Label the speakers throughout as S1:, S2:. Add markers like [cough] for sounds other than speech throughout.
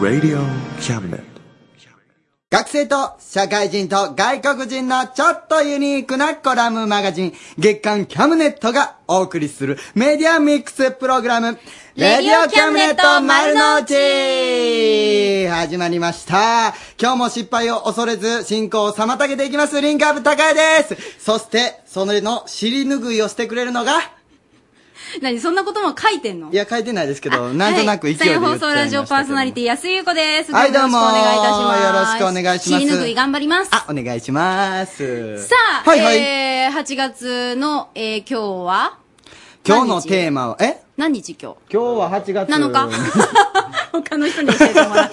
S1: Radio Cabinet.
S2: 学生と社会人と外国人のちょっとユニークなコラムマガジン月刊キャムネットがお送りするメディアミックスプログラムレディオキャムネット丸の内始まりました。今日も失敗を恐れず進行を妨げていきますリンクアップ高谷です。そして、そのの尻拭いをしてくれるのが、
S3: [laughs] 何そんなことも書いてんの
S2: いや書いてないですけど、なんとなく勢いで言っちゃい
S3: はい再
S2: ました
S3: 放送ラジオパーソナリティ安井優子です。
S2: はいどうも
S3: よろしくお願いいたします。
S2: よろしくお願いします
S3: 尻拭い頑張ります。
S2: お願いします。
S3: さあ、
S2: はいはい
S3: えー、8月の、えー、今日は [laughs]
S2: 今日のテーマは、え
S3: 何日今日
S2: 今日は8月
S3: 7日他の人に教えてもらう。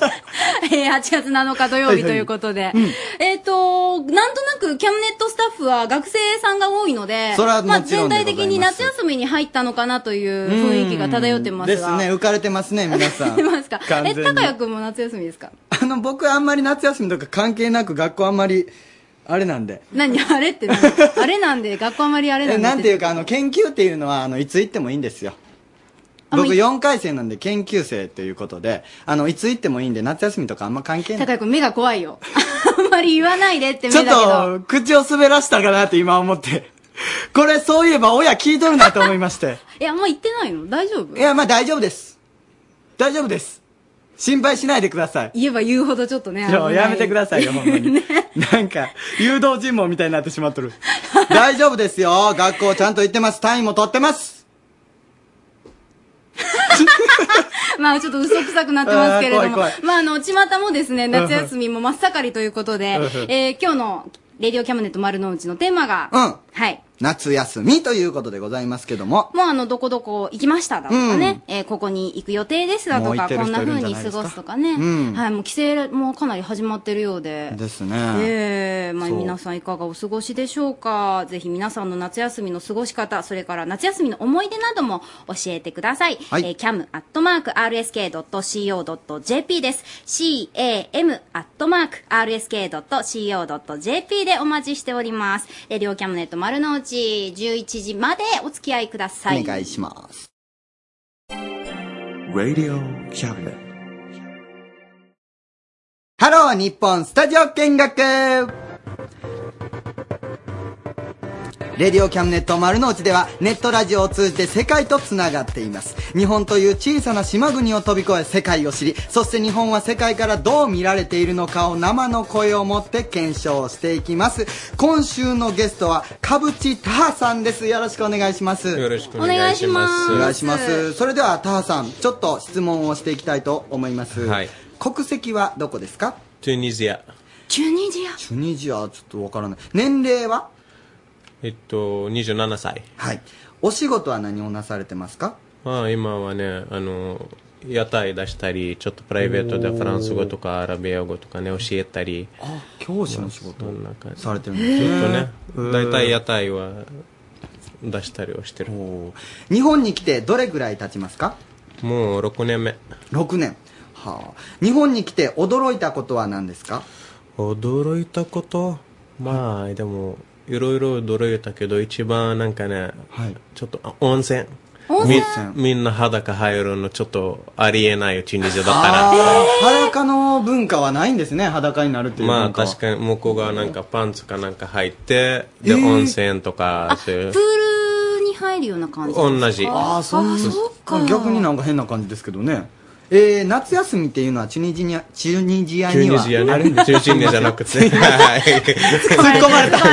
S3: えー、8月7日土曜日ということで。えっ、と、なんとなくキャムネットスタッフは学生さんが多いので、
S2: それはもちろんでござい
S3: ま
S2: ます
S3: あ全体的に夏休みに入ったのかなという雰囲気が漂ってます
S2: で
S3: が。
S2: すね、浮かれてますね、皆
S3: [laughs]
S2: さん。
S3: ますか
S2: 完
S3: え、
S2: 全に
S3: 高谷くんも夏休みですか
S2: あの、僕あんまり夏休みとか関係なく学校あんまり、あれなんで。
S3: 何あれって何あれなんで、学校あまりあれなん
S2: え
S3: で。
S2: なんていうか、あの、研究っていうのは、あの、いつ行ってもいいんですよ。
S3: あもう
S2: 僕4回生なんで研究生ということで、あの、いつ行ってもいいんで、夏休みとかあんま関係
S3: 高
S2: ない。
S3: 谷くん目が怖いよ。 [laughs] あんまり言わないでって目
S2: ちょ
S3: だ
S2: っ
S3: けど。
S2: と、口を滑らしたかなって今思って。これ、そういえば親聞いとるなと思いまして。
S3: いや、あんま言ってないの大丈夫
S2: いや、まあ大丈夫です。大丈夫です。心配しないでください。
S3: 言えば言うほどちょっとね。
S2: ち
S3: 危
S2: ょ
S3: ない
S2: やめてくださ
S3: [laughs]
S2: いよ、ほんまに。なんか、誘導尋問みたいになってしまっとる。 [laughs] 大丈夫ですよ。学校ちゃんと行ってます。単位も取ってます。
S3: まあちょっと嘘くさくなってますけれど
S2: あ
S3: も。
S2: ー怖い怖い
S3: まああの、巷もですね、夏休みも真っ盛りということで
S2: うんうん、
S3: えー今日のレディオキャムネット丸の内のテーマが、
S2: うん
S3: はい。
S2: 夏休みということでございますけども。
S3: もうあの、どこどこ行きましただとかね、えーここに行く予定ですだ
S2: も
S3: と
S2: う行
S3: か、
S2: ってる
S3: こんな
S2: 人いるん
S3: 風に
S2: じゃない
S3: 過
S2: ですか
S3: ごすとかね、
S2: うん
S3: はい、もう帰省もかなり始まってるようで。
S2: ですね。
S3: ええまあ、
S2: そう
S3: 皆さんいかがお過ごしでしょうかぜひ皆さんの夏休みの過ごし方それから夏休みの思い出なども教えてください、
S2: はい
S3: えー、cam.rsk.co.jp です cam.rsk.co.jp でお待ちしておりますえー両キャムネット丸の内11時までお付き合いください
S2: お願いします。
S1: Radio Cabinet.
S2: ハロー日本スタジオ見学レディオキャムネット丸の内ではネットラジオを通じて世界とつながっています。日本という小さな島国を飛び越え世界を知り、そして日本は世界からどう見られているのかを生の声を持って検証していきます。今週のゲストは、かぶちたはさんです。よろしくお願いします。
S4: よろしく
S3: お
S4: お
S3: 願
S4: 願
S3: い
S4: い
S3: し
S4: し
S3: ま
S4: ますす。
S2: お願いします。それではタハさん、ちょっと質問をしていきたいと思います。
S4: はい
S2: 国籍はどこですか
S4: チュニジア。
S3: チュニジア
S2: チュニジアはちょっとわからない。年齢は
S4: えっと、27歳。
S2: はい。お仕事は何をなされてますか
S4: まあ、今はね、あの、屋台出したり、ちょっとプライベートでフランス語とかアラビア語とかね、教えたり、
S2: あ、教師の仕
S4: そんな感じ。
S2: さ
S4: ちょ
S2: れてるん
S4: っ
S2: で
S4: と
S2: すね。
S4: ね、大体屋台は出したりをしてる。
S2: おー日本に来てどれぐらい経ちますか
S4: もう6年目。
S2: ?6 年。はあ。日本に来て驚いたことは何ですか
S4: 驚いたことまあ、でも、いろいろ驚いたけど、一番なんかね、
S2: はい
S4: ちょっと、あ温泉。
S3: 温
S4: み
S3: 泉
S4: みんな裸入るのちょっとありえないチュニジアだったら。
S2: ああ、裸の文化はないんですね。裸になるっていう
S4: まあ
S2: 文化は。
S4: 確かに向こうがなんかパンツかなんか入って
S2: え
S4: で、
S2: ー
S4: 温泉と
S3: あ
S4: か
S3: プ
S4: そうい
S3: ー
S4: う
S3: ルに入るような感じ
S4: 同じ
S3: あ
S2: ああ、そう
S3: あそうか
S2: 逆になんか変な感じですけどね。えー、夏休みっていうのはチュニジア、チュニジア
S4: チュ
S2: に
S4: ニ
S2: は。
S4: ジアねチュニジアじゃな
S2: [laughs]
S4: くてはい
S2: 突っ込まれた。 [laughs]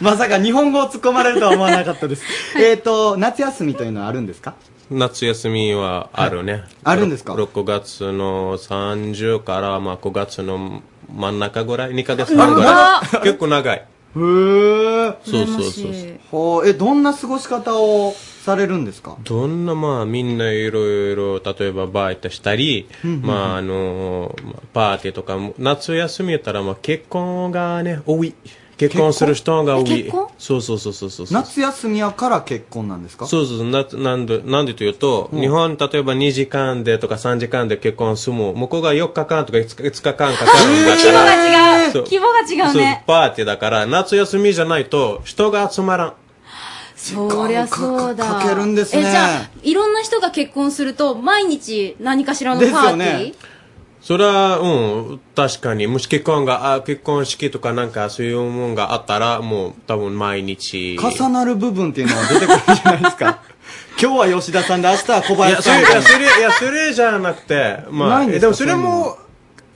S2: まさか日本語を突っ込まれるとは思わなかったです。えっと、夏休みというのはあるんですか
S4: 夏休みはあるね、
S2: あるんですか
S4: ろ ?6 月の30からまあ5月の真ん中ぐらい2ヶ月半ぐらい結構長い
S2: へー。
S4: そうそううそうそう
S2: ほう、え、どんな過ごし方をされるんですか
S4: どんなまあみんないろいろ例えばバイトしたり、まああのまあパーティーとかも夏休みやったらまあ結婚がね多い結婚する人が多い
S3: 結婚
S4: そうそうそうそうそうそう
S2: 夏休みやから結婚なんですか
S4: そうそうななんでなんでというと、日本例えば2時間でとか3時間で結婚するも向こうが4日間とか 5, 日間かかるんだ
S3: 規模
S4: から、
S3: が違う
S4: そう
S3: 規模が違う
S4: そう
S3: ね
S4: パーティーだから夏休みじゃないと人が集まらん
S3: そりゃそうだ
S2: 時間かかかけるんですね
S3: えじゃあいろんな人が結婚すると毎日何かしらのパーティー
S2: ですよね
S4: それは、うん、確かに、もし結婚が、あ結婚式とかなんかそういうもんがあったら、もう多分毎日。
S2: 重なる部分っていうのは出てくるじゃないです
S4: [laughs]
S2: か。今日は吉田さんで、明日は小
S4: いや、
S2: 林さ
S4: そ
S2: ん
S4: れ、い
S2: みたい
S4: や、
S2: な。
S4: それ、いや、それじゃなくて、ま
S2: な
S4: あ、
S2: いんですか
S4: でもそれも、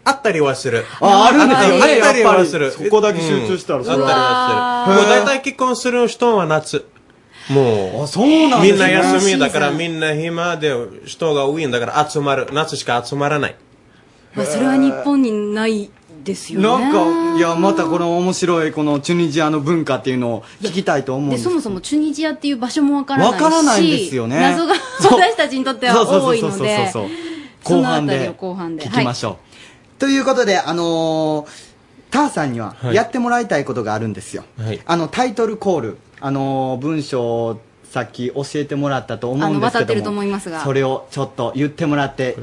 S4: あったりはする。
S2: ああるんですよね
S4: あったり
S2: やっぱ
S4: は
S2: り
S4: する。
S2: そこだけ集中したら
S4: うん
S2: そ
S4: あ
S2: う
S4: ったりはする。もう大体結婚する人は夏。も
S2: あ、そうな
S4: う、
S2: んです
S4: みんな
S2: ね。
S4: 休みだから、みんな暇で、人が多いんだから集まる。夏しか集まらない。
S3: まあ、それは日本にないですよね。
S2: なんか、いや、またこの面白い、このチュニジアの文化っていうのを聞きたいと思うんで
S3: で、
S2: す
S3: そ
S2: けど
S3: もそもチュニジアっていう場所もわからないし、
S2: わからないんですよね
S3: 謎が
S2: そう
S3: 私たちにとっては多いので、
S2: そうそうそうそうそう
S3: そ
S2: 後
S3: のあ
S2: 半
S3: たり
S2: で
S3: を後半で
S2: 聞きましょう、ということであのーターさんには
S4: はい
S2: やってもらいたいことがあるんですよ、
S4: はい
S2: あのタイトルコールあのー文章をさっき教えてもらったと思うんですけども
S3: あの渡ってると思いますが
S2: それをちょっと言ってもらって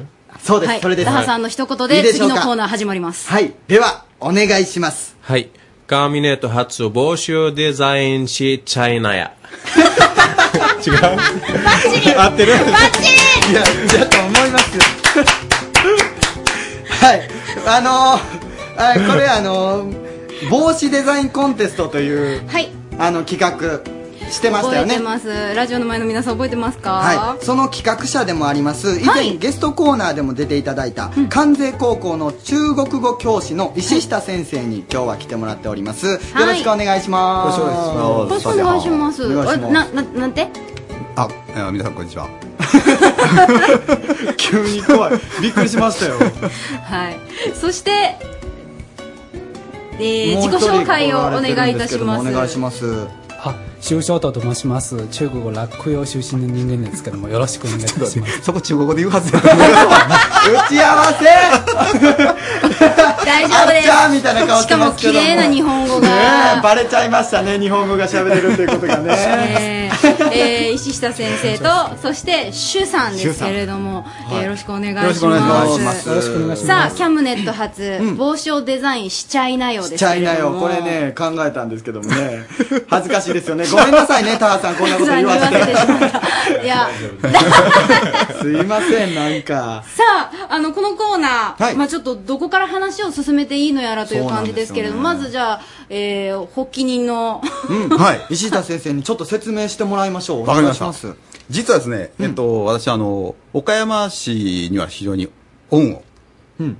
S2: そうです、
S3: はい、
S2: それです
S3: ダハさんの一言
S2: い
S3: で
S2: いでしょ
S3: 次
S2: うか
S3: のコーナー始まります。
S2: はいではお願いします
S4: はい。カーミネート初帽子をデザインし、チャイナや。
S2: 合ってるバッチリいやだと思いますよはいあのーあこれあのー帽子デザインコンテストという
S3: はい、
S2: あの企画してまし
S3: 覚
S2: たよ
S3: え
S2: ね
S3: てます。ラジオの前の皆さん覚えてますか、
S2: はい、その企画者でもあります以前、
S3: はい
S2: ゲストコーナーでも出ていただいた関西高校の中国語教師の石下先生に今日は来てもらっております、
S3: はい
S2: よろしくお願いします
S3: よろしくお願いします。
S2: お願いし
S3: あ
S2: ま
S3: な、
S2: す
S3: な、なんて
S5: あ、えー皆さんこんにちは。
S2: [laughs] 急に怖いびっくりしましたよ
S3: はい。そして、えー、
S2: もう
S3: 自己
S2: 一人
S3: 紹介をお願いいたしま
S2: 来られてるんですけども
S3: す。
S2: お願いします
S6: あ、修正と申します。中国語落語出身の人間ですけども、よろしくお願いいたします。
S5: そこ中国語で言うはずだったんだけど
S2: 打ち合わせ
S3: 大丈夫で
S2: あっちゃーみたいな顔
S3: す。
S2: し
S3: してか
S2: ま
S3: も
S2: すけど
S3: 綺
S2: も
S3: 麗な日本語
S2: ね
S3: が
S2: え。バレちゃいましたね日本語が喋れるということが
S3: [laughs]
S2: ね
S3: えー [laughs] えー石下先生とそしてシュさんですけれども、えーよろしくお願いします
S2: よろしくお願いします
S6: よろしくお願いし
S3: さ
S6: ま
S3: あキャムネット初、帽子をデザインしちゃいなよです
S2: ちゃ
S3: け
S2: い
S3: れ
S2: な
S3: ど
S2: よ
S3: も
S2: これね考えたんですけどもね恥ずかしいですよねごめんなさいねタワさんこんなこと言わせ
S3: 残念言わせてし
S2: て
S3: まったいや
S2: すいませんなんか
S3: さああのこのコーナー、
S2: はい
S3: まあ、ちょっとどこから話を進めていいのやらという感じですけれども、
S2: そうな
S3: ま
S2: んです
S3: ずじゃあ、えー、発起人の
S5: はい。
S2: 石田先生にちょっと説明してもらいましょう
S5: わかりました
S2: お願いします
S5: 実はですね、えっと、私、あの、岡山市には非常に恩を、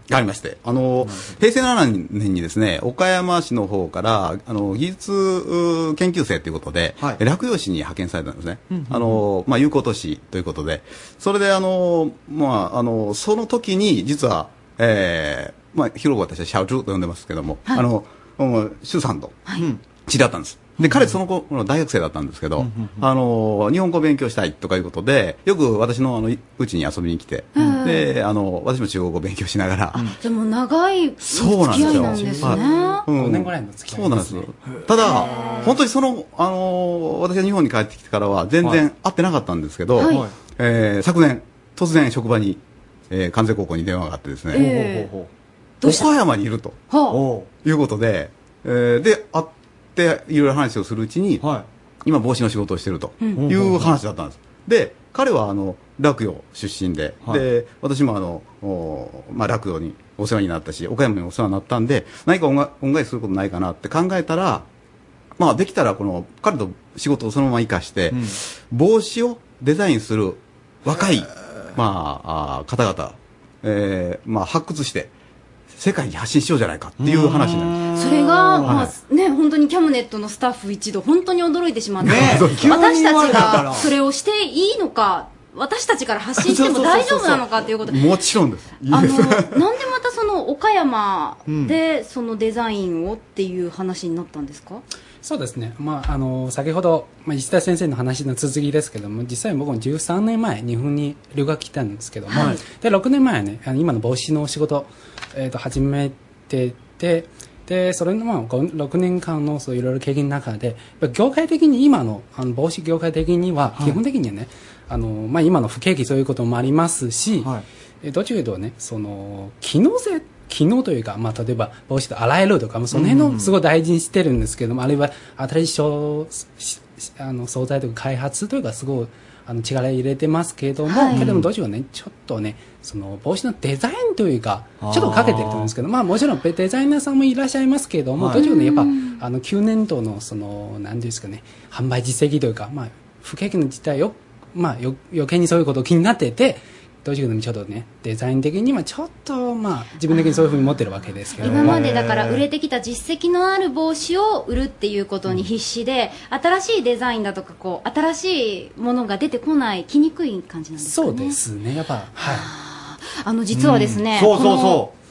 S5: がありまして、あの、平成7年にですね、岡山市の方から、あの、技術う研究生ということで、
S2: はい
S5: 落葉市に派遣されたんですね。あの、まあ、友好都市ということで、それで、あの、まあ、あの、その時に、実は、えー、まあ、広く私はシャオチュウと呼んでますけども、あの、うんシュウさんと、知り合ったんです。で、彼その子、大学生だったんですけど、あの、日本語を勉強したいとかいうことで、よく私の、あの、うちに遊びに来て、で、あの、私も中国語を勉強しながら、
S3: でも長い付
S5: そうなん
S3: き
S5: で
S3: 合
S5: す
S3: い
S5: よ
S3: なんですね、
S5: はう
S6: 五年ぐらいの付き合
S5: そう
S6: い
S5: なん
S6: で
S5: ですす
S6: ね
S5: ただ本当にその、あのー私が日本に帰ってきてからは全然会ってなかったんですけど、
S3: はい
S5: えー昨年突然職場に、えー関西高校に電話があってですね、
S3: え
S2: ほうほ
S3: どうした
S5: 岡山にいると
S3: ーはあ
S2: うほ
S5: いうことで、えーで会っていろいろ話をするうちに、
S2: うおうは
S5: 今帽子の仕事をしていると
S3: ん
S5: いう話だったんです、で彼はあの洛陽出身で,、
S2: はい
S5: で私もあの、おまあ、洛陽にお世話になったし岡山にお世話になったんで何か恩返恩返しすることないかなって考えたら、まあ、できたらこの彼と仕事をそのまま生かして、帽子をデザインする若い、まあ、あー方々、えーまあ、発掘して世界に発信しようじゃないかっていう話になります。
S3: それが、まあね、本当にキャムネットのスタッフ一同本当に驚いてしまって、
S2: ねえ急に
S3: 私
S2: 言わ
S3: た
S2: れ
S3: ち
S2: たから
S3: がそれをしていいのか私たちから発信しても大丈夫なのかということ
S5: もちろんです。
S3: あのなんでまたその岡山でそのデザインをっていう話になったんですか、
S6: [laughs] そうですね。まあ、あの、先ほど、まあ、石田先生の話の続きですけども、実際僕も13年前、日本に留学来たんですけども、で、6年前ね、あの今の帽子の仕事、えっ、と、始めてて、で、それの、まあ、こう6年間の、そういろいろ経験の中で、やっぱ業界的に今の、あの帽子業界的には、基本的にはね、あの、まあ、今の不景気そういうこともありますし、
S2: はい
S6: えどっちかというとね、その、機能性、機能というか、まあ、例えば帽子と洗えるとか、もうその辺のすごい大事にしてるんですけども、あるいは新しい商ししあの総菜とか開発というか、すごい、あの力入れてますけども、
S3: はい
S6: けどもどうしようねちょっとねその帽子のデザインというかちょっとかけてると思うんですけどまあもちろんデザイナーさんもいらっしゃいますけども、
S5: はい
S6: どうしようねやっぱ
S3: うん
S6: あの9年度のその何ていうんですかね販売実績というかまあ不景気の事態をまあよ余計にそういうことを気になってて。どうしようねちょっとねデザイン的にはちょっとまあ自分的にそういうふうに持ってるわけですけども
S3: 今までだから売れてきた実績のある帽子を売るっていうことに必死で、新しいデザインだとかこう新しいものが出てこない着にくい感じなんですかね
S6: そうですねやっぱはい
S3: あの実はですね、
S2: そう
S3: こ
S2: そう
S3: の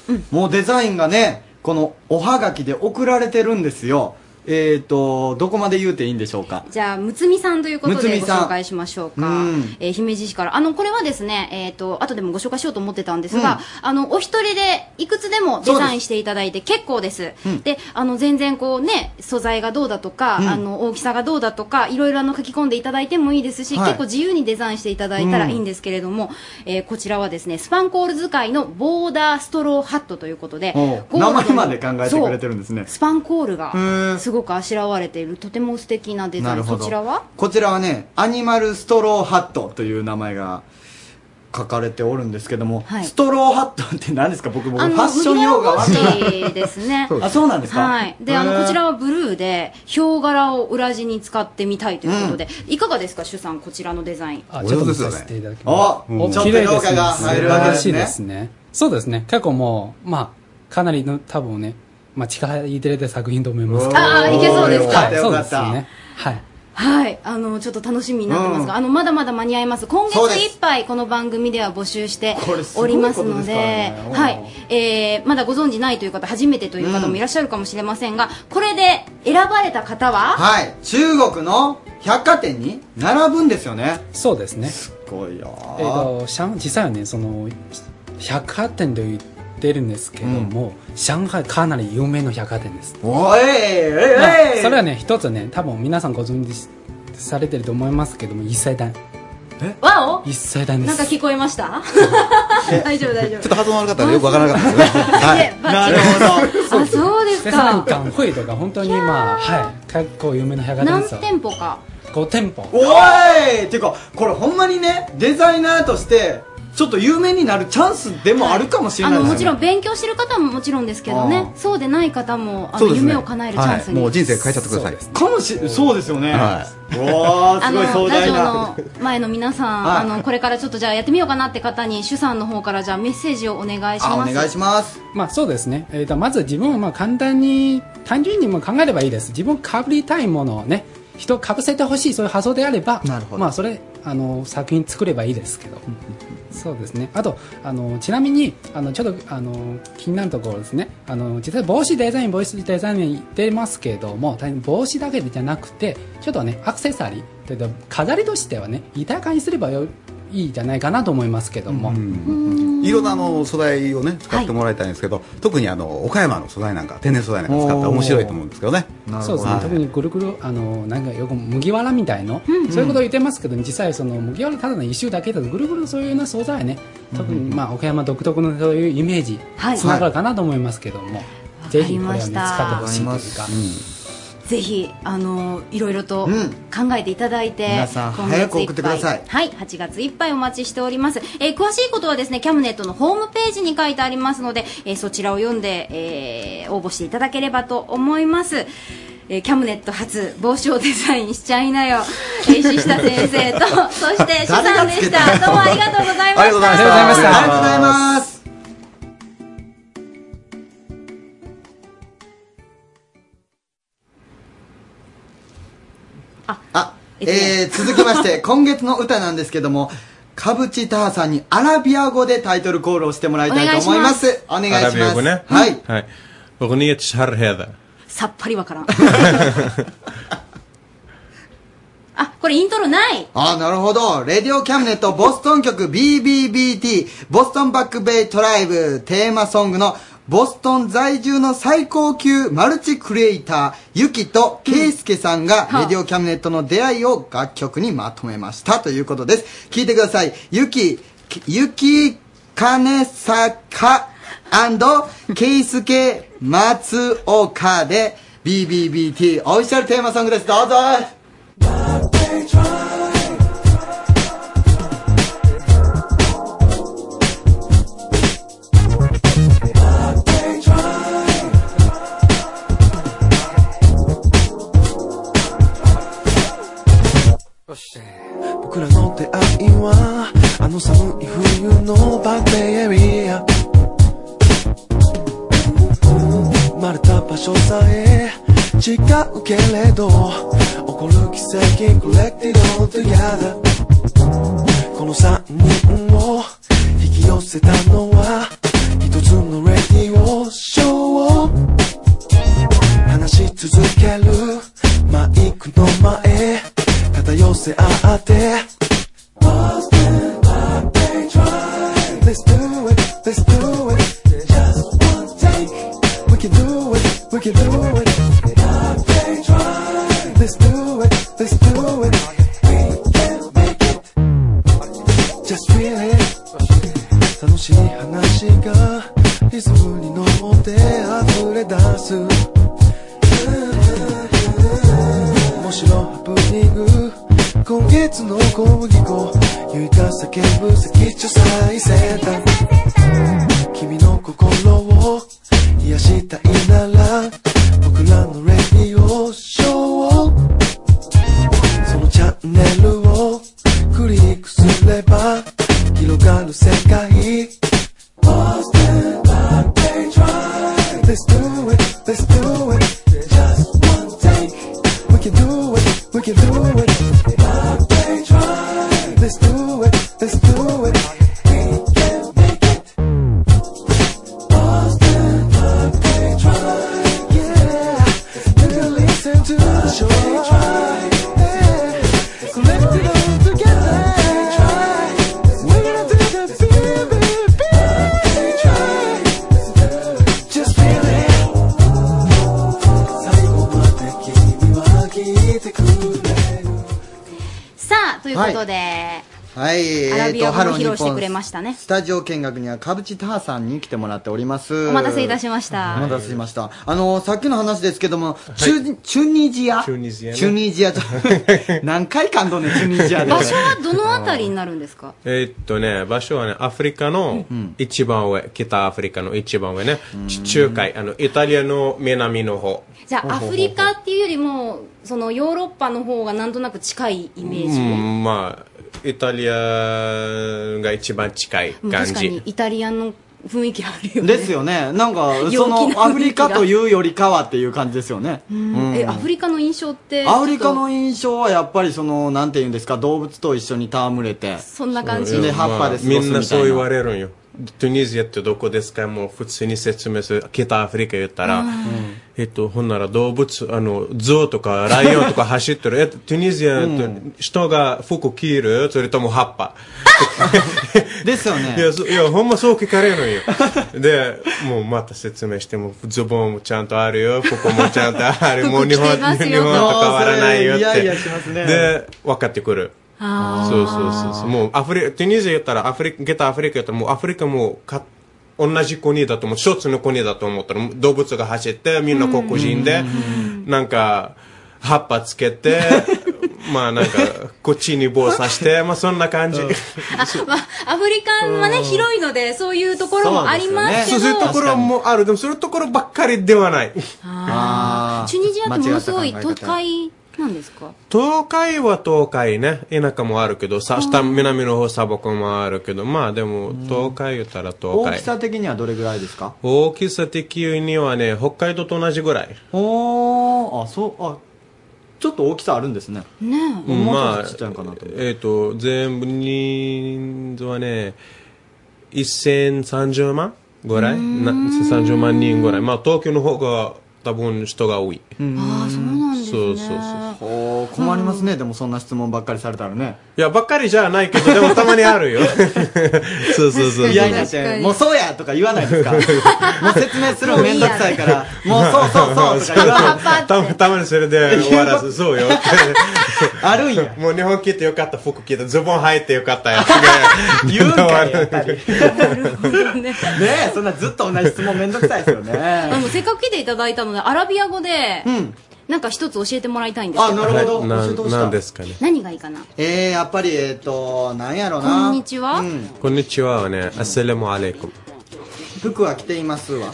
S2: そう、もうデザインがねこのおはがきで送られてるんですよえっ、ー、とどこまで言うていいんでしょうか
S3: じゃあ、むつみさんということ
S2: むつ
S3: で
S2: み
S3: ご
S2: さん
S3: 紹介しましょうか。
S2: うん
S3: えー姫路市から。あの、これはですね、えっ、と、後でもご紹介しようと思ってたんですが、あの、お一人でいくつでもデザインしていただいて結構です。で、あの、全然こうね、素材がどうだとか、あの、大きさがどうだとか、いろいろあの、書き込んでいただいてもいいですし、
S2: はい
S3: 結構自由にデザインしていただいたらいいんですけれども、えーこちらはですね、スパンコール使いのボーダーストローハットということで、
S2: おう
S3: ゴールドの
S2: 名前まで考えてくれてるんですね
S3: そうスパンコール
S2: へー
S3: がすごくあしらわれている、とても素敵なデザイン。そちらは
S2: こちらはねアニマルストローハットという名前が書かれておるんですけども、
S3: はい
S2: ストローハットって何ですか僕僕フ
S3: あ
S2: ァ
S3: の
S2: ッション用語が
S3: 麦わら帽子ですね
S5: そう
S2: [laughs] あそうなんですか
S3: はいであ
S2: へ
S3: の
S2: ー
S3: こちらはブルーでヒョウ柄を裏地に使ってみたいということで、いかがですか主さんこちらのデザイン
S6: あ
S5: お
S6: ちょ
S5: 上
S6: っ
S5: 手
S6: と見
S5: ですよ
S6: さ
S5: ね
S6: せていただきま
S2: お
S6: す。
S2: ちょっと評価が
S6: 素
S2: 入る
S6: 晴
S2: わけ
S6: ら
S2: で
S6: し
S2: す
S6: い
S2: ね
S6: ですね。そうですね。結構もう、まあ、かなりの多分ね、まあ、力入れて作品と思いますけど。
S3: あーいけそうですか
S2: おーよ
S6: そう
S2: か
S6: で
S2: っ
S6: す
S2: たよかっ
S6: ね。はい。
S3: はいあのちょっと楽しみになってますが、
S2: うん
S3: あのまだまだ間に合います今月
S2: そうです
S3: いっぱいこの番組では募集して
S2: これすご
S3: お
S2: い
S3: ります
S2: ことで
S3: の
S2: す
S3: で
S2: からねうん
S3: はいえーまだご存じないという方初めてという方もいらっしゃるかもしれませんが、これで選ばれた方は、
S2: はい中国の百貨店に並ぶんですよね
S6: そうですね。
S2: すごいよ
S6: えっ、と、上実際はね、その、百貨店と言ってるんですけども、上海かなり有名な百貨店です。
S2: おいえい
S6: まあ
S2: えい
S6: それはね、一つね、多分皆さんご存知されてると思いますけども、一切団。
S3: わお
S6: 一切団で
S3: なん
S6: す
S3: か。聞こえました大丈夫大丈夫
S5: ちょっと発音悪かっ
S3: [laughs]
S5: たらよくわからなかったですね。はい。
S3: でバッチリ
S2: [laughs]
S3: あそうです
S6: でさらに
S3: か
S6: ガンホイとか本当にまあはい結構有名な百貨店
S3: 何
S6: ですよ
S3: 店舗か
S6: 5店舗
S2: おいっていうかこれほんまにねデザイナーとしてちょっと有名になるチャンスでもあるかもしれ
S3: あ
S2: ない
S3: の
S2: です
S3: も
S2: よね
S3: ちろん勉強してる方ももちろんですけどね
S2: あ
S3: そうでない方もあ
S5: そう
S3: の
S5: ですね
S3: 夢を叶えるチャンス
S5: はいもう
S3: に
S5: 人生変えちゃってください。
S2: かもしそうですよね、
S5: は
S2: うわー
S3: あ
S2: す
S3: の
S2: ごい壮
S3: ラ
S2: 大
S3: ジオ
S2: な
S3: の前の皆さん
S2: はい
S3: あのこれからちょっとじゃあやってみようかなって方に主さんの方からじゃあメッセージをお願いし
S2: あお
S3: ます
S2: 願いします
S6: まあそうですね、えー、とまず自分はまあ簡単に単純にもう考えればいいです自分かぶりたいものをね人かぶせてほしいそういう発想であれば
S2: なるほど
S6: まあそれあの作品作ればいいですけどそうですねあとあのちなみにあのちょっとあの気になるところですねあの実際帽子デザイン帽子デザイン出ますけども大変帽子だけじゃなくてちょっとねアクセサリーというか飾りとしてはね豊かにすればよいいじゃないかなと思いますけども、
S5: いろんなあの素材をね使ってもらいたいんですけど、特にあの岡山の素材なんか天然素材なんか使ったら面白いと思うんですけどね。
S6: そうですね、
S5: はい
S6: 特にぐるぐるあのなんかよく麦わらみたいの、そういうことを言ってますけど実際その麦わらただの一周だけだとぐるぐるそういうような素材ね特に、まあ、岡山独特のそういうイメージ
S3: はい
S6: つながるかなと思いますけども、ぜひこれは、ね、使ってほしいというか、
S3: ぜひあのいろいろと
S2: うん
S3: 考えていただいて、
S2: 皆さん
S3: 今月
S2: 早く送ってください
S3: っぱはい8月いっぱいお待ちしております、えー詳しいことはですねキャムネットのホームページに書いてありますので、えーそちらを読んで、えー応募していただければと思いますえーキャムネット初帽子をデザインしちゃいなよ、えー、石下先生
S2: [laughs]
S3: とそして主さんでしたどうもありがとうございました
S5: ありがとうございました
S6: ありがとうございました
S2: ありがとうございます
S3: あ
S2: あ、えー、続き
S3: [laughs]
S2: まして、今月の歌なんですけども、かぶちたーさんにアラビア語でタイトルコールをしてもらいたいと思います。お願いします。
S4: アラビア語ね。
S2: はい。
S4: はい。أغنية
S2: [laughs]
S4: شهر هذا
S3: さっぱりわからんあこれイントロない
S2: あ、なるほど。レディオキャムネットボストン局 BBBT、ボストンバックベイトライブテーマソングのボストン在住の最高級マルチクリエイター、ユキとケイスケさんが、
S3: はあ
S2: レディオキャムネットの出会いを楽曲にまとめましたということです。聞いてください。ユキ、ユキ、カネサカ、ケイスケ、松岡で、BBBT オフィシャルテーマソングです。どうぞ
S7: Try,
S1: 僕らの出会いはあの寒い冬のバッテエリア生まれた場所さえ違うけれど起こる奇跡コレクティドトゥヤダこの3人を引き寄せたのは一つのレディオショー話し続けるマイクの前肩寄せ合って Let's do it, let's do it Just one take We can do it, we can do it Let's do it, let's do it We can make it Just feel it 楽しい話がリズムに乗って溢れ出す面白ハプニング今月の小麦粉唯が叫ぶ赤潮最先端君の心を癒したいなら僕らのレディオショーをそのチャンネルをクリックすれば広がる世界 Austin, but they try. Let's do it, let's do it Just one take We can do it, we can do it But they try. Let's do it, let's do it We can make it Austin, but they try. Yeah You can listen to the show Yeah Collected all together we're gonna do the Just feel it 最後まで君は聞いてくれる
S3: さあ、ということで、
S2: はい、
S3: アラ
S2: えー
S3: ビア
S2: と、
S3: 語
S2: ハ
S3: も
S2: ロー
S3: 披
S2: 日
S3: 露して
S2: 本
S3: くれましたね。
S2: スタジオ見学には、かぶちたーさんに来てもらっております。
S3: お待たせいたしました
S2: お待たせしました。あの、さっきの話ですけども、チュ、チュニジア
S4: チュニジアね
S2: チュニジアと、
S4: [laughs]
S2: 何回感動ねん、チュニジアで。
S3: 場所はどのあたりになるんですか
S4: えーっとね、場所はね、アフリカの一番上、北アフリカの一番上ね、地中海、あの、イタリアの南の方。
S3: じゃあ、アフリカっていうよりも、そのヨーロッパの方がなんとなく近いイメー
S4: う
S3: ジ。
S4: ん、まあ、イタリアが一番近い
S3: うん
S4: 感
S3: 確かに
S4: じ。
S3: イタリアの雰囲気あるよね。
S2: ですよね。なんか、
S3: 気な
S2: そ
S3: 雰囲気
S2: の、
S3: が
S2: アフリカというよりかはっていう感じですよね。
S3: うんえ、アフリカの印象って。
S2: アフリカの印象はやっぱりその、なんて言うんですか、動物と一緒に戯れて。
S3: そんな感じ。
S2: そうで
S4: うん
S2: 葉っぱで過ごすみたいな
S4: みんなそう言われるんよ。トゥニジアってどこですかもう普通に説明する。北アフリカ言ったら、えっと、ほんなら動物、あの、象とかライオンとか走ってる。え、トゥニジアって人が服着るそれとも葉っぱ。
S2: [laughs] ですよね
S4: い。や、そいやほんまそう聞かれるんよ。で、もうまた説明しても、ズボンもちゃんとあるよ、ここもちゃんとある、もう日本、
S3: [laughs] 服着てますよ
S4: 日本と変わらないよって。
S2: そうそういやいやしますね
S4: で、分かってくる。そうそうそうそう。もうアフリカ、テュニジア言ったら、アフリカ、ゲタアフリカ言ったら、もうアフリカもか、同じ国だと思う、一つの国だと思ったら、動物が走って、みんな黒人で、なんか、葉っぱつけ [laughs] て、まあなんか、こっちに棒刺 [laughs] して、まあそんな感じ。
S3: まあ、アフリカはね、広いので、そういうところもあります
S4: そ
S3: け
S4: うそういう
S3: ど
S4: と、ころもある。でも、そういうところばっかりではない。
S2: あー
S3: チュニジアってものすごい
S2: 間違っ
S3: 都
S2: た考え方
S3: 会なんですか
S4: 東海は東海ね。田舎もあるけど、さ、下、南の方、砂漠もあるけど、まあでも、東海言ったら東
S2: 大
S4: 海
S2: き。さ的にはどれぐらいですか
S4: 大きさ的にはね、北海道と同じぐらい。
S2: おー、あ、そう、あ、ちょっと大きさあるんですね。
S3: ねえ。
S2: もう
S4: ま
S2: ちょ
S4: あ
S2: っとちっちゃいのかなと思って
S4: えっ、と、全部人数はね、1030万ぐらいな ?30 万人ぐらい。まあ、東京の方が多分人が多い。
S3: ああ、そうなんですね。
S4: そうそうそう。
S2: おー、困りますね。でもそんな質問ばっかりされたらね。
S4: いや、ばっかりじゃないけど、でもたまにあ
S2: [laughs]
S4: るよ。そうそうそう。
S2: 嫌になっ
S3: 確か
S2: て、
S3: に
S2: もうそうやとか言わないで
S3: [laughs]
S2: すかもう説明するのめんどくさいから、もうそうそうそうとか言わ
S4: [laughs]
S2: ない。
S4: たまたまにそれで終わらず、そうよ。
S2: あるんや。
S4: もう日本着てよかった、服着て、ズボン履いてよかったやつ
S2: 言うんかい、やっ
S4: が。
S3: [laughs]
S2: ぱり。ねえ、そんなずっと同じ質問めんどくさいですよ
S3: あ
S2: ね。
S3: のせっかく来ていただいたのでアラビア語で、なんか一つ教えてもらいたいんです
S2: あ、
S3: けど
S2: なるほど。
S4: な
S2: 教えてほし
S4: なん
S2: い
S4: ですかね。
S3: 何がいいかな
S2: えー、やっぱり、えっ、と、なんやろな。
S3: こんにちは、
S2: うん。
S4: こんにちははね、アッセラムアレイコム。
S2: 服は着ていますわ。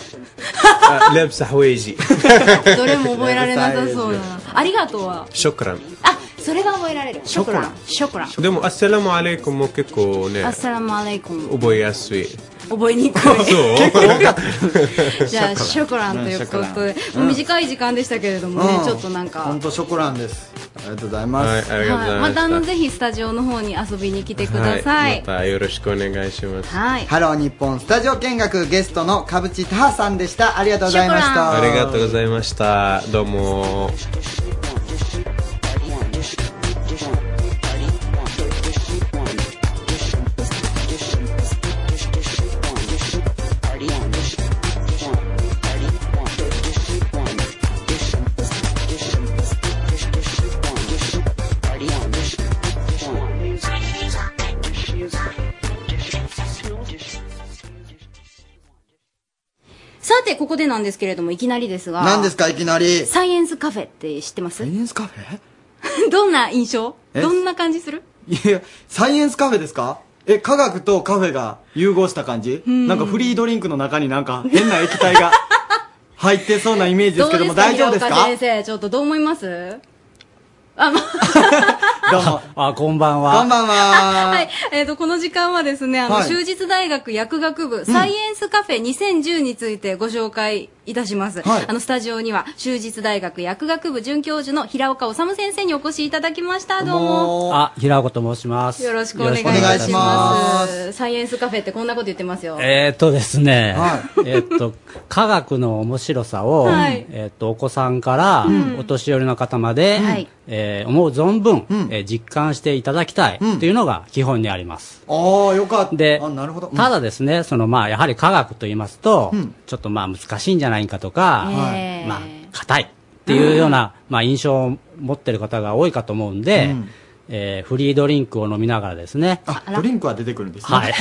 S4: あレブサハウェイ
S2: [laughs]
S4: ジ。[laughs]
S3: どれも覚えられなさそうだなありがとうは
S4: ショクラン。
S3: あそれが覚えられるショクランショクラン
S4: でも、アッセラムアレイコンも結構ね
S3: ア、ッサラムアレイコン
S4: 覚え
S2: [laughs]
S4: やすい。
S3: 覚えにくい [laughs]
S4: [laughs] そう
S3: じゃあショコランということで、もう短い時間でしたけれどもね、
S2: うん
S3: ちょっとなんか、
S2: 本当ショコランですありがとうござい
S4: は
S2: ま
S4: い、
S2: す、
S4: ありがとうござ
S3: はいい、
S4: ま
S3: また
S4: した。
S3: あのぜひスタジオの方に遊びに来てくだ
S4: は
S3: さ
S4: い、
S3: い
S4: ま。たよろしくお願いします。
S3: はい、
S2: ハロー日本スタジオ見学ゲストのかぶちたはさんでしたありがとうございまし
S3: ショコラ
S2: た
S4: ありがとうございました。どうも。
S3: さてここでなんですけれどもいきなりですが、
S2: 何ですかいきなり
S3: サイエンスカフェって知ってます
S2: サ？イエンスカフェ
S3: [laughs] どんな印象？
S2: え
S3: どんな感じする？
S2: いやサイエンスカフェですかえ科学とカフェが融合した感じなんかフリードリンクの中になんか変な液体
S3: [laughs]
S2: が入ってそうなイメージで
S3: ど
S2: す
S3: う
S2: けど
S3: で
S2: も
S3: すか
S2: 大丈夫ですか
S3: 平岡先生、ちょっとどう思います？あ、ま
S2: ど
S8: [laughs]
S2: うも
S9: あ、こんばんは。
S2: こんばんは、
S3: [laughs] はい。えっ、と、この時間はですね、あの、
S2: はい
S3: 修実大学薬学部サイエンスカフェ2010についてご紹介いたします。
S2: はい
S3: あの、スタジオには、修実大学薬学部准教授の平岡治先生にお越しいただきました。どうも。
S9: あ、平岡と申します。
S3: よろしくお願いしま
S2: よろしく
S3: す。
S2: お願いします
S3: サイエンスカフェってこんなこと言ってますよ。
S8: えーっとですね、
S2: は
S8: えーっと、科学の面白さを、
S3: はい
S8: えーっと、お子さんから、お年寄りの方まで、
S3: はい
S8: えー思う存分、
S2: ん
S8: えー実感していただきたいというのが基本にあります。
S2: ああよかった
S8: で
S2: あなるほど、うん
S8: ただですね、そのまあ、やはり科学と言いますと、
S2: うん
S8: ちょっとまあ、難しいんじゃないかとか、
S3: えー
S8: まあ、硬いっていうような、まあ、印象を持ってる方が多いかと思うんで、
S2: うん
S8: えーフリードリンクを飲みながらですね、
S2: あドリンクは出てくるんですね、
S8: はい。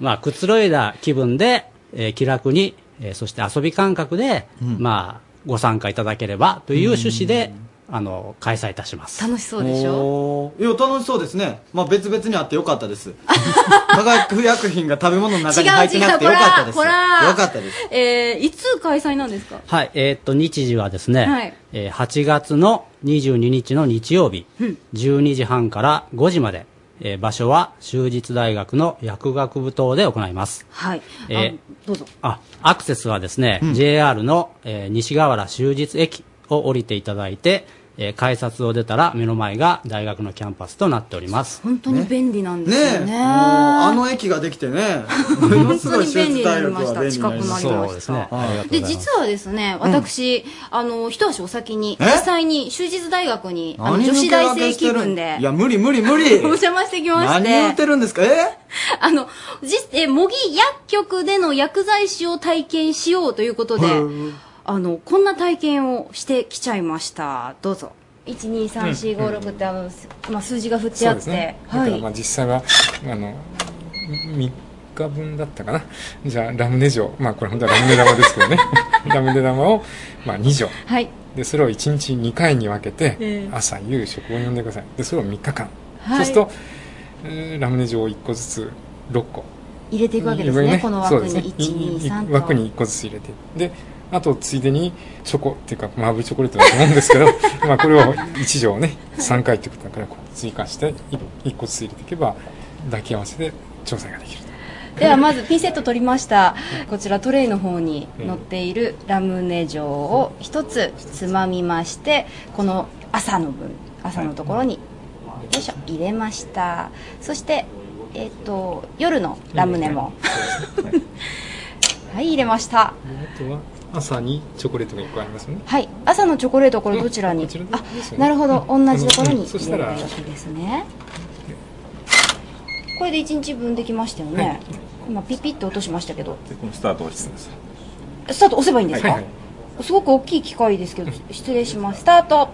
S8: まあ、くつろいだ気分で、えー気楽に、えーそして遊び感覚で、まあ、ご参加いただければという趣旨で、あの、開催いたします。
S3: 楽しそうでしょ
S2: ょいや楽しそうですねまあ別々にあってよかったです化学薬品が食べ物の中
S3: 違う
S2: に入って
S3: 違
S2: な
S3: う、
S2: くて
S3: こ
S2: よ
S3: ら
S2: かったです
S3: こら
S2: よかったです
S3: えー、いつ開催なんですか
S8: はい。えーっと、日時はですね、
S3: はい
S8: えー8月の22日の日曜日、12時半から5時まで、えー場所は修実大学の薬学部棟で行います。
S3: はい。あ
S8: えー
S3: どうぞ。
S8: あ、アクセスはですね、JR の、えー西河原終日駅を降りていただいて、えー改札を出たら目の前が大学のキャンパスとなっております。
S3: 本当に便利なんで
S2: ね
S3: すよ
S2: え
S3: ね。
S2: もうあの駅ができてねものす
S3: 本
S2: ご
S3: 当
S2: い
S3: に便利
S2: 手術
S3: にな
S2: 大
S3: り
S2: 学
S3: まし
S2: は
S3: た。
S2: 便利に
S3: 近
S2: な
S3: く
S2: り
S3: なり
S2: ま
S8: そ
S3: ました。
S2: し
S8: うですねありがとうござい
S3: で
S8: ます
S3: 実はですね、私、あの一足お先に
S2: え
S3: 実際に修実大学に
S2: た
S3: あの女子大生気分で
S2: いや無理無理無理
S3: [laughs] お邪魔してきまし。
S2: 何言っててるんですかえ
S3: [laughs] あの、じ、え、模擬薬局での薬剤師を体験しようということで、あの、こんな体験をしてきちゃいました。どうぞ。1,2,3,4,5,6ってあの、まあ、数字が振って
S10: そ
S3: あ
S10: う
S3: っ
S10: です
S3: て、
S10: ね。だ
S3: は
S10: からまあ
S3: い。
S10: 実際は、あの、3日分だったかな。じゃあラムネ錠。まあこれ本当はラムネ玉ですけどね。 [laughs] ラムネ玉を、まあ2錠。
S3: はい。
S10: で、それを1日2回に分けて、
S3: ええ
S10: 朝、夕、食を読んでください。で、それを3日間。
S3: はい
S10: そうすると、えーラムネ錠を1個ずつ6個。
S3: 入れていくわけですね。
S10: いろいろ
S3: この
S10: そ
S3: 枠
S10: うです
S3: に
S10: ね
S3: 1、2、3と。
S10: 枠に1個ずつ入れて。で、あとついでにチョコっていうか、マーブルチョコレートだと思うんですけ
S3: [laughs]
S10: ど、まあこれを1錠ね、3回ってことだからこう追加して1個ずつ入れていけば、抱き合わせで調整ができると。
S3: ではまずピンセット取りましたこちらトレイの方に載っているラムネ状を一つつまみましてこの朝の分朝のところによいしょ入れましたそしてえっ、と夜のラムネもはい入れました
S10: あとは朝にチョコレートが1個ありますね。
S3: はい朝のチョコレートこれどちらに
S10: こちら
S3: あ
S10: ですよね
S3: なるほど同
S10: うん
S3: じところ
S10: う
S3: に
S10: んそし
S3: 入
S10: た
S3: れる
S10: ら
S3: わけですねこれで1日分できましたよね、今ピピッと落としましたけど
S11: でこのスタートを押してください
S3: スタート押せばいいんですか、
S10: はい
S3: すごく大きい機械ですけど失礼しますスタート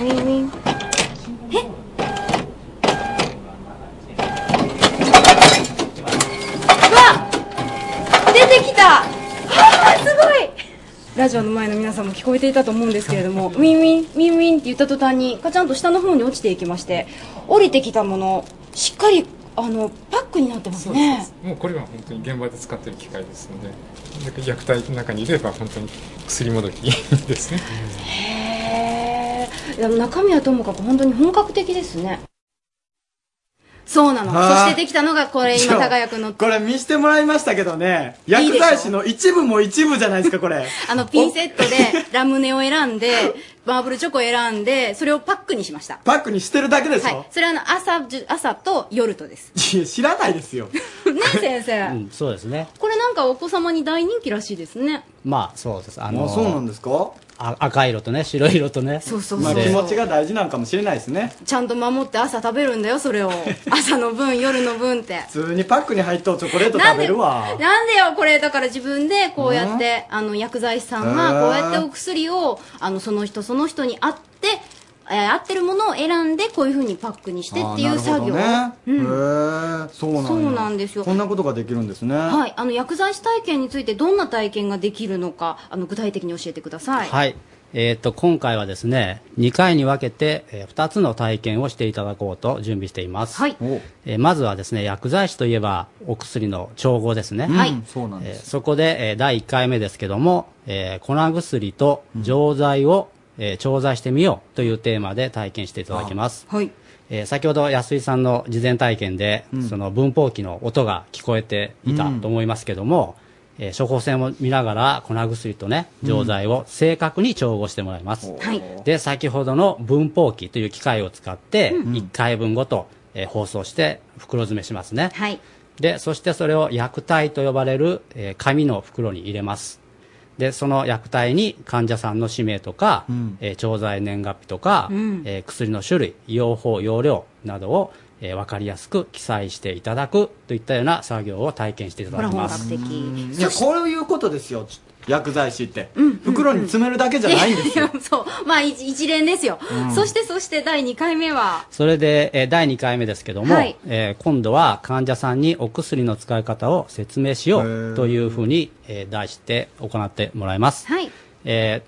S3: ウィンウィンえうわ出てきたあーすごいラジオの前の皆さんも聞こえていたと思うんですけれどもウィンウィンウィンウィンって言った途端にカチャンと下の方に落ちていきまして降りてきたものしっかりあのパックになってますね
S10: もうこれは本当に現場で使っている機械ですので、なんか薬体の中にいれば本当に薬もどきですね。
S3: へーあの中身はともかく本当に本格的ですねそうなの
S2: あー
S3: そしてできたのがこれ今輝く
S2: [laughs]
S3: の
S2: これ見してもらいましたけどね薬剤師の一部も一部じゃないですかこれ
S3: あのピンセットでラムネを選んでマーブルチョコを選んでそれをパックにしました
S2: パックにしてるだけですよ、
S3: はい、それはあの朝じゅ朝と夜とです
S2: いや知らないですよ
S3: ね先生、
S8: そうですね。
S3: これなんかお子様に大人気らしいですね
S8: まあ、そうです。あ
S2: あ
S8: の、
S2: そうなんですか
S8: あ赤色とね、白色とね。
S3: そうそう
S2: まあ、
S8: で
S2: 気持ちが大事なのかもしれないですね
S3: ちゃんと守って朝食べるんだよそれを朝の分夜の分って
S2: 普通にパックに入っとうチョコレート食べるわ
S3: なんでよこれだから自分でこうやってあの薬剤師さん
S2: へー
S3: がこうやってお薬をあのその人その人に合って、えー合ってるものを選んでこういうふうにパックにしてっていう作業、
S2: あーなるほどね、へえそうなんや
S3: そうなんですよ
S2: こんなことができるんですね
S3: はいい、あの薬剤師体験についてどんな体験ができるのかあの具体的に教えてください、
S8: はい。えっ、と、今回はですね、2回に分けて、え2つの体験をしていただこうと準備しています。
S3: はい
S2: お
S8: えーまずはですね、薬剤師といえば、お薬の調合ですね。
S3: はい
S2: うんそうなん
S8: え
S2: で
S8: ー
S2: す、
S8: そこで、えー第1回目ですけども、えー粉薬と錠剤を、えー調剤してみようというテーマで体験していただきます。
S3: はい
S8: えー先ほど安井さんの事前体験で、その文法機の音が聞こえていたと思いますけども、えー処方箋を見ながら粉薬とね錠剤を正確に調合してもらいます、
S3: はい
S8: で先ほどの文法機という機械を使って1回分ごと、えー包装して袋詰めしますね、
S3: はい
S8: でそしてそれを薬体と呼ばれる、えー紙の袋に入れますでその薬体に患者さんの氏名とか、えー調剤年月日とか、
S3: ん
S8: えー薬の種類用法用量などを、え分かりやすく記載していただくといったような作業を体験していた
S3: ほ
S8: だ
S3: ら
S8: き
S3: 本
S8: ま
S3: 格
S8: す
S3: 的
S2: いやこういうことですよち薬剤師って、袋に詰めるだけじゃないんですよ、
S3: [laughs] そうまあ一一連ですよ、そしてそして第2回目は
S8: それで、えー第2回目ですけども、
S3: はい
S8: えー今度は患者さんにお薬の使い方を説明しようというふうに、えー題して行ってもらいます、
S3: はい
S8: え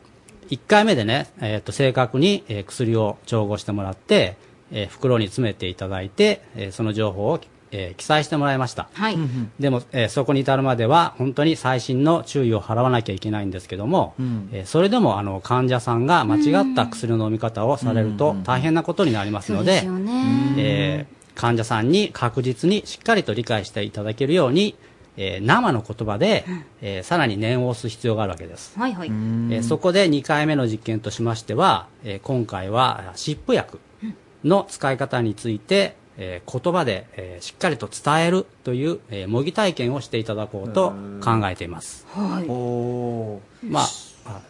S8: 1回目でね、えーと正確に、えー薬を調合してもらって、えー袋に詰めていただいて、えーその情報を、えー記載してもらいました、
S3: はい、
S8: でも、えーそこに至るまでは本当に細心の注意を払わなきゃいけないんですけども、えーそれでもあの患者さんが間違った薬の飲み方をされると大変なことになります
S3: そ
S8: の
S3: うで
S8: で、
S3: すよね
S8: えー患者さんに確実にしっかりと理解していただけるように、えー生の言葉で、えーさらに念を押す必要があるわけです、
S3: はいはい
S8: えーそこで2回目の実験としましては、えー今回は湿布薬の使い方について、えー言葉で、えーしっかりと伝えるという、えー模擬体験をしていただこうと考えています、
S3: はい
S2: おー
S8: まああ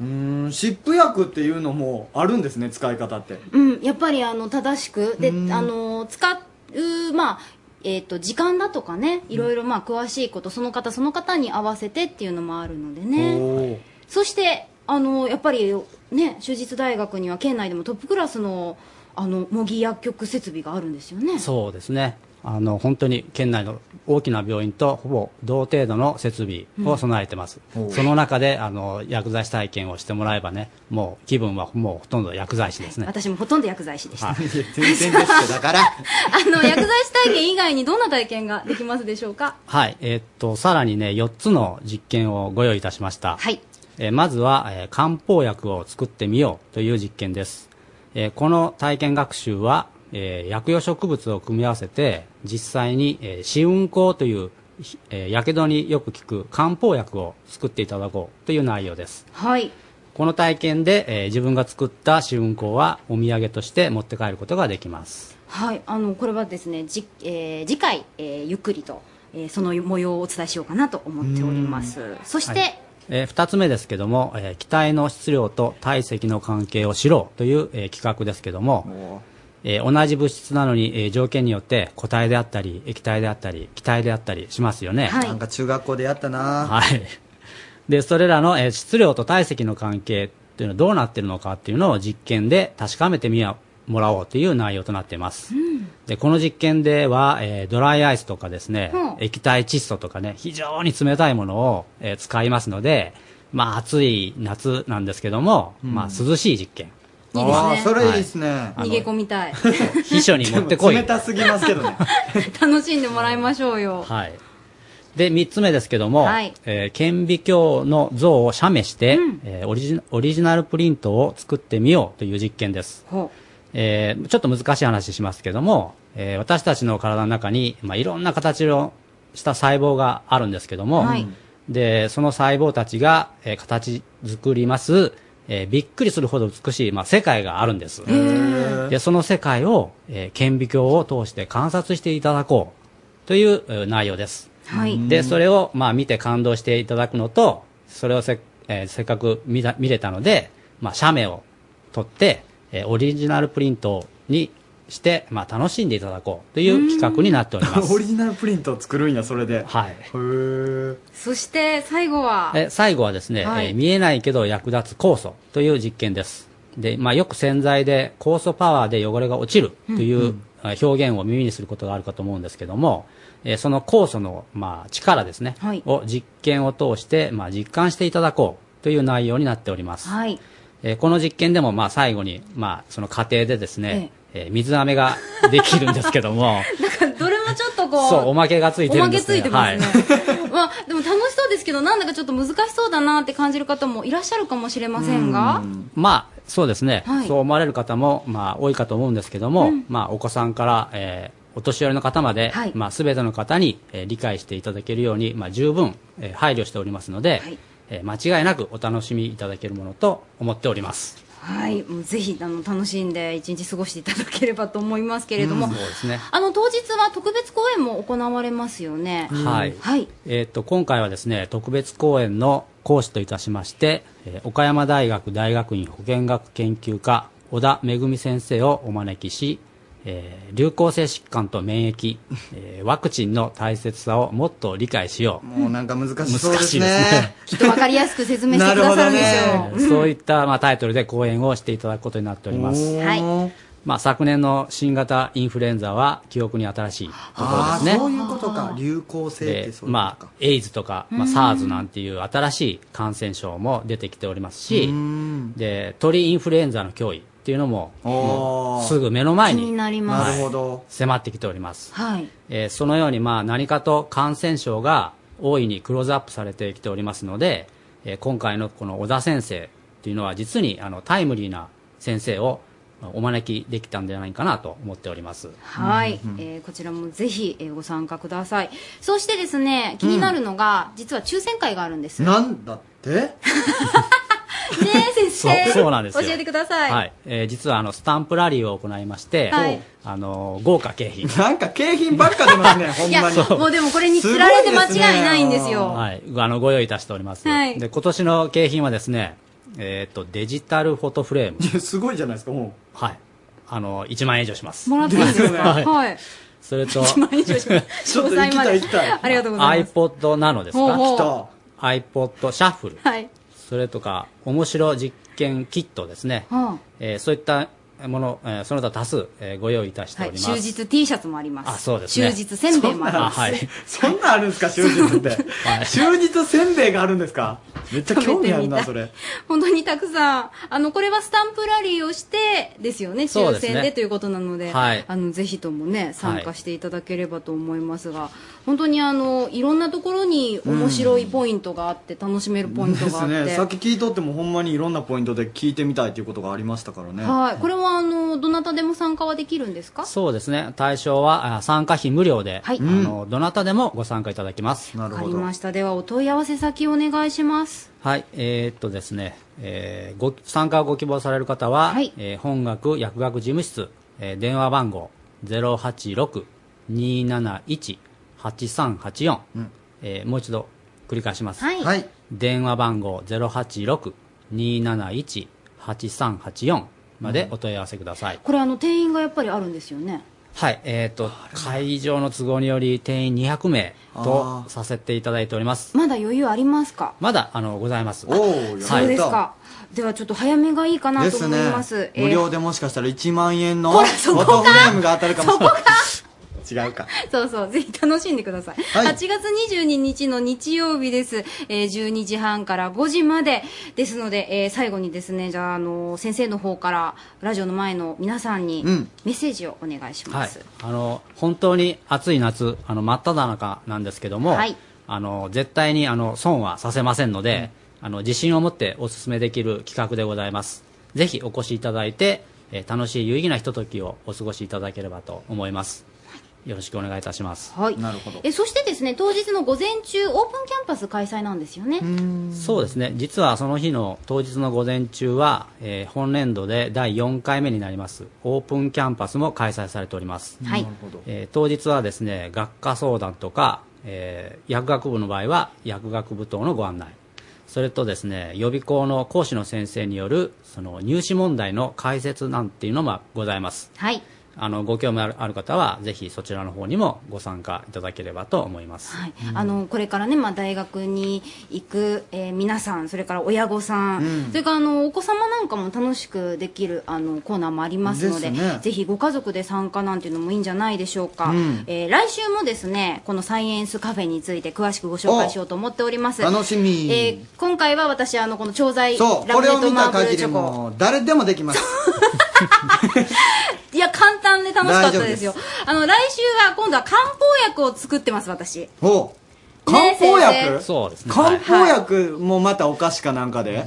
S2: うーん湿布薬っていうのもあるんですね使い方って
S3: うん、やっぱりあの正しくで、あの使う、まあえっと時間だとかねいろいろまあ詳しいことその方その方に合わせてっていうのもあるのでね
S2: おー
S3: そしてあのやっぱりね手術大学には県内でもトップクラスのあの模擬薬局設備があるんですよね
S8: そうですねあの本当に県内の大きな病院とほぼ同程度の設備を備えてます、その中であの薬剤師体験をしてもらえばねもう気分はもうほとんど薬剤師ですね、
S3: 私もほとんど薬剤師でした、
S8: はい
S2: いや [laughs] 全然ですけどだから
S3: あの薬剤師体験以外にどんな体験ができますでしょうか
S8: はい、えーっと、さらにね、4つの実験をご用意いたしました。
S3: はい
S8: えーまずは、えー漢方薬を作ってみようという実験です。えーこの体験学習は、えー薬用植物を組み合わせて、実際に、えー、死運行という、ひえー、やけどによく効く漢方薬を作っていただこうという内容です。
S3: はい
S8: この体験で、えー自分が作った死運行はお土産として持って帰ることができます。
S3: はい、あのこれはですね、じえー次回、えーゆっくりと、えーその模様をお伝えしようかなと思っております。そして、
S8: はいえー、2つ目ですけども、えー機体の質量と体積の関係を知ろうという、えー企画ですけども、えー同じ物質なのに、えー条件によって固体であったり液体であったり気体であったりしますよね、
S3: はい
S2: なんか中学校でやったな
S8: はい、でそれらの、えー質量と体積の関係というのはどうなっているのかというのを実験で確かめてみやもらおうという内容となっています、でこの実験では、えードライアイスとかですね、
S3: うん
S8: 液体窒素とかね非常に冷たいものを、えー使いますので、まあ、暑い夏なんですけども、まあ、涼しい実験
S3: いいです
S2: あ
S3: ね
S2: あそれいいですね
S8: あの
S3: 逃げ込み
S8: [laughs]
S3: たい。
S8: 秘書に持って
S2: でも [laughs]
S8: こい
S2: 冷たすぎますけどね
S3: 楽しんでもらいましょうよ。
S8: はい、で、3つ目ですけども、
S3: はい
S8: えー顕微鏡の像を写メして、えーオリジナ、オリジナルプリントを作ってみようという実験です。
S3: ほ
S8: えーちょっと難しい話しますけども、えー私たちの体の中に、まあ、いろんな形をした細胞があるんですけども、
S3: はい
S8: でその細胞たちが、えー形作ります、えーびっくりするほど美しい、まあ、世界があるんですでその世界を、えー顕微鏡を通して観察していただこうというえー内容です
S3: はい
S8: でそれを、まあ、見て感動していただくのとそれをせ,、えーせっかく見た見れたので、まあ、写メを撮って、えーオリジナルプリントにして、まあ、楽しんでいただこうという企画になっております
S12: [laughs] オリジナルプリントを作るんやそれで
S8: はい
S12: へ
S3: そして最後は
S8: え最後はですね、
S3: はい
S8: えー見えないけど役立つ酵素という実験ですで、まあ、よく洗剤で酵素パワーで汚れが落ちるという、あ表現を耳にすることがあるかと思うんですけども、えーその酵素の、まあ、力ですね、
S3: はい
S8: を実験を通して、まあ、実感していただこうという内容になっております、
S3: はい
S8: えーこの実験でも、まあ、最後に、まあ、その過程でですね、えー水飴ができるんですけど
S3: [laughs]
S8: も
S3: なんか [laughs] どれもちょっとこう
S8: そうおまけがついてるんですね
S3: おまけついてます
S8: はい
S3: [laughs] まあ、でも楽しそうですけどなんだかちょっと難しそうだなって感じる方もいらっしゃるかもしれませんが
S8: まあそうですね、
S3: はい
S8: そう思われる方も、まあ、多いかと思うんですけども、まあ、お子さんから、えーお年寄りの方まで、
S3: はい
S8: まあ、全ての方に、えー理解していただけるように、まあ、十分、えー配慮しておりますので、
S3: はい
S8: えー間違いなくお楽しみいただけるものと思っております。
S3: はいもうぜひあの楽しんで一日過ごしていただければと思いますけれども、
S8: そうですね
S3: あの当日は特別公演も行われますよね
S8: はい
S3: はい
S8: えーっと今回はですね特別講演の講師といたしまして、えー岡山大学大学院保健学研究科小田恵先生をお招きし、えー流行性疾患と免疫、えーワクチンの大切さをもっと理解しよう
S2: もうなんか難しそうです
S8: 難しいです
S2: ね
S8: ね。
S3: [laughs] きっと分かりやすく説明してくださるんでし
S2: な
S3: ょ
S2: るほ
S8: [laughs]
S3: う、
S8: そういった、まあ、タイトルで講演をしていただくことになっております、
S3: は
S8: まあ、昨年の新型インフルエンザは記憶に新しいとこ
S2: あ
S8: ろ
S2: あ、
S8: です
S2: そう
S8: ね
S2: いうことか。流行性って
S8: で
S2: そういう
S8: ま
S2: こ
S8: あ
S2: とか。、
S8: エイズとか、まあ、SARS なんていう新しい感染症も出てきておりますし、で鳥インフルエンザの脅威っていうのももうすぐ目の前
S3: い、気に
S8: に
S3: なります、
S2: なるほど。
S8: 迫ってきております、
S3: はい
S8: えーそのように、まあ、何かと感染症が大いにクローズアップされてきておりますので、えー今回のこの小田先生っていうのは実にあのタイムリーな先生をお招きできたんじゃないかなと思っております
S3: はい、えーこちらもぜひ、えーご参加くださいそしてですね気になるのが、実は抽選会があるんで
S8: [laughs]
S3: すね
S2: なんだって
S3: え先生
S8: そうそうなんですよ
S3: 教えてください、
S8: はいえー実はあのスタンプラリーを行いまして、
S3: はい
S8: あの豪華景品、
S2: なんか景品ばっか出ま
S8: [laughs]
S2: すね、ほん
S3: いや
S2: まに。
S3: もうでもこれにつられて間
S2: すごいですね
S3: 違いないんですよ
S8: はい、あのご用意いたしております、
S3: はい
S8: で今年の景品はですね、えー、とデジタルフォトフレーム、
S12: えすごいじゃないですかも
S8: はい、あの1万円以上します
S3: もらっていいですか
S8: はい
S3: はい
S8: それと
S3: 1万円以上します
S12: ちょっ
S3: 詳
S12: と行き
S3: 細ま
S12: たい
S3: で
S12: 行きたい
S3: ありがとうございます
S8: iPod なのです
S3: ほうほ
S8: か
S3: う
S2: と
S8: iPod シャッフル
S3: はい
S8: それとか面白実験キットですね、
S3: はあ
S8: えーそういったもの、えーその他多数、えーご用意いたして
S3: は
S8: お
S3: い
S8: ります、
S3: 終日 T シャツもあります
S8: あそうですね
S3: 終日せんべいもあり
S8: あ
S3: ます
S8: はい
S12: そんなんあるんですか終日って終日せんべいがあるんですかめっちゃ興味あるなそ
S3: 食べ
S12: れ
S3: て本当にたくさんあのこれはスタンプラリーをしてですよね
S8: そう
S3: 抽
S8: ですね
S3: 選でということなので、
S8: はい
S3: あのぜひともね参加していただければと思いますが、本当にあのいろんなところに面白いポイントがあって、楽しめるポイント
S12: で
S3: があ
S12: す
S3: って、
S12: ねさっき聞いとってもほんまにいろんなポイントで聞いてみたいということがありましたからね
S3: はいこれはあのどなたでも参加はできるんですか
S8: そうですね対象はあ参加費無料で、
S3: はい
S8: あのどなたでもご参加いただけます
S12: なる
S3: わか
S12: ほ
S3: り
S12: ど
S3: ましたではお問い合わせ先お願いします
S8: はい、えーっとですね、えーご参加をご希望される方は、
S3: はい
S8: えー本学薬学事務室、えー電話番号086-271-8384、えーもう一度繰り返します、
S3: はい、
S2: はい。
S8: 電話番号086-271-8384までお問い合わせください、
S3: これあの定員がやっぱりあるんですよね
S8: はい、えーっと会場の都合により定員200名とさせていただいております
S3: まだ余裕ありますか
S8: まだあのございます
S2: おーやった
S3: そうですかではちょっと早めがいいかな
S2: で
S3: と
S2: す
S3: 思います
S2: ね。
S3: えー
S2: 無料でもしかしたら1万円の
S3: ほ
S2: フ
S3: らそ
S2: ォ
S3: こか
S2: トフレームが当たるかもしれない。違うか。
S3: [laughs] そうそう、ぜひ楽しんでください。
S2: はい
S3: 8月22日の日曜日です。えー12時半から5時まで。ですので、えー最後にですね、じゃあ、あのー先生の方から、ラジオの前の皆さんに、
S2: ん
S3: メッセージをお願いしま
S8: はい
S3: す。、
S8: あの本当に暑い夏あの真っ只中なんですけども、
S3: はい
S8: あの絶対にあの損はさせませんので、あの自信を持ってお勧めできる企画でございますぜひお越しいただいて、えー楽しい有意義なひとときをお過ごしいただければと思いますよろしくお願いいたします
S3: はいなるほえそしてですね当日の午前中オープンキャンパス開催なんですよね
S8: そうですね実はその日の当日の午前中は、えー本年度で第4回目になりますオープンキャンパスも開催されております、
S3: はいなる
S8: えー当日はですね学科相談とか、えー薬学部の場合は薬学部等のご案内それとですね予備校の講師の先生によるその入試問題の解説なんていうのもございます
S3: はい
S8: あのご興味あるある方はぜひそちらの方にもご参加いただければと思います、
S3: はい、あのこれからね、まあ、大学に行く、えー皆さん、それから親御さん、
S13: うん
S3: それからあのお子様なんかも楽しくできるあのコーナーもありますので
S13: ですね
S3: ぜひご家族で参加なんていうのもいいんじゃないでしょうか、
S13: うん
S3: えー来週もですねこのサイエンスカフェについて詳しくご紹介しようと思っております
S2: 楽しみ
S3: えー今回は私あのこの調剤
S2: そう、
S3: ラ
S2: こ
S3: ブレ
S2: れを
S3: ッド
S2: 見
S3: マ
S2: た
S3: ーブル
S2: 限
S3: チ
S2: り
S3: ョコ
S2: もう誰でもできます。
S3: いや簡単で楽しかったですよ
S2: 大丈
S3: あの来週は今度は漢方薬を作ってます私
S2: お漢方
S3: ね
S2: 薬
S3: 先生そう
S8: です
S3: ね
S12: 漢方薬もまたお菓子かなんか
S3: [laughs]
S12: で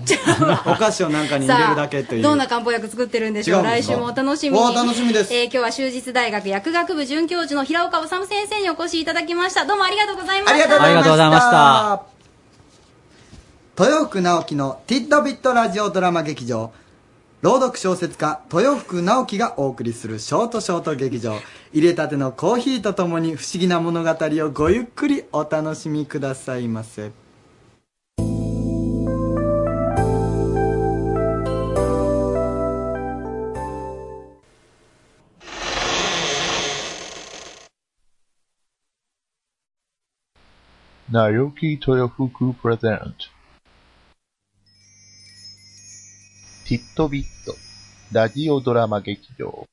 S12: お菓子をなんかに入れるだけという。
S3: どんな漢方薬作ってるんでしょう
S12: 違うんで
S3: 来
S12: すか
S3: 週もお楽しみに
S12: お楽しみです
S3: えー今日は修実大学薬学部准教授の平岡修先生にお越しいただきましたどうもありがとうございました
S8: ありがとうございました。
S2: 豊福直樹のティッドビットラジオドラマ劇場。朗読小説家、豊福直樹がお送りするショートショート劇場。入れたてのコーヒーとともに不思議な物語をごゆっくりお楽しみくださいませ。
S14: Naoki Toyofuku present ティットビットラジオドラマ劇場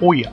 S14: おや、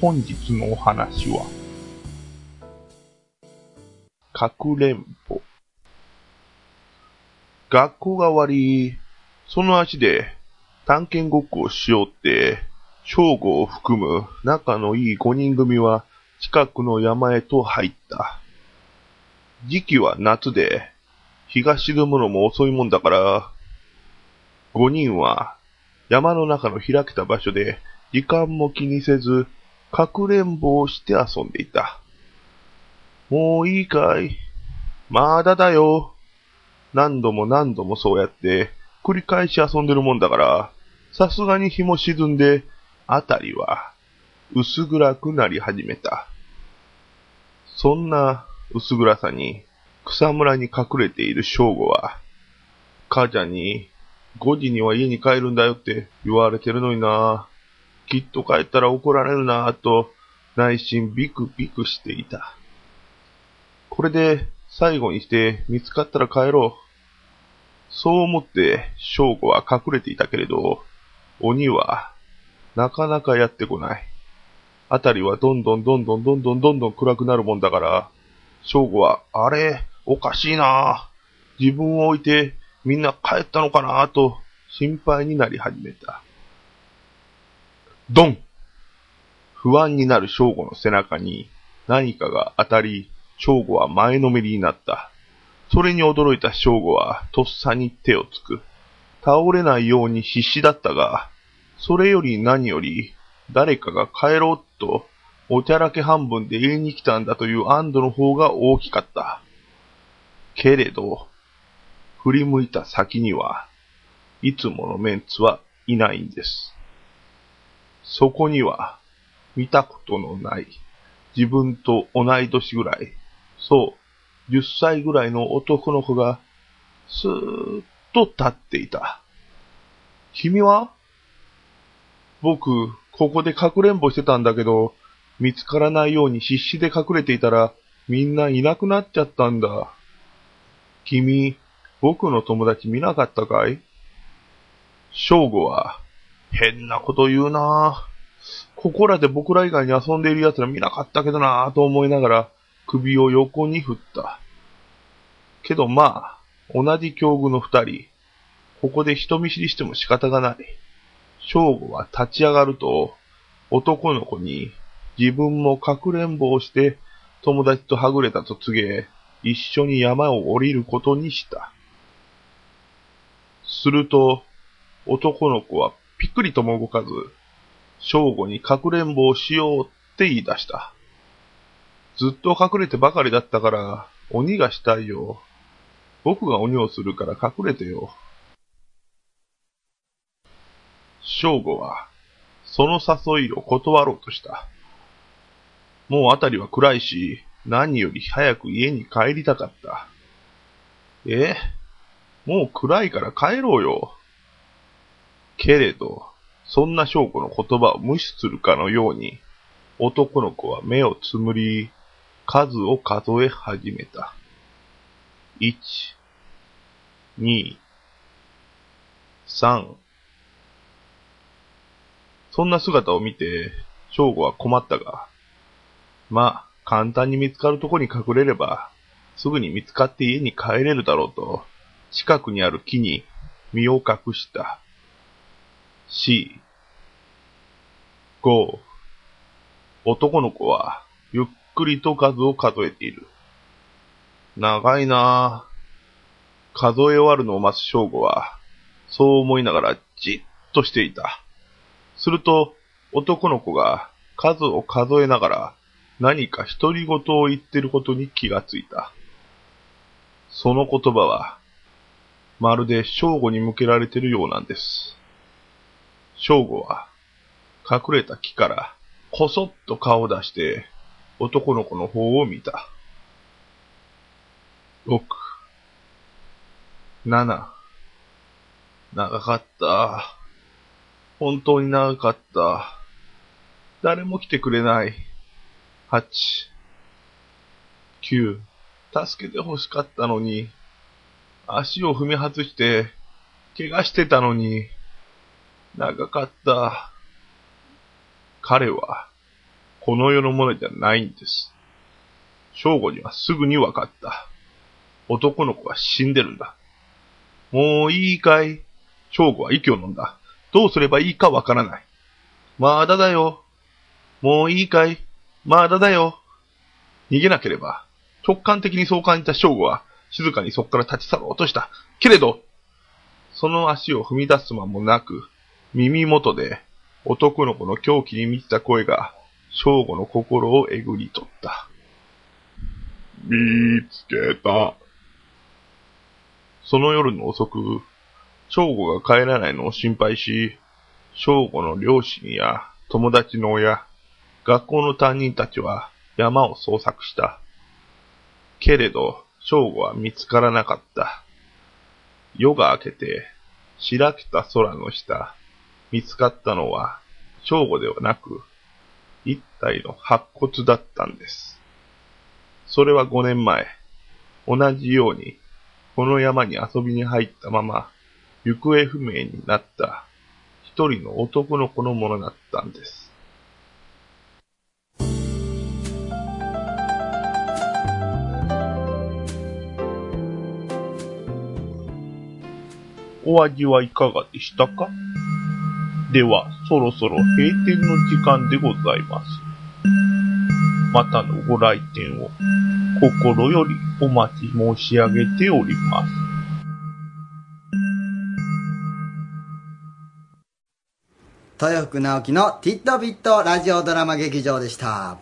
S14: 本日のお話は、かくれんぼ。学校が終わり、その足で探検ごっこをしようって、正吾を含む仲のいい5人組は近くの山へと入った。時期は夏で、日が沈むのも遅いもんだから、5人は山の中の開けた場所で時間も気にせず、かくれんぼをして遊んでいた。もういいかいまだだよ。何度も何度もそうやって繰り返し遊んでるもんだから、さすがに日も沈んで、あたりは薄暗くなり始めた。そんな薄暗さに草むらに隠れている正吾は、母ちゃんに5時には家に帰るんだよって言われてるのにな。きっと帰ったら怒られるなぁと内心ビクビクしていた。これで最後にして見つかったら帰ろう。そう思って正吾は隠れていたけれど、鬼はなかなかやってこない。あたりはどんどんどんどんどんどんどんどん暗くなるもんだから、正吾は、あれ、おかしいなぁ。自分を置いてみんな帰ったのかなぁと心配になり始めた。ドン不安になる正吾の背中に何かが当たり、正吾は前のめりになった。それに驚いた正吾はとっさに手をつく。倒れないように必死だったが、それより何より誰かが帰ろうとおちゃらけ半分で家に来たんだという安堵の方が大きかった。けれど、振り向いた先には、いつものメンツはいないんです。そこには、見たことのない、自分と同い年ぐらい、そう、10歳ぐらいの男の子が、すーっと立っていた。君は僕、ここでかくれんぼしてたんだけど、見つからないように必死で隠れていたら、みんないなくなっちゃったんだ。君、僕の友達見なかったかい正吾は、変なこと言うなぁ。ここらで僕ら以外に遊んでいる奴ら見なかったけどなぁと思いながら、首を横に振った。けどまあ、同じ境遇の二人、ここで人見知りしても仕方がない。正吾は立ち上がると、男の子に、自分もかくれんぼをして、友達とはぐれたと告げ、一緒に山を降りることにした。すると、男の子はぴっくりとも動かず、正吾にかくれんぼをしようって言い出した。ずっと隠れてばかりだったから、鬼がしたいよ。僕が鬼をするから隠れてよ。正吾は、その誘いを断ろうとした。もうあたりは暗いし、何より早く家に帰りたかった。えもう暗いから帰ろうよ。けれど、そんな正吾の言葉を無視するかのように、男の子は目をつむり、数を数え始めた。一、二、三。そんな姿を見て、正吾は困ったが、まあ、簡単に見つかるとこに隠れれば、すぐに見つかって家に帰れるだろうと、近くにある木に身を隠した。四、五、男の子は、ゆっくりと数を数えている。長いなぁ。数え終わるのを待つ正吾は、そう思いながらじっとしていた。すると、男の子が数を数えながら、何か独り言を言ってることに気がついた。その言葉は、まるで正吾に向けられてるようなんです。正吾は、隠れた木から、こそっと顔を出して、男の子の方を見た。六、七、長かった。本当に長かった。誰も来てくれない。八、九、助けて欲しかったのに、足を踏み外して、怪我してたのに、長かった。彼は、この世のものじゃないんです。正吾にはすぐに分かった。男の子は死んでるんだ。もういいかい正吾は息を飲んだ。どうすればいいかわからない。まだだよ。もういいかいまだだよ。逃げなければ、直感的にそう感じた正吾は、静かにそこから立ち去ろうとした。けれど、その足を踏み出す間もなく、耳元で、男の子の狂気に満ちた声が、正吾の心をえぐり取った。見つけた。その夜の遅く、正吾が帰らないのを心配し、正吾の両親や友達の親、学校の担任たちは山を捜索した。けれど、正吾は見つからなかった。夜が明けて、白けた空の下、見つかったのは、正吾ではなく、一体の白骨だったんです。それは5年前、同じように、この山に遊びに入ったまま、行方不明になった、一人の男の子のものだったんです。お味はいかがでしたかでは、そろそろ閉店の時間でございます。またのご来店を心よりお待ち申し上げております。
S2: 豊福直樹のティットビットラジオドラマ劇場でした。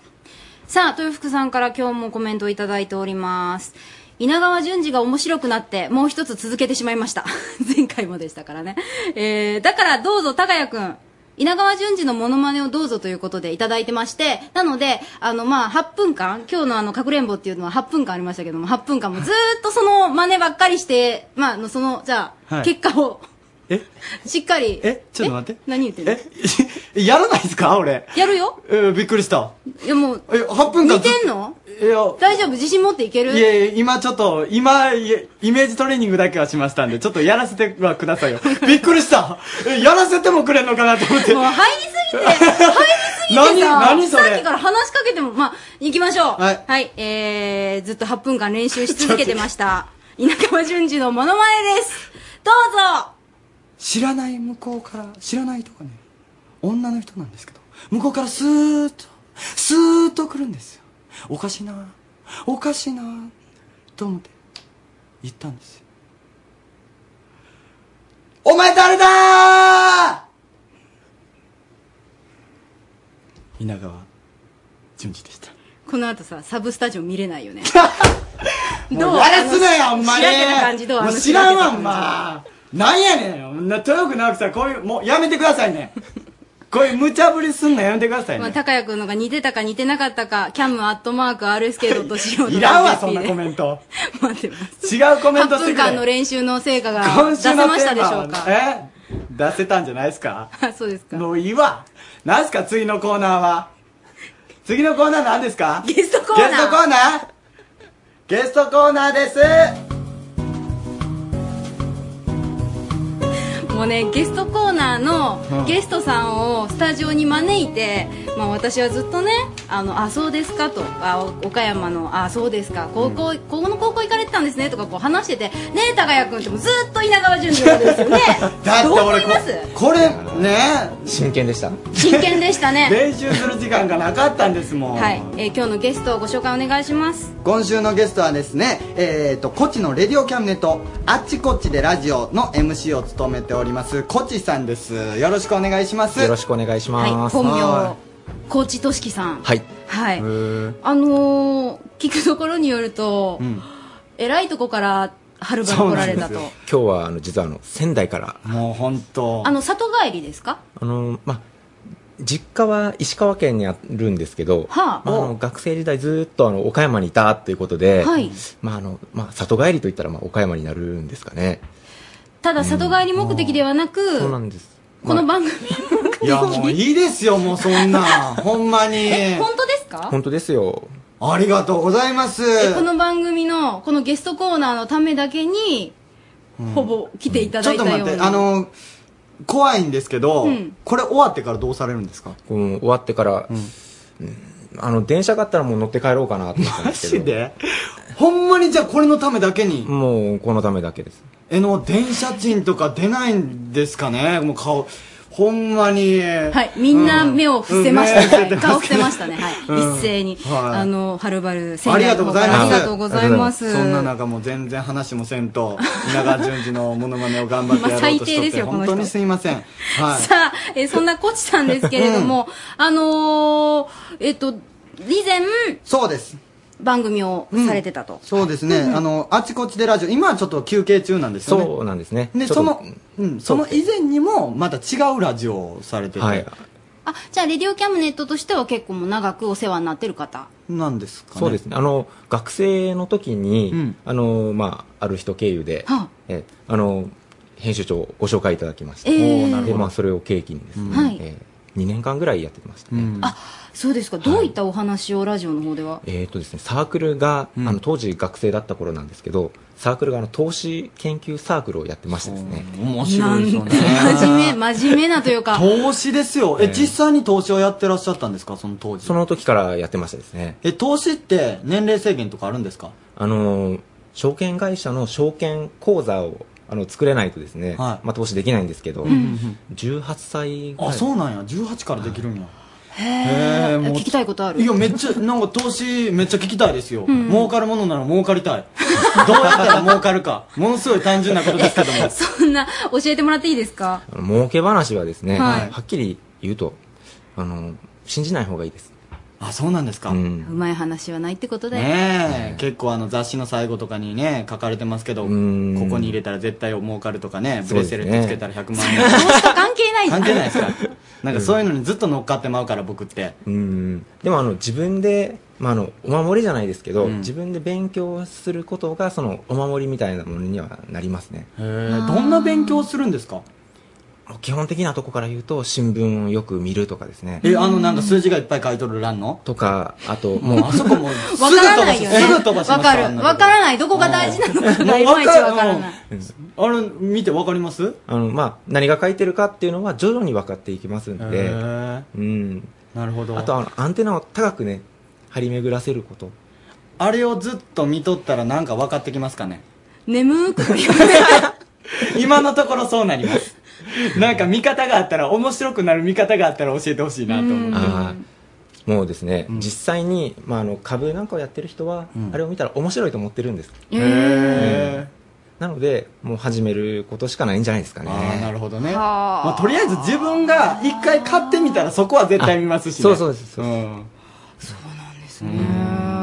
S3: さあ、豊福さんから今日もコメントをいただいております。稲川淳二が面白くなって、もう一つ続けてしまいました。 [laughs] 前回もでしたからね。えー、だからどうぞ、高谷くん。稲川淳二のモノマネをどうぞということでいただいてまして、なので、あの、まあ、8分間、今日のあの、かくれんぼっていうのは8分間ありましたけども、8分間もずーっとその真似ばっかりして、まあ、あのその、じゃあ、
S2: はい
S3: 結果を、 [laughs] しっかり、
S2: えちょっと待って。
S3: 何言ってんの
S2: えやらないですか俺。
S3: やるよ
S2: えーびっくりした。
S3: いや、もう、
S2: え、8分間
S3: 似
S2: ず
S3: て
S2: っ
S3: んの
S2: と。いや、
S3: 大丈夫自信持っていける
S2: いやいや、今ちょっと、今、いやイメージトレーニングだけはしましたんで、ちょっとやらせてはくださいよ。びっくりしたえやらせてもくれんのかなと思って。
S3: もう入りすぎて、入りすぎてさ、
S2: 何何それ
S3: さっきから話しかけても、まあ、行きましょう。
S2: は
S3: はい
S2: い。
S3: えー、ずっと8分間練習し続けてました。稲川淳二のモノマネです。どうぞ
S2: 知らない向こうから、知らないとかね、女の人なんですけど、向こうからスーッと、スーッと来るんですよ。おかしいな、おかしいな、と思って、言ったんですよ。お前誰だー稲川淳二でした。
S3: この後さ、サブスタジオ見れ
S2: [laughs]
S3: ないよね。
S2: もうやらすなよ、
S3: あ
S2: お
S3: の
S2: 前
S3: しらけた感じどうあ
S2: も
S3: の
S2: う知らん
S3: し
S2: わ、お
S3: らけた感
S2: 前なんやねん仲良くなくさ、こういう、もうやめてくださいね。こういう無茶ぶりすんのやめてください
S3: まあ、
S2: ね。
S3: 高谷くんのが似てたか似てなかったか、cam.rsk.co.jp で。
S2: いらんわ、そんなコメ
S3: [laughs]
S2: ント。違うコメン
S3: 8
S2: トして
S3: 分
S2: くれ
S3: 間の練習の成果が
S2: 今
S3: 出
S2: 週
S3: せ
S2: の
S3: ま
S2: テ
S3: した
S2: ー
S3: でし
S2: マ
S3: ょう
S2: は
S3: か。
S2: え出せたんじゃないですか
S3: [laughs] そうですか。
S2: もういいわ。何すか、次のコーナーは。次のコーナー何ですかゲスト
S3: コーナー
S2: ゲストコーナーゲストコーナーです
S3: もうねゲストコーナー
S2: う
S3: の
S2: ん
S3: ゲストさんをスタジオに招いて、まあ、私はずっとね「あのあそうですか」とあお岡山の「あそうですか」高校、ここの高校行かれてたんですね」とかこう話してて「ねえ高谷君」ってもうずっと稲川淳二なんですよね
S2: だって
S3: どう思
S2: 俺
S3: い
S2: こ
S3: ます
S2: これね真剣でした
S3: 真剣でしたね
S2: 練習する時間がなかったんですもん
S3: はい、えー今日のゲストをご紹介お願いします
S15: 今週のゲストはですね、えー、と、こっちのレディオキャムネット、あっちこっちでラジオの MC を務めております、こっちさんです。よろしくお願いします。よろし
S13: くお願いし
S3: はい本名
S15: は
S3: 高知俊樹さん
S13: はい。
S3: はい
S13: うん
S3: あのー聞くところによると、えらいとこからはるばる来られたと
S13: 今日はあの実はあの仙台から
S2: もう本当
S3: あの里帰りですか
S13: あのまあ実家は石川県にあるんですけど、
S3: はあ
S13: まあ、あの学生時代ずっとあの岡山にいたということで、
S3: はい
S13: まああのまあ、里帰りといったらまあ岡山になるんですかね
S3: ただ里帰り目的ではなく、
S13: そうなんです
S3: この番組、
S2: いやもういいですよもうそんなほんまに
S3: え [laughs] 本当ですか
S13: 本当ですよ
S2: ありがとうございます
S3: え [laughs] この番組のこのゲストコーナーのためだけに、ほぼ来ていた
S2: ち
S3: だ
S2: ょ
S3: い
S2: っと
S3: たよう
S2: 待
S3: に
S2: ってあの怖いんですけど、
S3: うん
S2: これ終わってからどうされるんですか
S13: こう終わってから、うんあの電車があったらもう乗って帰ろうかなと思ったんですけどマジ
S2: でほんまにじゃあこれのためだけに
S13: もうこのためだけです
S2: えの電車賃とか出ないんですかねもう顔ほんまに
S3: はい、みんな目を伏せました、
S2: うんうん
S3: はい顔伏せましたね、はい
S2: うん
S3: 一斉に、
S2: はい
S3: あのはるばる仙
S2: あり
S3: 台
S2: が
S3: の
S2: と
S3: 方
S2: うご
S3: か
S2: ざい
S3: ら
S2: ま
S3: ありが
S2: す。
S3: とうございます
S2: そんな中もう全然話もせんと、稲川淳二のモノマネを頑張ってやろうとし
S3: まあ最低
S2: と
S3: で
S2: っ
S3: す
S2: て、
S3: よこの
S2: 本
S3: 人
S2: 当にすいません。はい。
S3: さあ、えーそんなコチさんですけれども、あのーえっと以前
S15: そうです
S3: 番組をされてたと、
S15: そうですね、あの、あっちこっちでラジオ、今はちょっと休憩中なんですよね。
S13: そうなんですね
S15: で、
S13: ちょっと
S15: その、うん、その以前にも、また違うラジオをされてて、
S13: はい
S3: あじゃあレディオキャムネットとしては結構もう長くお世話になってる方
S15: なんですかね
S13: そうですねあの学生の時に、あのまあ、ある人経由で、
S3: は
S13: えあの編集長をご紹介いただきまして、
S3: えーおーなるほ
S13: で
S3: ど
S13: まあ、それを契機にですね、
S3: はい
S13: え2年間ぐらいやってきましたね、
S3: そうですかどういったお話をラジオの方では、
S13: えーとですね、サークルが、あの当時学生だった頃なんですけどサークルがあの投資研究サークルをやってましてですね面
S3: 白いですよ
S13: ね
S3: 真面目
S2: [laughs]
S3: 真面目なというか
S2: 投資ですよ。え、実際に投資をやってらっしゃったんですかその当時。
S13: その時からやってましたですね
S2: え、投資って年齢制限とかあるんですか
S13: あの証券会社の証券口座をあの作れないとですね、まあ、投資できないんですけど、
S2: うんうん
S13: 18歳ぐらい
S2: あ、そうなんや。18からできるんや。
S3: へえ
S2: もう
S3: 聞きたいことある
S2: いや、めっちゃ、なんか投資めっちゃ聞きたいですよ。
S3: うん
S2: 儲かるものなら儲かりたい。どうやったら儲かるか。ものすごい単純なことですけども。
S3: そんな教えてもらっていいですか
S13: あの儲け話はですね、
S3: はい
S13: [laughs] はっきり言うとあの信じない方がいいです
S2: あ、そうなんですか。
S3: うまい話はないってことで。
S2: ねえ、結構あの雑誌の最後とかにね、書かれてますけど、ここに入れたら絶対儲かるとかね、ブレスレットつけたら100万円。
S3: 関係ないじゃん。
S2: 関係ないですか。なんかそういうのにずっと乗っかってまうから僕って。
S13: うんでもあの自分で、まあ、あのお守りじゃないですけど、自分で勉強することがそのお守りみたいなものにはなりますね
S2: へーどんな勉強するんですか
S13: 基本的なとこから言うと新聞をよく見るとかですね
S2: え、あのなんか数字がいっぱい書いとる欄の
S13: とかあと
S2: もうあそこもうすぐ
S3: わ
S2: 飛
S3: からな
S2: ば
S3: い
S2: し、
S3: よね。
S2: すぐ飛ばします
S3: わかる。わからない。どこが大事なのかがい [laughs] まいちわからない。
S2: あれ見てわかります
S13: あの、まあ、何が書いてるかっていうのは徐々に分かっていきますん
S2: へ
S13: で、うん、
S2: なるほど
S13: あとあのアンテナを高くね張り巡らせること
S2: あれをずっと見とったらなんか分かってきますかね
S3: 眠く。
S2: 今のところそうなります。なんか見方があったら、面白くなる見方があったら教えてほしいなと思って。
S13: あーもうですね、実際に、まあ、あの株なんかをやってる人は、あれを見たら面白いと思ってるんです
S2: へー
S13: うんなのでもう始めることしかないんじゃないですかね
S2: なるほどねまあ、とりあえず自分が一回買ってみたらそこは絶対見ますし、ね、
S13: そうそうです
S2: そうなん
S3: ですね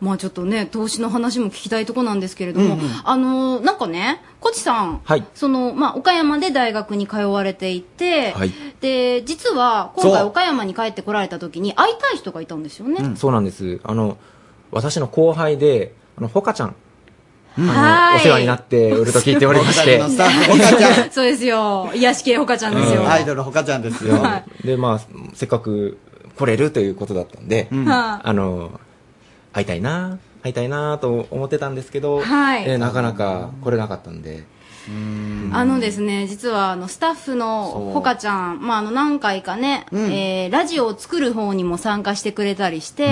S3: まあちょっとね、投資の話も聞きたいとこなんですけれども、
S2: うんうん
S3: あのーなんかね、コチさん、
S13: はい
S3: その、まあ岡山で大学に通われていて、
S13: はい
S3: で、実は今回
S13: そう
S3: 岡山に帰ってこられた時に会いたい人がいたんですよね。
S13: そうなんですあの私の後輩であのほかちゃんあ
S3: は
S13: の
S3: い
S13: お世話になっておると聞いておりま
S2: [laughs]
S13: して
S2: 僕たちのスタッフ
S3: そうですよ。癒し系ほかちゃんですよ。
S2: アイドルほかちゃんですよ、
S3: は
S13: でまあせっかく来れるということだったんで、
S3: は
S13: あの会いたいな会いたいなと思ってたんですけど、
S3: はい
S13: えーなかなか来れなかったんで
S3: あのですね、実はあのスタッフのほかちゃん、まあ、あの何回かね、
S13: うん
S3: えーラジオを作る方にも参加してくれたりして、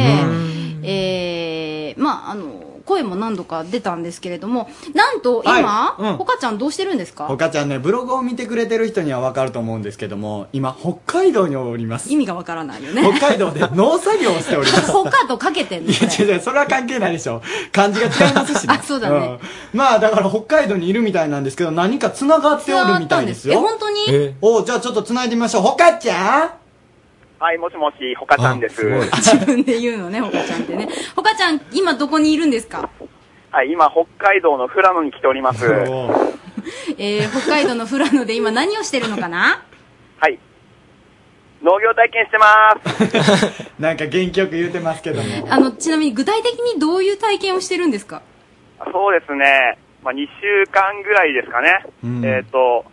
S3: えーまあ、あの声も何度か出たんですけれども、なんと今、
S2: はいうん
S3: ほかちゃんどうしてるんです
S2: ほ
S3: か
S2: かちゃんねブログを見てくれてる人には分かると思うんですけども今北海道におります
S3: 意味がわからないよね。
S2: 北海道で農作業をしてお
S3: [laughs]
S2: ります
S3: ほかとかけてんの
S2: いや違う違うそれは関係ないでしょ漢字が違いますしね
S3: あ [laughs] そうだね
S2: うんまあだから北海道にいるみたいなんですけど何か繋がっておるみたいですよ
S16: 繋がったんですえ本当に
S2: おじゃあちょっと繋いでみましょうほかちゃん
S16: はい、もしもし、ほかちゃんです。
S3: 自分で言うのね、ほかちゃんってね。ほかちゃん、今どこにいるんですか
S16: はい、今、北海道の富良野に来ております。は。
S3: えー、北海道の富良野で今何をしてるのかない
S16: 農業体験してます。
S2: なんか元気よく言うてますけども
S3: あの、ちなみに具体的にどういう体験をしてるんですか
S16: そうですね。まあ、2週間ぐらいですかね。えっ、と、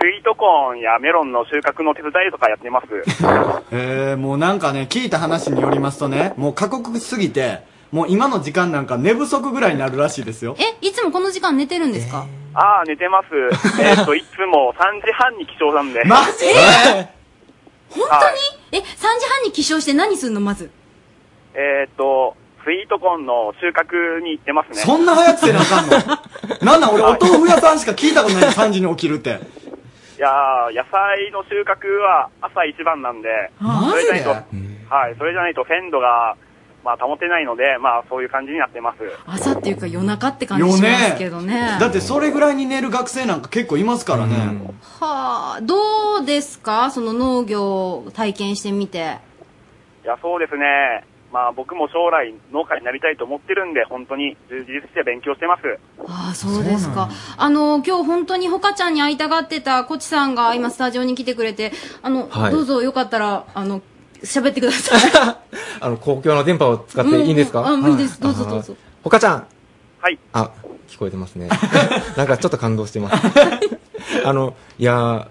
S16: スイートコーンやメロンの収穫の手伝いとかやっ
S2: [laughs]
S16: てます。
S2: えー、もうなんかね、聞いた話によりますとね、もう過酷すぎて、もう今の時間なんか寝不足ぐらいになるらしいですよ。
S3: え、いつもこの時間寝てるんですか、
S16: ああ、寝てます。
S2: [laughs]
S16: えっと、いつも3時半に起床なんで。
S2: マジえ
S3: 本当にえ、3時半に起床して何すんのまず。
S16: えっと、スイートコーンの収穫に行ってますね。
S2: そんな早くてなあか
S16: [laughs]
S2: んのなんなん俺、お豆腐屋さんしか聞いたことない3時に起きるって。
S16: いやー、野菜の収穫は朝一番なんで、
S2: マ
S16: それ
S2: ジ
S16: じゃな
S2: で
S16: いと、はい、それじゃないと鮮度が、まあ、保てないので、まあ、そういう感じになってます。
S3: 朝っていうか夜中って感じしますけどね。
S2: だってそれぐらいに寝る学生なんか結構いますからね。
S3: はあ、どうですかその農業を体験してみて。
S16: いや、そうですね。まあ、僕も将来農家になりたいと思ってるんで、本当に充実して勉強してます。
S3: ああ、そうですか。あの、今日本当にほかちゃんに会いたがってたコチさんが今スタジオに来てくれて、あの、
S13: はい
S3: どうぞよかったら、あの、喋ってください。
S13: あの公共の電波を使っていいんですか、
S3: うんうんあいいですどうぞどうぞ
S13: ほかちゃん
S16: はい
S13: あ聞こえてますね [laughs] なんかちょっと感動してます [laughs] あのいやー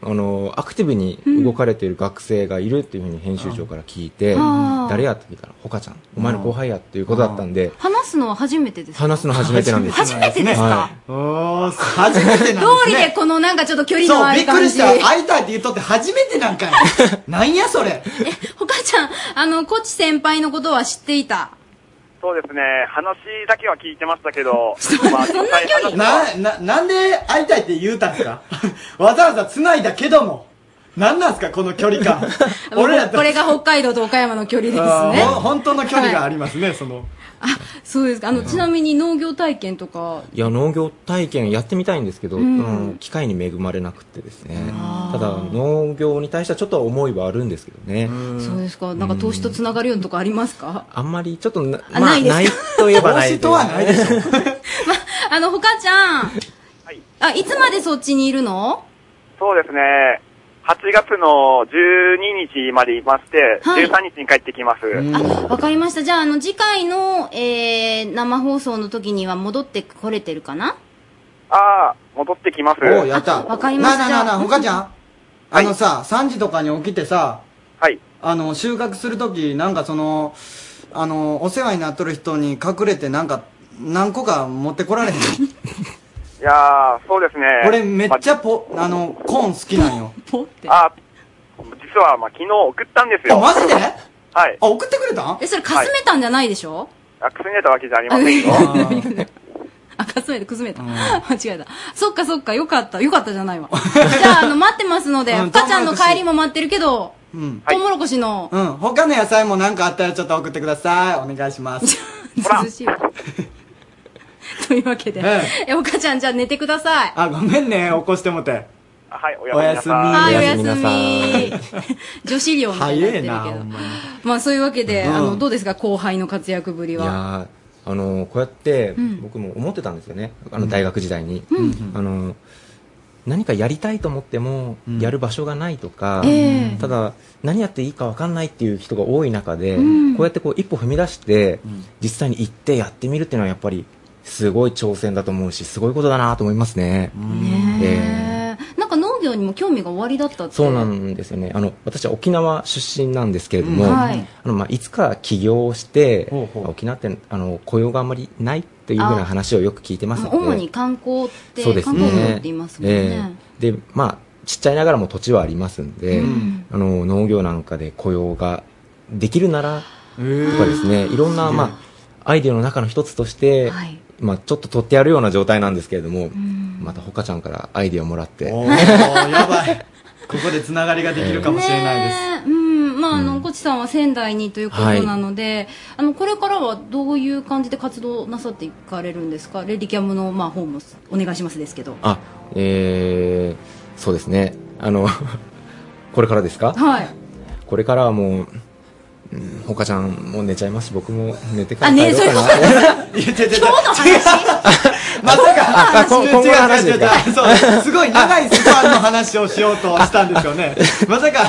S13: あのアクティブに動かれている学生がいるっていうふうに編集長から聞いて、
S3: あー
S13: 誰やって聞いたらほかちゃんお前の後輩やっていうことだったん
S2: [laughs]
S13: で、
S3: 話すのは初めてですか
S13: 話すの初めてなんです
S3: 初めてですか、
S13: はい、
S2: おー、初めてなんです
S3: 通り
S2: ね。
S3: でこのなんかちょっと距離の
S2: そう、
S3: あ
S2: びっ
S3: る
S2: く
S3: 感
S2: り
S3: じ。
S2: した。会いたいって言っとって初めてな
S3: [laughs]
S2: んかい。なんやそれ。
S3: ほかちゃん、あの、コチ先輩のことは知っていた。
S16: そうですね。話だけは聞いてましたけど、まあ、
S2: そんな距離な、な、なんで会いたいって言うたんすかわざわざ繋いだけども。なんなんすかこの距
S3: [laughs]
S2: 離感。俺らと。
S3: これが北海道と岡山の距離です
S2: あーほん
S3: ね。
S2: 本当の距離がありますね、その。
S3: そうですか。あの、ちなみに農業体験とか、
S13: いや農業体験やってみたいんですけど、
S3: う
S13: うんん機会に恵まれなくてですねただ農業に対してはちょっと思いはあるんですけどね
S3: そうですか。なんか投資とつながるようなとこありますか
S13: あんまりちょっとな,、
S3: あないですか
S13: といえばない
S3: 投資とは
S13: ないでしょ
S3: あの、ほかちゃん。あ、いつまでそっちにいるの
S16: そうですね。8月の12日までいまして、
S3: はい
S16: 13日に帰ってきます。
S3: わかりました。じゃあ、あの、次回の、えー、生放送の時には戻ってこれてるかな
S16: ああ、戻ってきます。
S2: おうやった。
S3: わかりました
S2: なあなあなあ、ほかちゃんあのさ、3時とかに起きてさ、
S16: はい。
S2: あの、収穫するとき、なんかその、あの、お世話になっとる人に隠れて、なんか、何個か持ってこられへん。
S16: いやー、そうですね。
S2: 俺めっちゃポ、あの、コーン好きなんよ。
S16: あ、実は、まあ、昨日送ったんですよ。
S2: あマジで
S16: はい。
S2: あ、送ってくれた
S3: え、それ、かすめたんじゃないでしょ、
S16: あ、くすねたわけじゃありませ
S2: [laughs]
S16: んよ。
S3: あ、かすめた、くすめた。 [laughs] 間違えた。そっかそっか、よかった。よかったじゃないわ。じゃあ、あの、待ってますので、
S2: うん
S3: ほかちゃんの帰りも待ってるけど、
S2: うん。
S3: トウモロコシの、
S2: うん。他の野菜も何かあったらちょっと送ってください。お願いします。
S3: 涼しいわ。 [laughs] というわけで、
S2: え
S3: え、ほかちゃん、じゃあ寝てください。
S2: あ、ごめんね。起こしてもて。
S16: はい、お
S2: やすみ。
S3: はい、おやすみ。 [laughs] 女子寮みたいになって
S2: 早
S3: る
S2: え
S3: け
S2: な、
S3: ど
S2: ほ。んまに。
S3: まあそういうわけで、
S13: うん
S3: あのどうですか後輩の活躍ぶり
S13: い
S3: は。
S13: やーあのーこうやって
S3: うん
S13: 僕も思ってたんですよね、あの大学時代に、
S3: うん
S13: あのー何かやりたいと思ってもやる場所がないとか、
S3: ええ
S13: ただ何やっていいか分かんないっていう人が多い中で、
S3: うん
S13: こうやってこう一歩踏み出して、実際に行ってやってみるっていうのはやっぱりすごい挑戦だと思うしすごいことだなと思いますね。ええ
S3: へーなんか農業にも興味が終わりだったって。
S13: そうなんですよねあの私は沖縄出身なんですけれども、
S3: うんはい
S13: あのまあ、いつか起業をして沖縄ってあの雇用があんまりないというふう
S3: あ
S13: な話をよく聞いてますので
S3: 主に観光って、
S13: そうです
S3: 観光業
S13: ね
S3: って言いますもん
S13: え
S3: ね。
S13: えでまあちっちゃいながらも土地はありますんで、
S3: うん
S13: あの農業なんかで雇用ができるならとかですねいろんな、まあ、アイデアの中の一つとして、まあ、ちょっと取ってやるような状態なんですけれども、またほかちゃんからアイデアをもらって。
S2: やばい。ここでつながりができるかもしれないです。
S3: ねえうん、まあ、あの、こちさんは仙台にということ
S13: はい
S3: なので、あの、これからはどういう感じで活動なさっていかれるんですかレディキャムの、まあ、方もお願いしますですけど。
S13: あ、えー、そうですね。あの、 [laughs] これからですか
S3: はい。
S13: これからはもう、うん、ほかちゃんも寝ちゃいますし、僕も寝てから
S3: あねえ
S13: 帰ろうかな。
S2: 今
S3: 日の話
S2: まさ
S13: あ
S2: か
S13: あこ今後の話ですか
S2: 違う違う違うそうすごい長いスパンの話をしようとしたんですよね。まさか、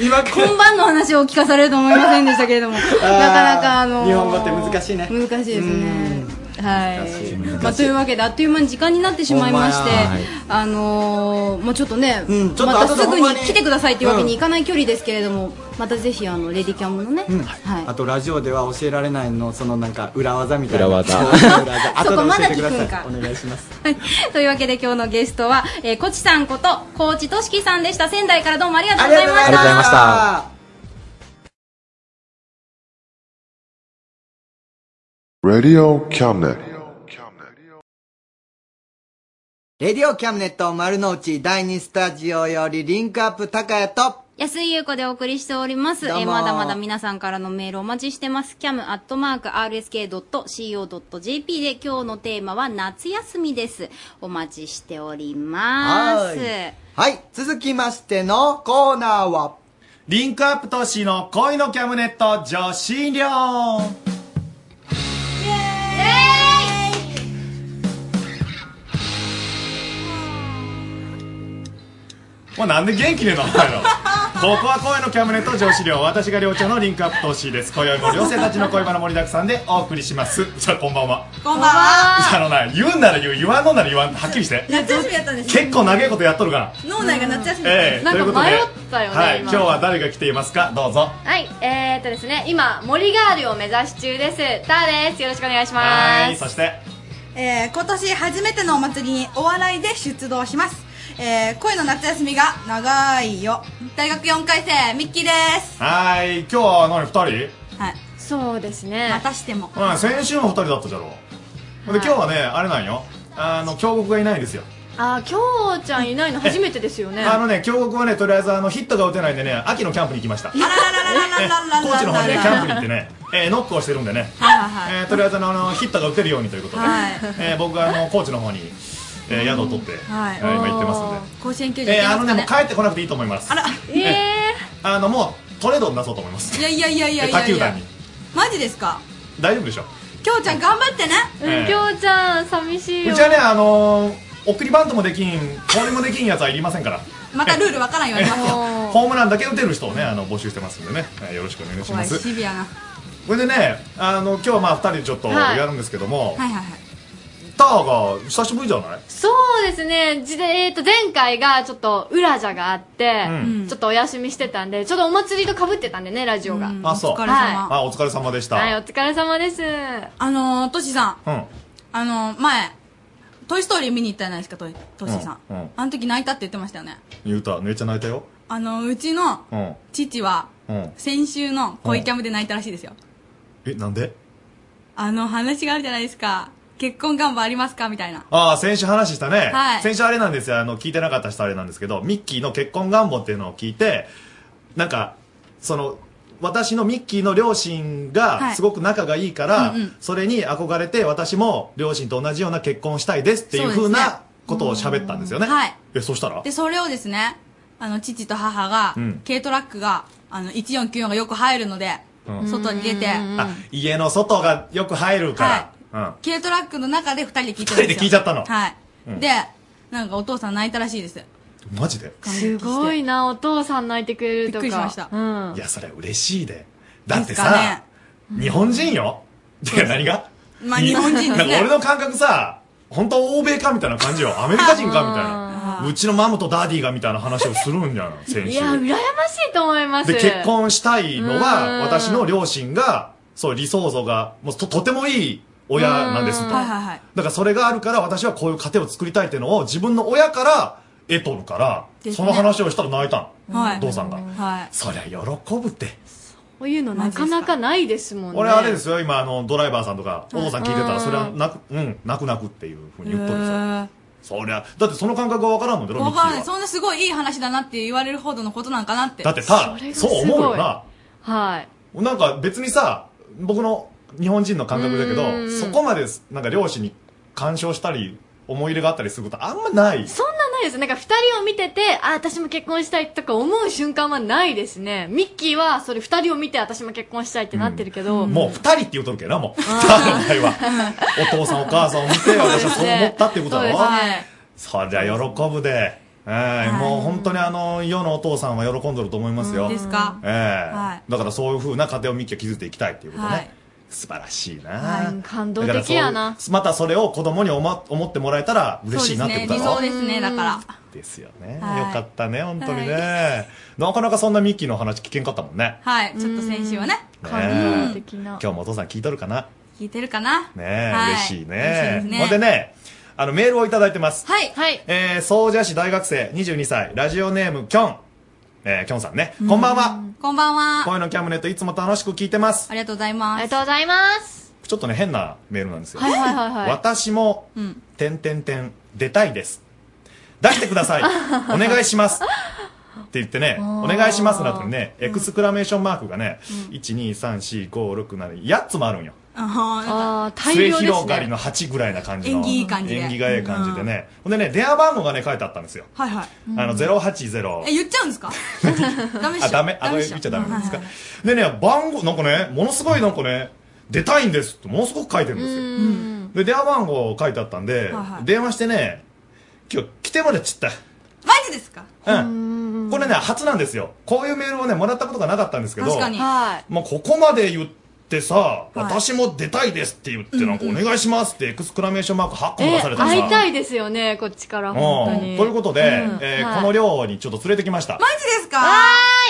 S2: 今から
S3: 今晩の話を聞かされると思いませんでしたけ
S13: [laughs]
S3: れども、なかなか、あのー
S2: 日本語って難しいね。
S3: 難しいですね。はい。まあ、というわけで、あっという間に時間になってしまいまして
S2: ほんまやはい、
S3: あのー、もうちょっとね、
S2: うんちょっと
S3: また
S2: 後です
S3: ぐ
S2: ほんま
S3: に
S2: に
S3: 来てくださいっていうわけにいかない距離ですけれども、またぜひ、あの、レディキャムのね、はい。 [laughs]
S2: あとラジオでは教えられないの、そのなんか裏技みたいな。
S13: 裏技
S2: そう裏技後
S3: [laughs] そ
S2: で
S3: こま
S2: 教
S3: だ
S2: えてくだ
S3: 聞く
S2: さ
S3: んか
S2: い。お願いします。
S3: というわけで今日のゲストは、えー、コチさんこと、コーチとしきさんでした。仙台からどうもありがとうございました。
S13: ありがとうございました。
S17: Radio Cabinet.
S2: レディオキャムネット丸の内第2スタジオよりリンクアップ高谷と、
S3: 安井優子でお送りしております。え
S2: どうも
S3: ーまだまだ皆さんからのメールお待ちしてます。cam.rsk.co.jp で今日のテーマは夏休みです。お待ちしておりま
S2: は
S3: す。
S2: い。はい、続きましてのコーナーは、
S18: リンクアップ都市の恋のキャムネット女子寮お前なんで元気ねえなお前 [laughs] らここは声のキャムネット女子寮私が寮長のリンクアップ都市です今宵も寮生たちの恋バナ盛りだくさんでお送りしますじゃあこんばんは
S19: こんばんは
S18: あのな言うんなら言う言わんのなら言わんはっきりして
S19: 夏休みやったんですね
S18: 結構長いことやっとるから
S19: 脳内が夏休み
S18: ええ
S19: なん
S18: と
S19: か
S18: いうことで
S19: 迷ったよね、
S18: はい、今
S19: 今
S18: 日は誰が来ていますかどうぞ
S19: はいえー、っとですね今森ガールを目指し中ですターですよろしくお願いし
S18: は
S19: ま
S18: い
S19: す
S18: そして
S20: えー今年初めてのお祭りにお笑いで出動します、えー、恋の夏休みが長いよ大学4回生ミッキーです
S18: はい今日は何2人
S20: はい
S19: そうですね
S20: またしても
S18: うん、先週も2人だったじゃろ、で今日はねあれなんよあの京極がいないんですよ
S19: あー、きょうちゃんいないの初めてですよね。
S18: [laughs] あのね、京極はね、とりあえずあのヒットが打てないんでね、秋のキャンプに行きました。高知の方にね、キャンプに行ってね、えーノックをしてるんでね、えーとりあえずあのあのヒットが打てるようにということで、
S20: はい
S18: えー僕はあの高知の方に、えー宿を取って、
S20: はい
S18: はい今行ってますんで。
S20: 甲子園球場
S18: えーあ
S20: 行
S18: の
S20: けま
S18: ね、も
S20: す
S18: う
S20: か
S18: 帰ってこなくていいと思います。あら、
S20: ねえ
S18: あの、もうトレードに出そうと思います。
S20: いやいやいやいやい
S18: 他
S20: や
S18: 球
S20: い
S18: 団
S20: や
S18: に。
S20: マジですか
S18: 大丈夫でしょ
S20: きょうちゃん頑張ってね
S18: うんええきょ
S20: うちゃん寂し
S18: うちはね、あのー送りバントもできん、ホームもできんやつはいりませんから。
S20: またルールわからんようになりますよ
S18: ホームランだけ打てる人をね、あの募集してますんでね、はいよろしくお願いし
S20: 怖
S18: ま
S20: い
S18: す。
S20: シビアな
S18: これでね、あの今日はまあ二人でちょっと
S19: はい
S18: やるんですけども、
S20: はいはい
S18: タワーが久しぶりじゃない？
S19: そうですね、じでえー、と前回がちょっと裏じゃがあって、
S18: うん
S19: ちょっとお休みしてたんで、ちょっとお祭りとかぶってたんでね、ラジオが。
S18: あ、そう。
S19: は
S18: あ、お疲れ様でし
S19: い、
S18: た。
S19: はい、お疲れ様です。
S20: あのー、トシさん
S18: うん。
S20: あのー、前「トイ・ストーリー」見に行ったじゃないですかトイトシさん、
S18: うんうん
S20: あの時泣いたって言ってましたよね
S18: 言うた、めっちゃ泣いたよ。
S20: あのー、うちの
S18: うん。
S20: 父は
S18: うん。
S20: 先週の恋キャムで泣いたらしいですよ
S18: え、なんで？
S20: あの話があるじゃないですか結婚願望ありますかみたいな
S18: ああ、先週話したね。
S20: はい
S18: 先週あれなんですよ。あの、聞いてなかった人あれなんですけど、ミッキーの結婚願望っていうのを聞いて、なんか、その、私のミッキーの両
S20: は
S18: 親が
S20: い
S18: すごく仲がいいから、
S20: うんうん
S18: それに憧れて私も両親と同じような結婚をしたいですってい
S20: そう
S18: うふ
S20: です
S18: う
S20: ね
S18: なことを喋ったんですよね。
S20: はい
S18: え、そしたら
S20: でそれをですねあの父と母が、
S18: うん
S20: 軽トラックがあの1494がよく入るので、
S18: うん
S20: 外に出て
S18: あ、家の外がよく入るから。うん。
S20: 軽トラックの中で二人で聞いてたんですよ
S18: 二人で聞いちゃったの
S20: はい、
S18: うん
S20: でなんかお父さん泣いたらしいです
S18: マジです
S19: ごいな、お父さん泣いてくれるとか。
S20: びっくりしました
S19: うん
S18: い。や、それ嬉しいで。だって
S20: ですか
S18: さ、日本人よ。て [laughs] か何が
S20: まあ日本人ですね
S18: なんか俺の感覚さ、本当欧米かみたいな感じよ。アメリカ人かみたいな。うちのマムとダディがみたいな話をするんじゃん、先
S19: い
S18: 週
S19: や、。羨ましいと思います。
S18: で、結婚したいの
S19: うん
S18: は、私の両親が、そう、理想像が、もうと、とてもいい親なんですと。
S20: はい
S18: だ
S20: はいはい
S18: からそれがあるから、私はこういう家庭を作りたいっていうのを自分の親から得とるか
S20: です
S18: ら、そ
S20: ね
S18: の話をしたら泣いたの。
S20: はい
S18: お父さんが。
S20: はい
S18: そりゃ喜ぶって。
S19: こういうのなかなかないですもんね。
S18: 俺あれですよ今あのドライバーさんとかお父さん聞いてた
S19: うん
S18: らそれは泣くうん泣く泣くっていうふうに言っとるんです
S20: へ
S18: よそりゃだってその感覚がわからんのだろ
S20: わ
S18: ミッキー
S20: か
S18: は
S20: んないそんなすごいいい話だなって言われるほどのことなんかなって
S18: だってさそう思うよな
S19: はい
S18: なんか別にさ僕の日本人の感覚だけどそこまでなんか両親に干渉したり思い入れがあったりすることあんまない
S19: そんなないです。なんか二人を見てて、あ、私も結婚したいとか思う瞬間はないですね。ミッキーはそれ二人を見て私も結婚したいってなってるけど。
S18: もう二人って言うとるけどなも [laughs] う二人の場合はお父さんお母
S20: [laughs]
S18: さんを見て私はそう思ったっていうことだろ
S19: そうですね
S18: そりゃ喜ぶで、ええもう本当にあの世のお父さんは喜んでると思いますよ、
S20: うんですか
S18: ええ
S20: は
S18: だからそういうふうな家庭をミッキーは築いていきたいっていうことね、
S20: はい
S18: 素晴らしいな、
S19: はい感動
S18: だから
S19: 的
S18: そう
S19: やな。
S18: またそれを子供に思わ思ってもらえたら嬉しいなってことだろ
S20: そうですね理想ですねだから
S18: ですよね、
S20: はい
S18: よかったね本当にね、なかなかそんなミッキーの話聞けんかったもんね
S20: はいちょっと先週はね
S18: ね
S20: うん
S18: え今日もお父さん聞いとるかな
S20: 聞いてるかな
S18: ねえ、
S20: はい
S18: 嬉し
S20: 嬉し
S18: いね
S20: いですね
S18: ほんでねあのメールをいただいてます
S20: はい
S19: はい
S18: えー、総社市大学生22歳ラジオネームきょんえー、きょんさんねこんばんは
S20: こんばんは
S18: 声のキャムネットいつも楽しく聞いてます
S20: ありがとうございます
S19: ありがとうございます。
S18: ちょっとね変なメールなんですよ
S19: はいはいはいはい
S18: 私も
S20: うん
S18: 「てんてんてん出たいです出してく
S20: [laughs]
S18: ださいお願いします」って言ってね「お願いします」の後にねエクスクラメーションマークがね、1234567 8つもあるんよ
S20: あー
S18: 末広がりの8ぐらいな感じの
S20: 縁起いい感じで
S18: 縁起がいい感じでね、ほんでね電話番号がね書いてあったんですよ、
S20: はいはい
S18: あの080
S20: え言っちゃうんです
S18: [laughs]
S20: かダメっしょ
S18: あダメあ
S20: っ
S18: の
S20: しょ
S18: 言っちゃダメなんですか
S20: はいはい
S18: でね番号なんかねものすごいなんかね出たいんですってものすごく書いてるんですよで電話番号書いてあったんで、
S20: はいはい
S18: 電話してね今日来てもらっちゃっ
S20: マジですか
S18: たうんこれね初なんですよこういうメールをねもらったことがなかったんですけど
S20: 確かにはい
S18: まあ、ここまで言ってさ、私も出たいですって言ってなんかお願いしますってエクスクラメーションマーク8個も
S19: え
S18: 出され、たさ
S19: 会いたいですよね、こっちから、本当
S18: うん
S19: に。
S18: ということで、
S19: うん
S18: えー
S19: はい
S18: この寮にちょっと連れてきました
S20: マジですか
S19: は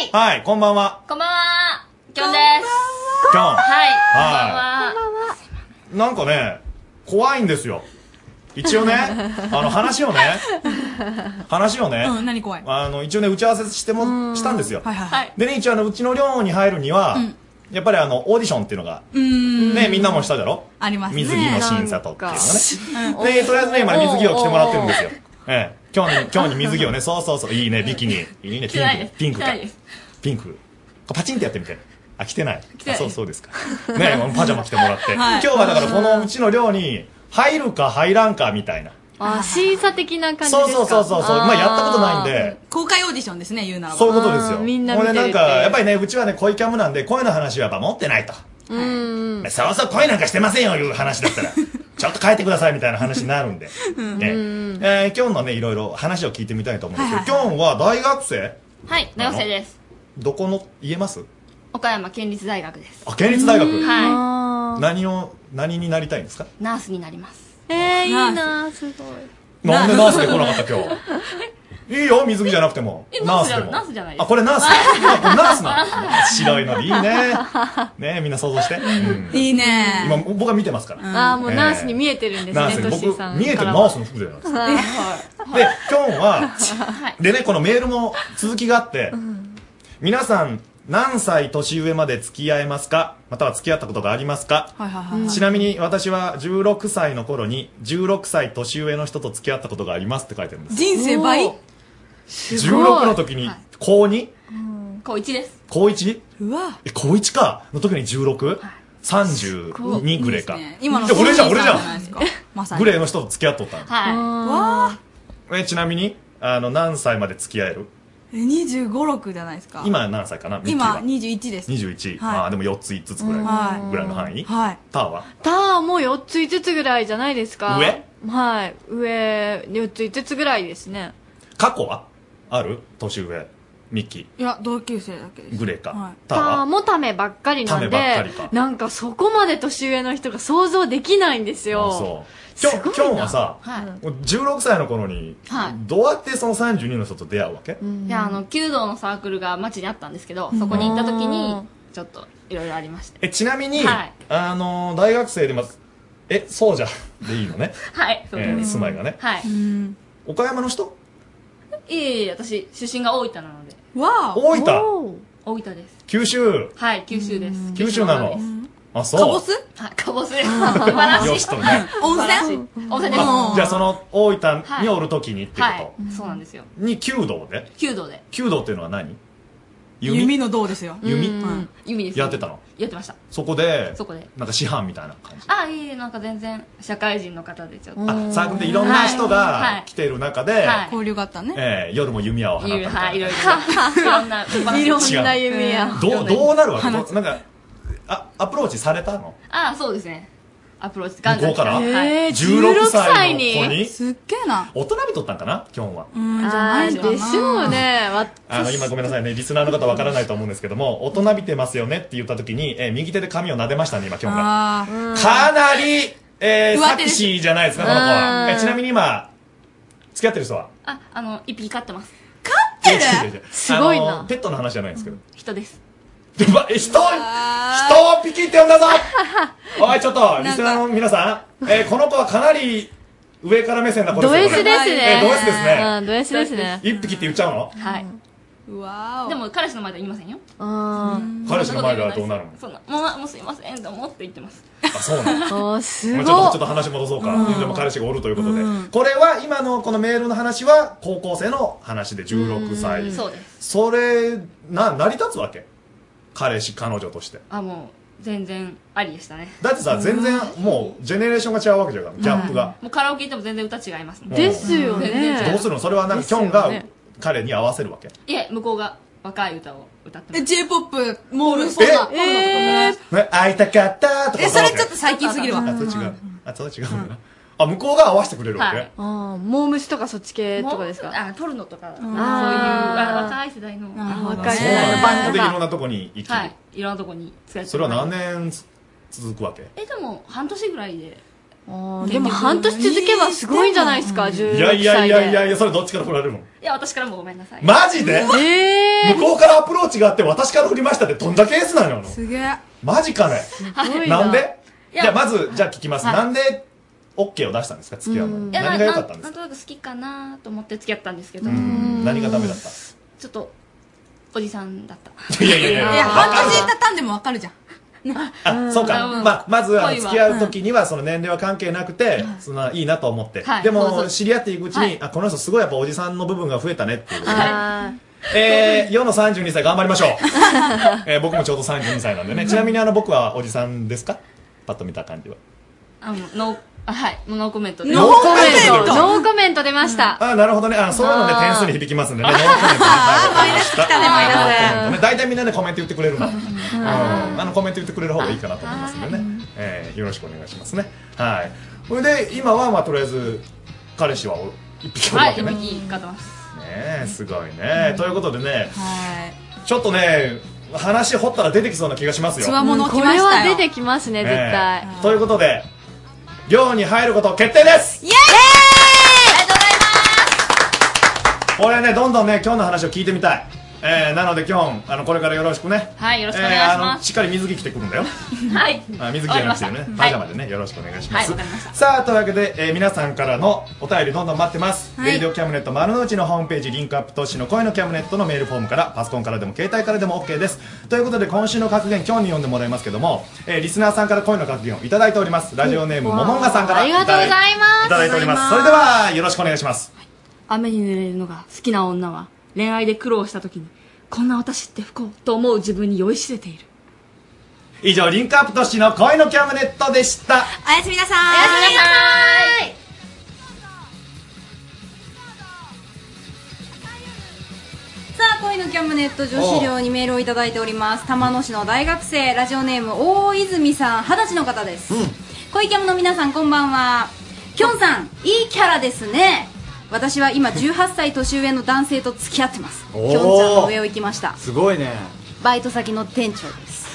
S19: ーい
S18: はいこんばんは
S19: こんばんはきょんです
S18: きょん
S19: はい
S18: は
S19: こんばんは
S18: なんかね怖いんですよ一
S20: [laughs]
S19: [laughs]
S18: 応ねあの話をね話をね、
S20: うん何怖い
S18: あの一応ね打ち合わせしてもしたんですよ、
S20: はいはいはい
S18: でね一応あのうちの寮に入るには、やっぱりあのオーディションっていうのが
S20: うーん
S18: ねみんなもしただろ
S20: ありますね
S18: 水着の審査とっていうのがね
S20: なんか
S18: でとりあえずね今水着を着てもらってるんですよええ、今日に、今日に水着をね、そうそうそう、いいね、ビキニ。いいね、ピンク。ピンクか。ピンク。パチンってやってみて。あ、着てない。
S21: 着てない
S18: あそうそうですか。ねえ、パジャマ着てもらって。
S19: はい
S18: 今日はだからこのうちの寮に入るか入らんかみたいな。
S19: あ審査的な感じです
S18: そ
S19: か
S18: うそうそうそう。そうまあやったことないんで。
S20: 公開オーディションですね、言うならば。
S18: そういうことですよ。
S20: みんな
S18: も
S20: 見
S18: う
S20: て
S18: ね、
S20: るっ
S18: な
S20: て
S18: んか、やっぱりね、うちはね、恋キャムなんで、声の話はやっぱ持ってないと。
S19: うん
S18: ねそうそう、恋なんかしてませんよ、いう話だったら。ちょっと変えてください、みたいな話になるんで。
S19: うん
S18: ねえー、今日のね、いろいろ話を聞いてみたいと思うんですけど、今日は大学生
S21: はい、大学生です。
S18: どこの、言えます
S21: 岡山県立大学です。
S18: あ、県立大学。
S21: は
S18: 何を、何になりたいんですか
S21: い。ナースになります。
S19: えー、いい
S21: ナース
S19: なすごい。
S18: なんでナースで来なかった、今
S21: [laughs]
S18: 日。いいよ、水着じゃなくても。ナースでも。
S21: ナースじゃないです。
S18: あ、これナースあ、これナースなの白いのでいいね。ねみんな想像して。うん
S20: いいね。
S18: 今、僕は見てますから。
S19: ああ、もうナースに見
S18: え
S19: えてるん
S18: て
S19: です
S18: ナ
S19: ね、
S18: ース
S19: トシ
S18: 僕
S19: さんからは。、
S18: 見えてるナースの服だよ。で、
S19: はい
S18: 今日は、
S21: はい。
S18: でね、このメールも続きがあって、皆さん、何歳年上まで付き合えますかまたは付き合ったことがありますか
S20: はいはい
S21: はい
S18: ちなみに私は16歳の頃に16歳年上の人と付き合ったことがありますって書いてるんです。
S20: 人生倍すごい
S18: 16の時に高 2?
S21: 高1です。
S18: 高 1?
S20: うわ。
S18: え、高1かの時に 16?32 ぐらいか。
S20: 今の
S18: で俺じゃん、俺じゃん
S20: ないですか。まさに。
S18: ぐらいの人と付き合っとったの
S21: はい。
S20: わあ。
S18: え、ちなみに、あの、何歳まで付き合える
S20: え25、6じゃないですか。
S18: 今何歳かなミッキーは
S20: 今、21です。
S18: 21、
S20: はい
S18: ああでも4つ5つぐらい、
S19: はい
S18: ぐらいの範囲、
S20: はい、
S18: ターは
S19: タワーも4つ5つぐらいじゃないですか。
S18: 上
S19: はい。上、4つ5つぐらいですね。
S18: 過去はある年上ミッキ
S19: いや、同級生だけ
S18: ーグレーか、
S19: はい。
S18: ターは
S19: もためばっかりなん
S18: ためばっか
S19: で
S18: りか、
S19: なんかそこまで年上の人が想像できないんです
S18: あ
S19: よ。
S18: そうきょ
S19: すごい
S18: きょ
S19: なん
S18: はさ、
S21: はい
S18: もう16歳の頃に
S21: はい。
S18: どうやってその32の人と出会うわ
S21: い
S18: け、
S21: や、あの、弓道のサークルが街にあったんですけど、そこに行った時に、ちょっと、いろいろありまして。
S18: えちなみに、
S21: はい
S18: あのー大学生でまえそうじゃでいいのね、
S21: はい、そう
S18: え
S21: で
S18: ー
S21: す。
S18: 住まいがね
S21: はい。
S18: 岡山の人
S21: いえいえ、私、出身が大分なので。
S20: わ
S18: お大分
S21: 大分です。
S18: 九州
S21: はい、九州です。
S18: 九州なのあそう
S21: カボスはい、カボスです。素晴らしい。
S18: よしとね
S21: 温泉温泉です。
S18: あじゃあその大分におる時にってこ
S21: は
S18: と、
S21: い、そうなんですよ。
S18: に弓道で
S21: 弓道で。
S18: 弓道っていうのは何
S20: 弓の道ですよ。
S18: 弓
S21: うん弓です。
S18: やってたの
S21: やってました。
S18: そこで
S21: そこで
S18: なんか師範みたいな感じ
S21: あ、いえいえ、なんか全然、社会人の方でちょっと。
S18: あサークルでいろんな人
S21: はいは
S18: が
S21: い
S18: 来ている中で、
S20: 交流があったね。
S18: えー夜も弓矢を放った
S21: い
S18: り
S21: ろ
S18: と
S21: は
S18: か
S21: い、いろいろ。いろんな、
S18: 違うどうどうなるわけどうなんかあアプローチされたの
S21: あ、そうですね。アプローチ、ガン
S18: 向
S21: ガ
S18: こ
S21: ン
S18: うから、
S21: はい
S18: 16歳の子に
S20: すっげえな
S18: 大人びとったんかな今日は
S20: うん、じゃ
S19: あ
S20: ない
S19: ー
S20: かな。
S19: でしょうね。わ
S18: あの今ごめんなさいねリスナーの方わからないと思うんですけども大人びてますよねって言った時に、えー右手で髪を撫でましたね今今日が
S20: あ
S18: かなり、えー、
S21: 上手
S18: サ
S21: で
S18: ク
S21: す
S18: シーじゃないですか、この子は
S21: うん。
S18: えちなみに今、付き合ってる人は
S21: あ、あの、一匹飼ってます。
S18: 違う違う違う
S21: すごいな
S18: あのペットの話じゃないんですけど。 [laughs]
S21: 人です。
S18: でまえ人、人をピキって呼んだぞおい、ちょっと、リスナーの皆さん、えーこの子はかなり上から目線な子です
S19: ド
S18: よ
S19: S ですね
S18: え。ード S ですね。
S19: うん。ド S ですね。
S18: 一匹って言っちゃうの
S21: はい。
S20: わ
S21: でも、彼氏の前では言いませんよ。
S19: うん。
S18: 彼氏の前ではどうなるの
S21: そんな、もう、もうすいません、どうもって言ってます。
S18: あ、そうなの
S19: おー、すご
S18: まあ
S19: い。
S18: ちょっとちょっと話戻そうか、でも彼氏がおるということで、これは今のこのメールの話は高校生の話で16歳、
S21: うんそうです
S18: それな成り立つわけ彼氏彼女として
S21: あ、もう、全然、ありでしたね。
S18: だってさ全然もうジェネレーションが違うわけじゃんギャップが、
S21: もうカラオケ行っても全然歌違いますもん
S19: ですよね
S21: 全然違う
S18: どうするのそれはなんかキョンが彼に合わせるわけ
S21: いえ、向こうが若い歌を歌ってます。
S20: え、J-POP、モールソ
S18: ー
S20: ナ。え
S18: ね会いたかったとか
S20: え、それちょっ
S18: と
S20: と最近すぎるわ。
S18: あそれ違うあそれ違うんだなあ向こうが合わせてくれるわけ、
S19: あー、モームスとかそっち系とかですか
S21: あ、取るのとか、そういう、
S19: あー
S21: あ若い世代の。
S19: あー
S18: あ
S19: 若い
S18: そう
S19: 世代のバンド
S18: でい
S19: が
S18: ろんなとこに行き、
S21: はい。いろんなとこに付き合って
S18: それは何年つ続くわけ
S21: え、でも、半年ぐらいで。
S19: でも半年続けばすごいんじゃないですか、16歳で。
S18: いやいやいやいやいや、それどっちから振られるの
S21: いや、私からもごめんなさい。
S18: マジで
S19: え
S18: 向こうからアプローチがあって私から振りましたってどんだけエースなの
S20: すげえ。
S18: マジかね
S21: ごいな
S18: なんで
S21: い
S18: じ
S21: や
S18: ゃあまず、じゃあ聞きます。
S21: はい
S18: なんで OK を出したんですか付き合うのに。
S21: いや、な
S18: 何が良かったんで
S21: な
S18: す
S21: ん
S18: か
S21: となく好きかなと思って付き合ったんですけど、
S18: 何がダメだった
S21: ちょっと、おじさんだった。
S18: いやいやいや
S20: いや、半年経たんでもわかるじゃん。
S18: あそうか、
S21: うん
S18: まあ、まずあの
S21: 恋は
S18: 付き合う時にはその年齢は関係なくて、そのいいなと思って、
S21: はい
S18: で
S21: そうそ
S18: も
S21: う
S18: 知り合っていくうちに、
S21: はい
S18: あこの人すごいやっぱおじさんの部分が増えたねっていう、
S21: は
S18: えー、世の32歳頑張りま
S21: [laughs]
S18: しょう、えー僕もちょうど32歳なんでねちなみにあの僕はおじさんですかパッと見た感じは
S21: あのノーあはいノーコメントで
S18: ノーコメント
S21: ノーコメント出ました
S18: あなるほどねあそういうので点数に響き [laughs] ますんでねノーコメントねはいノーコメントね大体みんなでコメント言ってくれるの、うんあのコメント言ってくれる方がいいかなと思いますんでね、えーよろしくお願いしますねはいそれで今はまあとりあえず彼氏はお一匹おる
S21: は
S18: わ
S21: い
S18: け
S21: 一
S18: ね,、ね
S21: 匹買ってます
S18: えすごいね、ということでね
S19: はい
S18: ちょっとね話掘ったら出てきそうな気がしますよ
S19: つわもの
S18: き
S19: これは出てきますね絶対、
S18: ということで寮に入ること決定です
S20: イエーイ
S18: これねどんどんね今日の話を聞いてみたい、えー、なので今日あのこれからよろしくね
S21: はいよろしくお願い
S18: えー
S21: し
S18: あ
S21: ま
S18: の
S21: す
S18: しっかり水着着てく
S21: [laughs]
S18: るんだよ
S21: はい
S18: あ水着じゃなくて
S21: わか
S18: ね
S21: りま
S18: パ
S21: した
S18: ジャマ
S21: はい
S18: でねよろしくお願いしま
S21: はい
S18: す、
S21: わかりました
S18: さあというわけで、えー皆さんからのお便りどんどん待ってます、
S21: はい
S18: レイディオキャムネット丸の内のホームページリンクアップ都市の声のキャムネットのメールフォームからパソコンからでも携帯からでも OK ですということで今週の格言今日に読んでもらいますけども、えーリスナーさんから声の格言をいただいておりますラジオネームももんがさんから
S21: ありがとうございます
S18: ただいておりますそれではよろしくお願いします
S21: 雨に濡れるのが好きな女は恋愛で苦労した時にこんな私って不幸と思う自分に酔いしれている
S18: 以上リンクアップ都市の声のキャムネットでした
S20: おやすみなさい
S21: おやすみなさい
S3: さあ恋のキャムネット女子寮にメールをいただいております玉野市の大学生ラジオネーム大泉さん二十歳の方です、恋キャムの皆さんこんばんはきょんさんいいキャラですね私は今18歳年上の男性と付き合ってますき
S22: お
S3: ょ
S22: ー
S3: んちゃんの上を行きました
S22: すごいね
S3: バイト先の店長です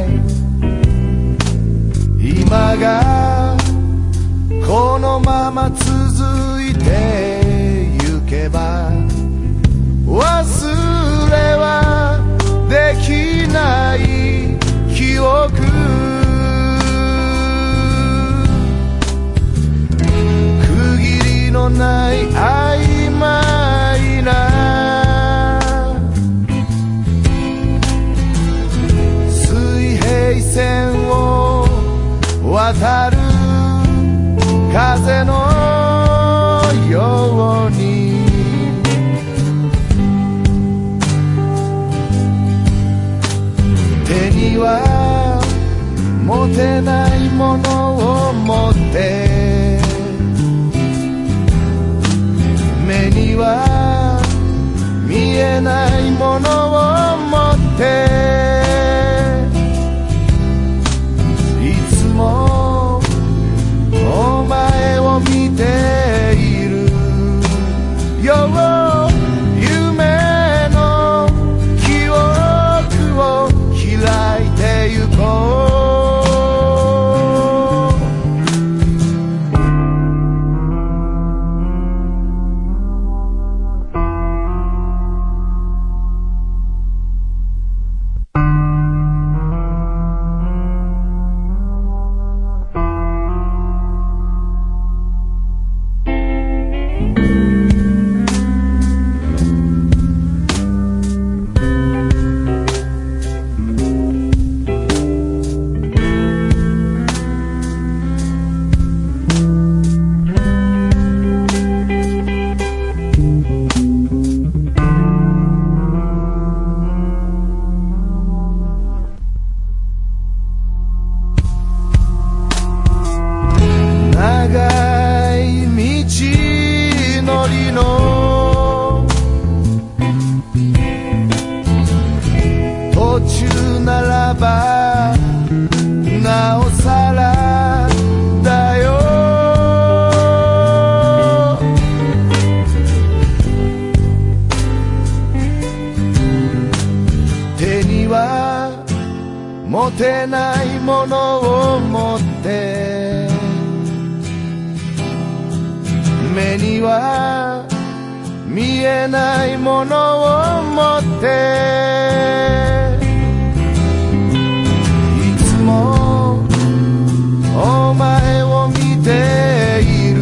S7: い今がこのまま続いてゆけば忘れはできない記憶のない曖昧な水平線を渡る風のように手には持てないものを持って目には見えないものを持っていつもお前を見ているよ夢の記憶を開いてゆこう長い道のりの途中ならばなおさらだよ手には持てないものを持って目には見えないものを持っていつもお前を見ている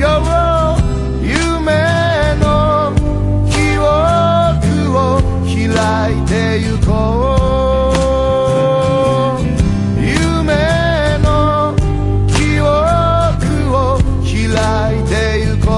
S7: よ夢の記憶を開いてゆこう夢の記憶を開いてゆこう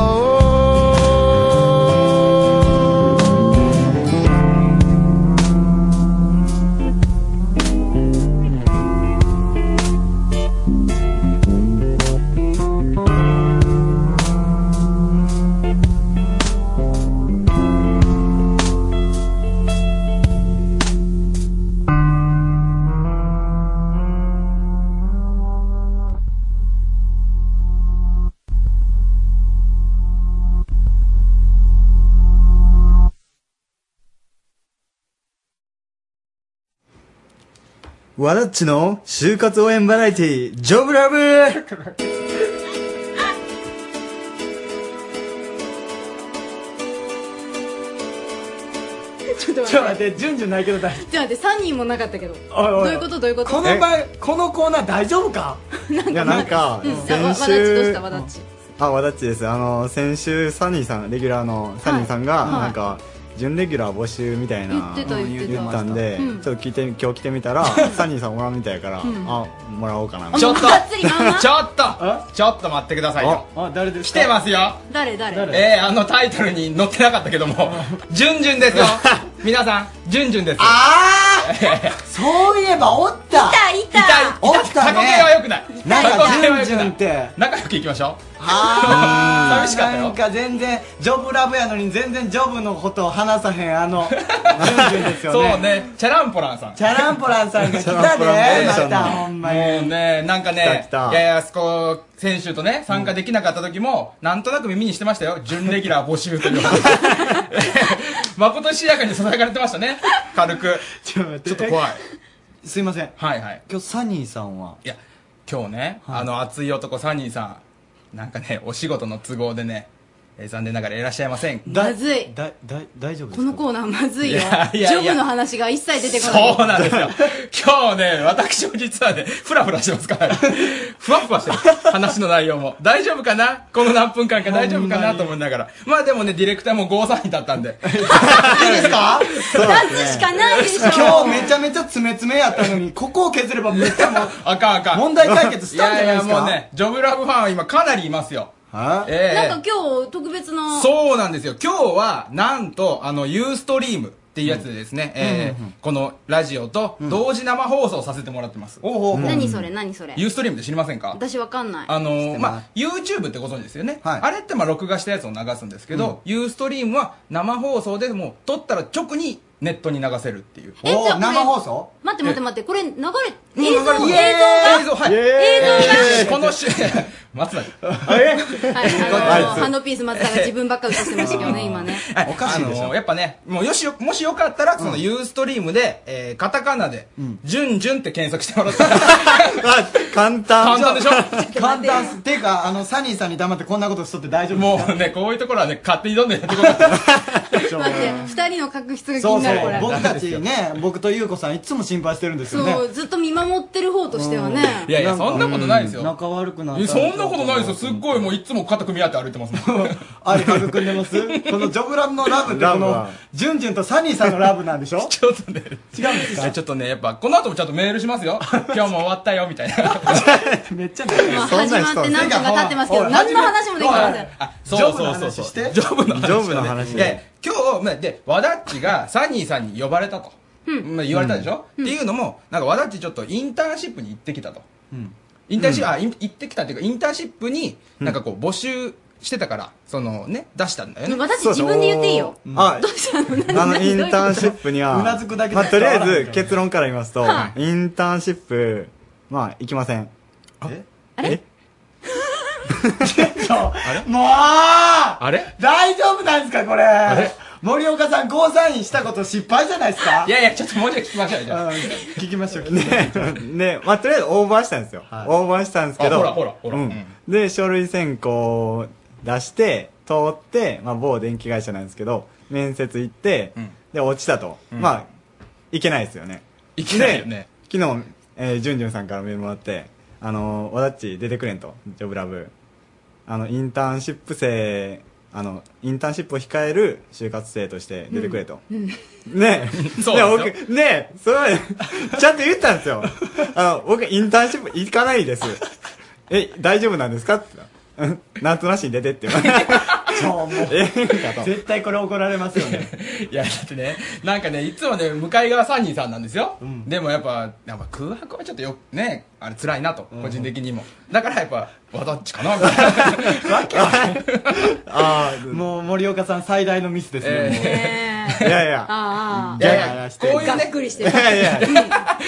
S2: わらっちの就活応援バラエティ、ジョブラブ
S19: ちょっと
S2: ちょっと
S19: 待って
S2: 待って、順々ないけど大
S19: ち
S2: 丈
S19: ょっと待って3人もなかったけど
S2: 夫。お
S19: ど
S2: お
S19: ういうことどういうこと
S2: この場合、このコーナー大丈夫かいや、 [laughs] なんか
S19: うんあわわだちどうしたわだち
S2: あ、わだっちです。あの、先週、サニーさん、レギュラーのサニーさんが、
S19: はい
S2: なんか、準レギュラー募集みたいな
S19: 言ってた言ってた
S2: 言ったんで、
S19: うん
S2: ちょっと聞いて今日来てみたらサニーさんおらんみたいやから、
S19: うん
S2: あもらおうかな
S23: ちょっと
S2: あ
S23: ちょっとちょっと待ってくださいよ
S2: 誰
S23: 来てますよ
S19: 誰誰
S23: えー、あのタイトルに載ってなかったけども「じゅんじゅん」ですよ皆さん「じゅんじゅん」です
S2: あ
S23: あ
S2: そういえばおった
S19: いたいた
S2: おった
S23: 過去形はよくない
S2: なんか
S23: 過去形は良く
S2: ジュン
S23: な
S2: ジュン
S23: い
S2: って
S23: 仲良くいきましょう
S2: あー
S23: 寂しかったよ
S2: なんか全然ジョブラブやのに全然ジョブのことを話さへん
S23: [laughs]
S2: あのジュンジュンですよね
S23: そうねチャランポランさん
S2: チャランポランさんが来
S23: チ
S2: たで
S23: ャランポランさ
S2: ま
S23: ん
S2: たほんまに
S23: もうねなんかね
S2: 来た来た
S23: いやいやそこ選手とね参加できなかった時も、なんとなく耳にしてましたよ準レギュラー募集という
S2: [laughs]
S23: まことしやかにささやかれてましたね軽く
S2: ちょっ
S23: と怖い
S2: すいません
S23: はいはい
S2: 今日サニーさんはい
S23: や今日ね、あの熱い男サニーさんなんかねお仕事の都合でねえー残念ながらいらっしゃいません。
S3: まずい。
S23: だ、だ、大丈夫
S3: このコーナーまずいよ。
S23: いやいやいや
S3: ジョブの話が一切出てこない。
S23: そうなんですよ。今日ね、私も実はね、ふらふらしてますから、ふわふわしてる。話の内容も。大丈夫かなこの何分間か大丈夫かなと思いながら。まあでもね、ディレクターも5、3にだったんで。
S2: いいですか
S23: 二つしかないでしょ
S2: 今日めちゃめちゃ詰め詰めやったのに、ここを削ればめっちゃもう、
S23: あかんあかん。
S2: 問題解決したんじゃないで
S23: いやい
S2: すか
S23: やもうね、ジョブラブファンは今かなりいますよ。ええ
S3: なんか今日特別な。
S23: そうなんですよ。今日は、なんと、あの、ユーストリームっていうやつでですね、
S3: うん
S23: えー
S3: うんうん
S23: このラジオと同時生放送させてもらってます。
S3: 何それ何それ。
S23: ユーストリームって知りませんか
S3: 私わかんない。
S23: あのーまあ、YouTube ってご存知ですよね、あれってまあ録画したやつを流すんですけど、ユーストリームは生放送でもう撮ったら直にネットに流せるっていう。
S3: えじゃあこれ生放
S2: 送
S3: 待って待って待って、これ流れ、映像
S23: うん
S3: 映像が
S23: 流れてる映像、はい。
S3: 映
S23: えーこのし、 [laughs] 松崎。
S3: 像が。はい、あの、ハンドピース松田が自分ばっか映してましたけどね、今ね。
S23: おかしいでしょ。やっぱね、もうよしよ、もしよかったら、そのユーストリームで、えーカタカナで、ジュンジュンって検索してもら [laughs] ったら、
S2: 簡単。
S23: 簡単でしょ
S2: 簡単っす。ていうか、あの、サニーさんに黙ってこんなことしとって大丈夫
S23: もうね、こういうところはね、勝手にどんどんやってこうか
S3: 待って、二人の確執が気
S2: そう
S3: にな
S2: そ
S3: る、こ
S2: う
S3: れ。
S2: 僕たちね僕と優子さんいつも心配してるんですよね
S3: そう、ずっと見守ってる方としてはね。
S23: いやいや、そんなことないですよ。
S2: 仲悪くなった
S23: えそんなことないですよ。すっごいもういつも肩組み合って歩いてますもん。
S2: あれ軽くんでますこのジョブラブのラブってこ
S23: ラブ
S2: の
S23: は
S2: ジュンジュンとサニーさんのラブなんでしょ
S23: [laughs] ちょっとね違うんですかちょっとね、やっぱ、この後もちゃんとメールします [laughs] よ。今日も終わったよ、みた [laughs] いな。
S2: めっちゃ
S3: まあ始まって何分か経ってますけど、何の話もできません。
S23: あ、そうそうそうそう。ジョブの話して。ジョブの話で、今日、まあで、和田っちがサニーさんに呼ばれたと。まあ言われたでしょっていうのも、なんか和田っちちょっとインターンシップに行ってきたと。
S1: Hmm.
S23: インターンシップ、あ、イン行ってきたっていうか、インターンシップになんかこう募集してたから、そのね、出したんだよね。
S3: 私自分で言っていいよ。
S11: はい
S3: どうしたの
S11: あの、インターンシップには、
S2: うなずくだけで
S11: まあ、とりあえず結論から言いますと
S3: は、
S11: インターンシップ、まあ、行きません。
S3: あれ
S2: もうあ
S23: れ
S2: 大丈夫なんですかこれ森岡さんゴーサインしたこと失敗じゃないですか
S23: いやいや、ちょっともうちょい聞きましょうよじゃあ。
S2: 聞きましょう
S11: [laughs] で、まあ、とりあえずオーバーしたんですよ。オーバーしたんですけど、
S23: あほらほらほら
S11: うんで、書類選考を出して、通って、まあ、某電気会社なんですけど、面接行って、で、落ちたと。
S23: うん
S11: まあ、いけないですよね。
S23: いけないよね
S11: で。昨日、えー、じゅんじゅんさんからメールもらって、あのー、わだっち出てくれんと、ジョブラブ。あの、インターンシップ生、あの、インターンシップを控える就活生として出てくれと。
S3: [laughs]
S11: ねえ、
S23: そう
S11: ねえ僕、ねえ、それはね、ちゃんと言ったんですよ。あの、僕、インターンシップ行かないです。え、大丈夫なんですかって言ったらうんなんとなしに出てって言われて。ええんかと。
S2: 絶対これ怒られますよね
S23: [laughs] いや、だってね、なんかね、いつもね、向かい側三人さんなんですよ。でもやっぱ、やっぱ空白はちょっとよく、ね、あれ辛いなと、個人的にも。だからやっぱ、わだっちか
S2: [laughs]
S23: な、みたいな。
S2: ああもう森岡さん最大のミスですねもう
S11: いやいや
S3: ああ。
S2: いやいやいやしてる
S3: こういうねがっくり
S23: [laughs]
S3: してる。
S23: い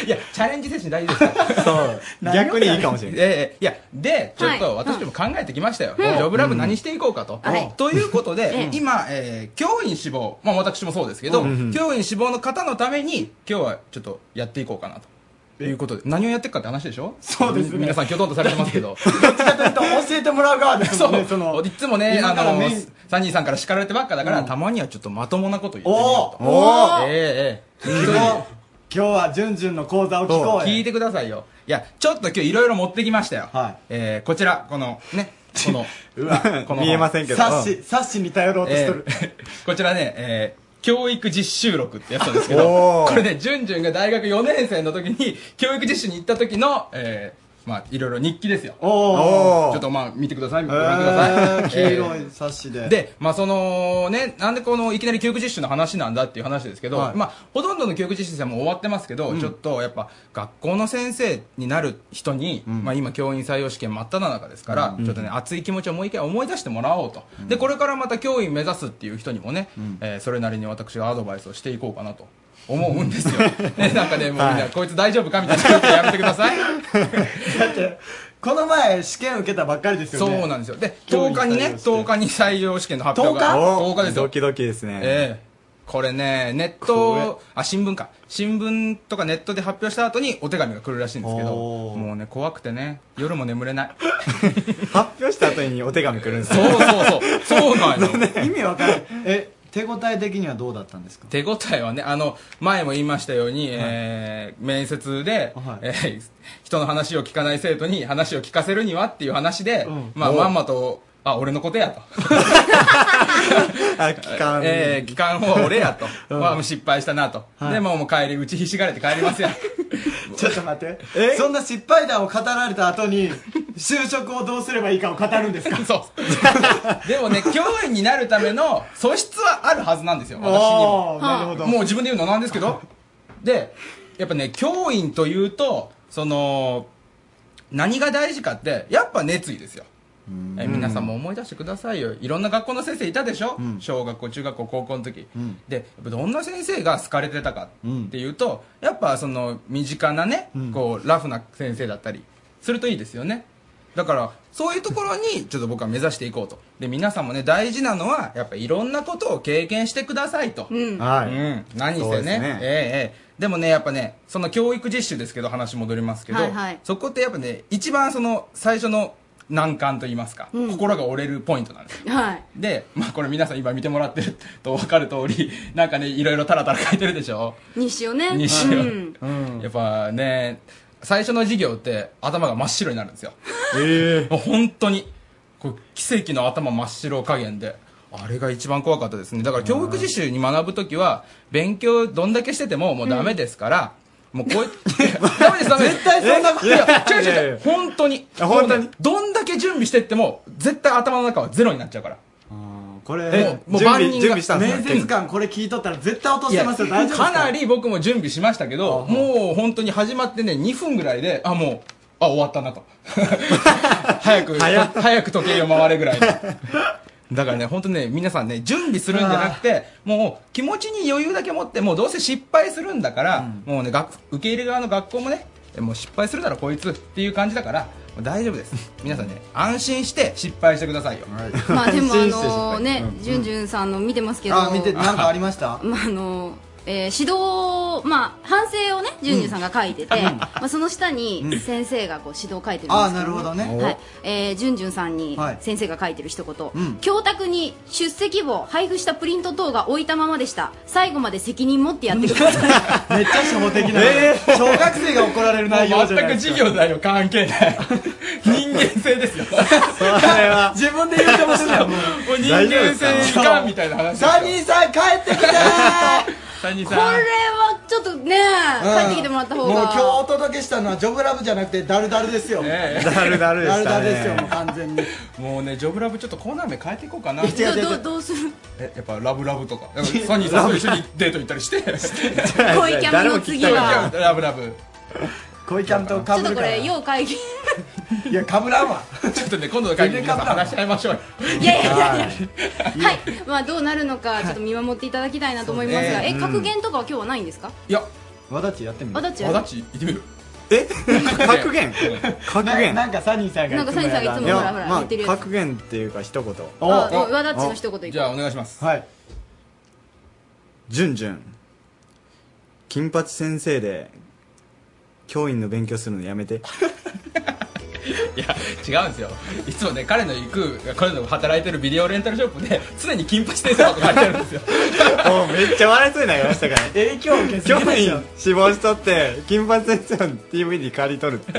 S23: や、チャレンジ精神大事ですから。そう。
S11: 逆にいいかもしれ
S23: ない。ええいや、で、ちょっ
S3: はい
S23: と私でも考えてきましたよ。ジ
S3: うん
S23: ョブラブ何していこうかと。ということで、今、えー教員志望、まあ私もそうですけど
S11: うん、
S23: 教員志望の方のために、今日はちょっとやっていこうかなと。ということで、何をやっていくかって話でしょそうですね。皆さん、きょとんとされてますけど。
S2: 教えてもらう側です
S23: そ
S2: もんね
S23: う。いつもね、あ
S2: 今から
S23: の
S2: メイン、
S23: サニーさんから叱られてばっかだから、たまにはちょっとまともなこと言ってみようと。
S2: おーお
S23: え
S2: ー
S23: えええ
S2: 聞こう今日はじゅんじゅんの講座を聞こう
S23: 聞いてくださいよ。いや、ちょっと今日いろいろ持ってきましたよ。えーこちら、この、ね、こ
S11: [laughs]
S23: の、 [laughs] この
S11: 見えませんけど
S2: サッシ、サッシに頼ろうとしとる。
S23: こちらね、えー教育実習録ってやつなんですけ
S11: お
S23: ど、
S11: ー
S23: これね、じゅんじゅんが大学4年生の時に、教育実習に行った時の、えーまあ、いろいろ日記ですよ。ち
S2: お
S23: ょ
S2: ー
S23: っとまあ、見てください、ご
S2: え
S23: 覧く
S2: ー
S23: ださい。
S2: 黄色いサッシで。
S23: で、まあそのね、なんでこのいきなり教育実習の話なんだっていう話ですけど、
S2: はい
S23: まあほとんどの教育実習生も終わってますけど、ちょっとやっぱ学校の先生になる人に、まあ今教員採用試験真っ只中ですから、
S2: うん
S23: ちょっとね、熱い気持ちをもう一回思い出してもらおうと。で、これからまた教員目指すっていう人にもね、えーそれなりに私がアドバイスをしていこうかなと。思うんです
S2: [laughs]
S23: よ。ね、なんかね、もうみんな、
S2: はい
S23: こいつ大丈夫かみたいなことやめてくだ
S2: [laughs]
S23: さい。
S2: この前、試験受けたばっかりですよね。
S23: そうなんですよ。で、
S2: 教員
S23: 10日にね、10日に採用試験の発表が。
S2: 10
S23: 10日ですよ。
S11: ドキドキですね。
S23: ええこれね、ネット、あ、新聞か。新聞とかネットで発表した後にお手紙が来るらしいんですけど、もうね、怖くてね、夜も眠れ
S2: [laughs]
S23: ない。
S11: 発表した後にお手紙来るんです
S23: そうそうそう。そう
S2: [laughs]
S23: なんよ。
S22: 意味わかんない。え、手応え的にはどうだったんですか
S23: 手応えはね、あの、前も言いましたように、えー面接で、えー人の話を聞かない生徒に話を聞かせるにはっていう話で、まあ、
S5: おう
S23: まんまと、あ、俺のことやと。
S11: 期間
S23: [laughs] えー、期間は俺やと。まあ、もう失敗したなと。で、もうもう帰り、打ちひしがれて帰りますやん。
S22: ちょっと待って。そんな失敗談を語られた後に、就職をどうすればいいかを語るん
S23: [laughs]
S22: ですか
S23: でもね、教員になるための素質はあるはずなんですよ、私に
S22: お
S23: も
S22: ー。なるほど
S23: もう自分で言うのなんですけど。で、やっぱね、教員というと、その、何が大事かって、やっぱ熱意ですよ。え皆さんも思い出してくださいよいろんな学校の先生いたでしょ、小学校中学校高校の時、でやっぱどんな先生が好かれてたかっていうと、やっぱその身近なね、こうラフな先生だったりするといいですよねだからそういうところ
S5: [laughs]
S23: にちょっと僕は目指していこうとで皆さんもね大事なのはやっぱいろんなことを経験してくださいと、
S5: うん
S23: う
S5: はい
S23: ん、何せ
S5: そうで
S23: ね
S5: すね
S23: ええええでもねやっぱねその教育実習ですけど話戻りますけど、
S5: はいはい
S23: そこってやっぱね一番その最初の難関と言いますか、心が折れるポイントなんですよ
S5: はい。
S23: で、まあ、これ皆さん今見てもらってると分かる通りなんかねいろいろタラタラ書いてるでしょ
S3: 西尾ね。
S23: 西尾
S3: うん
S23: やっぱね最初の授業って頭が真っ白になるんですよええ本当にこう奇跡の頭真っ白加減であれが一番怖かったですねだから教育実習に学ぶ時は勉強どんだけしててももうダメですから、もうこういダメですダメです絶
S22: 対そんなこと
S23: いやいや
S22: い
S23: 違う
S22: やいや
S23: 違う違う本当に本当に、どんだけ準備してっても絶対頭の中はゼロになっちゃうから
S22: こ
S23: も
S22: れ、
S23: うもう万人が
S22: 面接官これ聞いとったら絶対落としてますよ、
S23: いや
S22: 大丈夫です
S23: かなり僕も準備しましたけど、もう本当に始まってね、2分ぐらいで、あ、もう、あ、終わった [laughs] なと。早く、
S5: 早
S23: と早く時計を回れぐらいの。
S13: [laughs]
S23: だからね、本当ね、皆さんね、準備するんじゃなくて、もう気持ちに余裕だけ持って、もうどうせ失敗するんだから、もうね、学受け入れ側の学校もね、もう失敗するならこいつっていう感じだから、もう大丈夫です。
S22: [laughs]
S23: 皆さんね、安心して失敗してくださいよ。
S3: ま
S23: [laughs]
S3: あでもあのね、じゅんじゅんさんの見てますけど。
S22: あ、見て、なんかありました
S3: [laughs] まああのえー指導、まあ、反省をね、じゅんじゅんさんが書いてて、まあ、その下
S22: う
S3: に
S22: ん
S3: 先生がこう指導を書いてるんですけど、
S22: あーなるほどね
S3: はいえー、じゅんじゅんさんに
S22: はい
S3: 先生が書いてる一言、
S22: うん
S3: 教託に出席簿、配布したプリント等が置いたままでした、最後まで責任持ってやってください。
S22: [laughs] めっちゃ初歩的
S23: [laughs]
S22: な、小学生が怒られる内容じゃないですか
S23: 全く授業内容関
S22: [laughs]
S23: 係ない。人間性ですよ。
S22: 自分で言うかもしれないも
S23: もう人間性いかんみたいな話ですよ
S22: サニーさん帰ってきて
S23: サニー
S3: これはちょっとね、帰ってきてもらった方
S22: もう今日
S3: が。
S22: お届けしたのはジョブラブじゃなくてダルダルですよ
S23: [laughs] え
S22: ダルダルでしたねダルダルですよもう
S23: 完全にもうねジョブラブちょっとコーナー名変えていこうかな
S3: どどどうする
S23: えやっぱラブラブとかやっぱサニーさんと一緒にデート行ったりして
S3: [laughs] 恋キャンの次は
S23: 恋キャンラブラブ
S22: 恋キャンと
S3: ちょっとこれ、要会議。
S22: いやかぶらんわ
S23: ちょっとね今度の会議で皆さん話し合いましょうよ
S3: いやいやいやいやはい、 [laughs] まあどうなるのかちょっと見守っていただきたいなと思いますが、
S23: そうね
S3: え格言とかは今日はないんですか？
S23: いや
S22: わだちやってみ
S3: るわだち
S23: わだち行ってみる
S22: [laughs]
S11: 格言格言
S22: なんかサニーさん
S3: がいつもやるなんかサニーさんがいつもほらほら
S11: いやまあ
S3: 言ってるやつ
S11: 格言っていうか一言
S3: あうんわだちの一言いこう。
S23: じゃあお願いします
S22: はい
S11: じゅんじゅん金八先生で教員の勉強するのやめて
S23: いや違うんですよいつもね彼の行く彼の働いてるビデオレンタルショップで常に金八先生のこと書いてあるんですよ
S11: もうめっちゃ笑いそうになりましたから
S22: 影響を
S11: 教員死亡しとって金八先生の DVD 借り
S3: [laughs]
S11: 取るって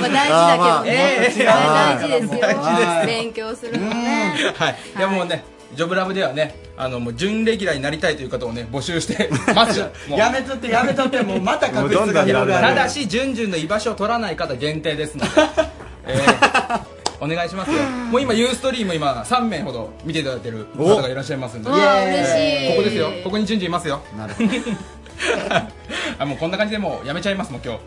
S3: [laughs] まあ大事だけどね、
S11: え
S7: [laughs]
S11: え
S3: 大事ですよ。
S23: 大事です
S3: 勉強するのね。
S23: [laughs] はい、いやもうね、ジョブラブではね、あのもう準レギュラーになりたいという方をね、募集してますよ。もう
S22: やめとってやめとってもうまた確率が広が
S23: た
S22: る
S23: だし、準々の居場所を取らない方限定ですので、えーお願いしますよ。もう今、ユーストリーム今、3名ほど見ていただいてる方がいらっしゃいますんで、
S5: おわあ嬉しい
S23: ここですよ、ここに準々いますよ。なるほど [laughs] あもうこんな感じでもうやめちゃいます、もう今日。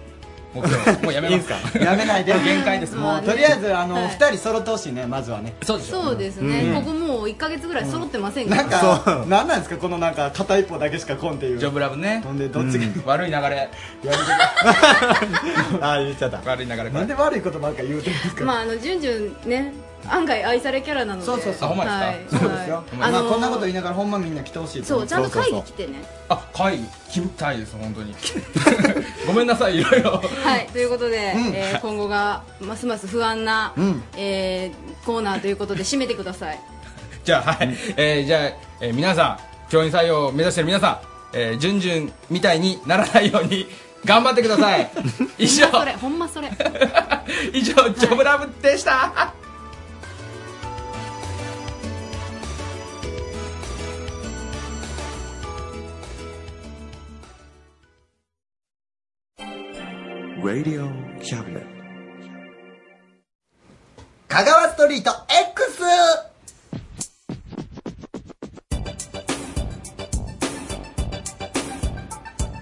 S23: もう今日もうやめますか
S22: やめないで
S23: 限界です、もう。
S22: とりあえずあの
S3: はい
S22: 二人揃ってほしいねまずはね
S23: そう
S3: そうですね。
S22: う
S3: こ
S22: ん
S3: こもう一ヶ月ぐらい揃ってませんか
S22: な
S3: ら。
S22: んかなんなんですかこのなんか片一方だけしかこんっていうジョ
S23: ブラブね
S22: ほんでどっちが
S23: 悪い流れ
S22: ああ言っちゃった
S23: 悪い流れ [laughs]
S22: なんで悪いことばっか言うてるんですか
S3: まああのじゅんじゅんね
S19: 案外愛されキャラなので
S2: そうそうそう
S19: はい
S2: そうですよ
S19: あ
S2: まあ
S19: の
S2: こんなこと言いながらほんまみんな来てほしい
S19: そうちゃんと会議来
S2: て
S19: てね
S23: あ会議来たいです本当に [laughs] ごめんなさいいろいろ
S3: はい、ということで、
S23: うん
S3: えー今後がますます不安な、
S23: うん
S3: えーコーナーということで締めてください。
S23: じゃあはい、えーじゃあ、えー皆さん教員採用を目指してる皆さん、えー、順々みたいにならないように [laughs] 頑張ってくださ
S2: [laughs]
S23: い以上
S19: それほんまそれ
S23: 以上ジョブラブでした
S1: Radio Cabinet.
S2: 香川ストリート X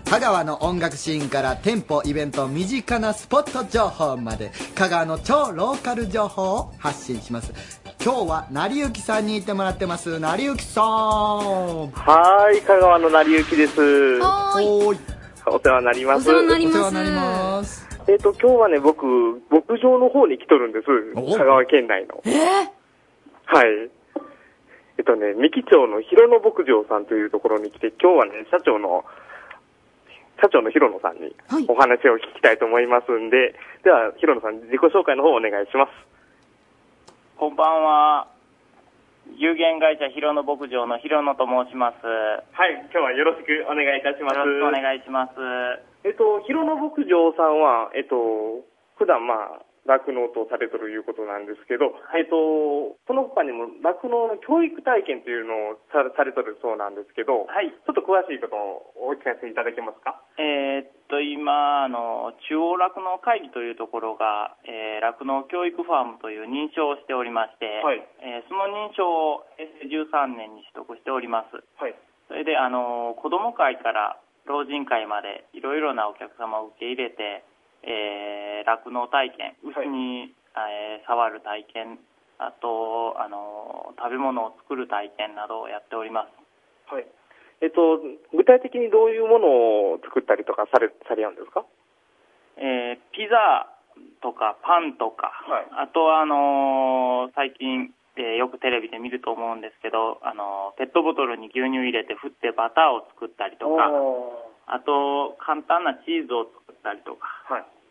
S2: 香川の音楽シーンから店舗イベント身近なスポット情報まで香川の超ローカル情報を発信します今日は成幸さんにいてもらってます成幸さん
S24: はーい、香川の成幸です。
S2: お
S24: 世話になります。
S2: ます
S24: えっ、と、今日はね、僕、牧場の方に来とるんです。香川県内の。はい。えっとね、三木町の広野牧場さんというところに来て、今日はね、社長の、社長の広野さんにお話を聞きたいと思いますんで、では、広野さん、自己紹介の方お願いします。
S25: こんばんは。有限会社広野牧場の広野と申します。
S24: はい、今日はよろしくお願いいたします。
S25: よろしくお願いします。
S24: えっと、広野牧場さんは、えっと、普段まあ、酪農とされてるいうことなんですけど、えっと、その他にも酪農の教育体験というのをさされてるそうなんですけど、ちょっと詳しいことをお聞かせいただけますか
S25: えーっと、今、あの、中央酪農会議というところが、えー酪農教育ファームという認証をしておりまして、
S24: はい
S25: えーその認証を平成13年に取得しております。
S24: はい。
S25: それで、あの、子供会から老人会まで、いろいろなお客様を受け入れて、えー酪農体験、牛に、えー触る体験、あと、あの、食べ物を作る体験などをやっております。
S24: はい。えっと、具体的にどういうものを作ったりとかされ、されるんですか
S25: えーピザとかパンとか、あとはあのー最近、えーよくテレビで見ると思うんですけど、あのーペットボトルに牛乳入れて振ってバターを作ったりと
S3: [laughs]
S25: かあと簡単なチーズを作ったりとか、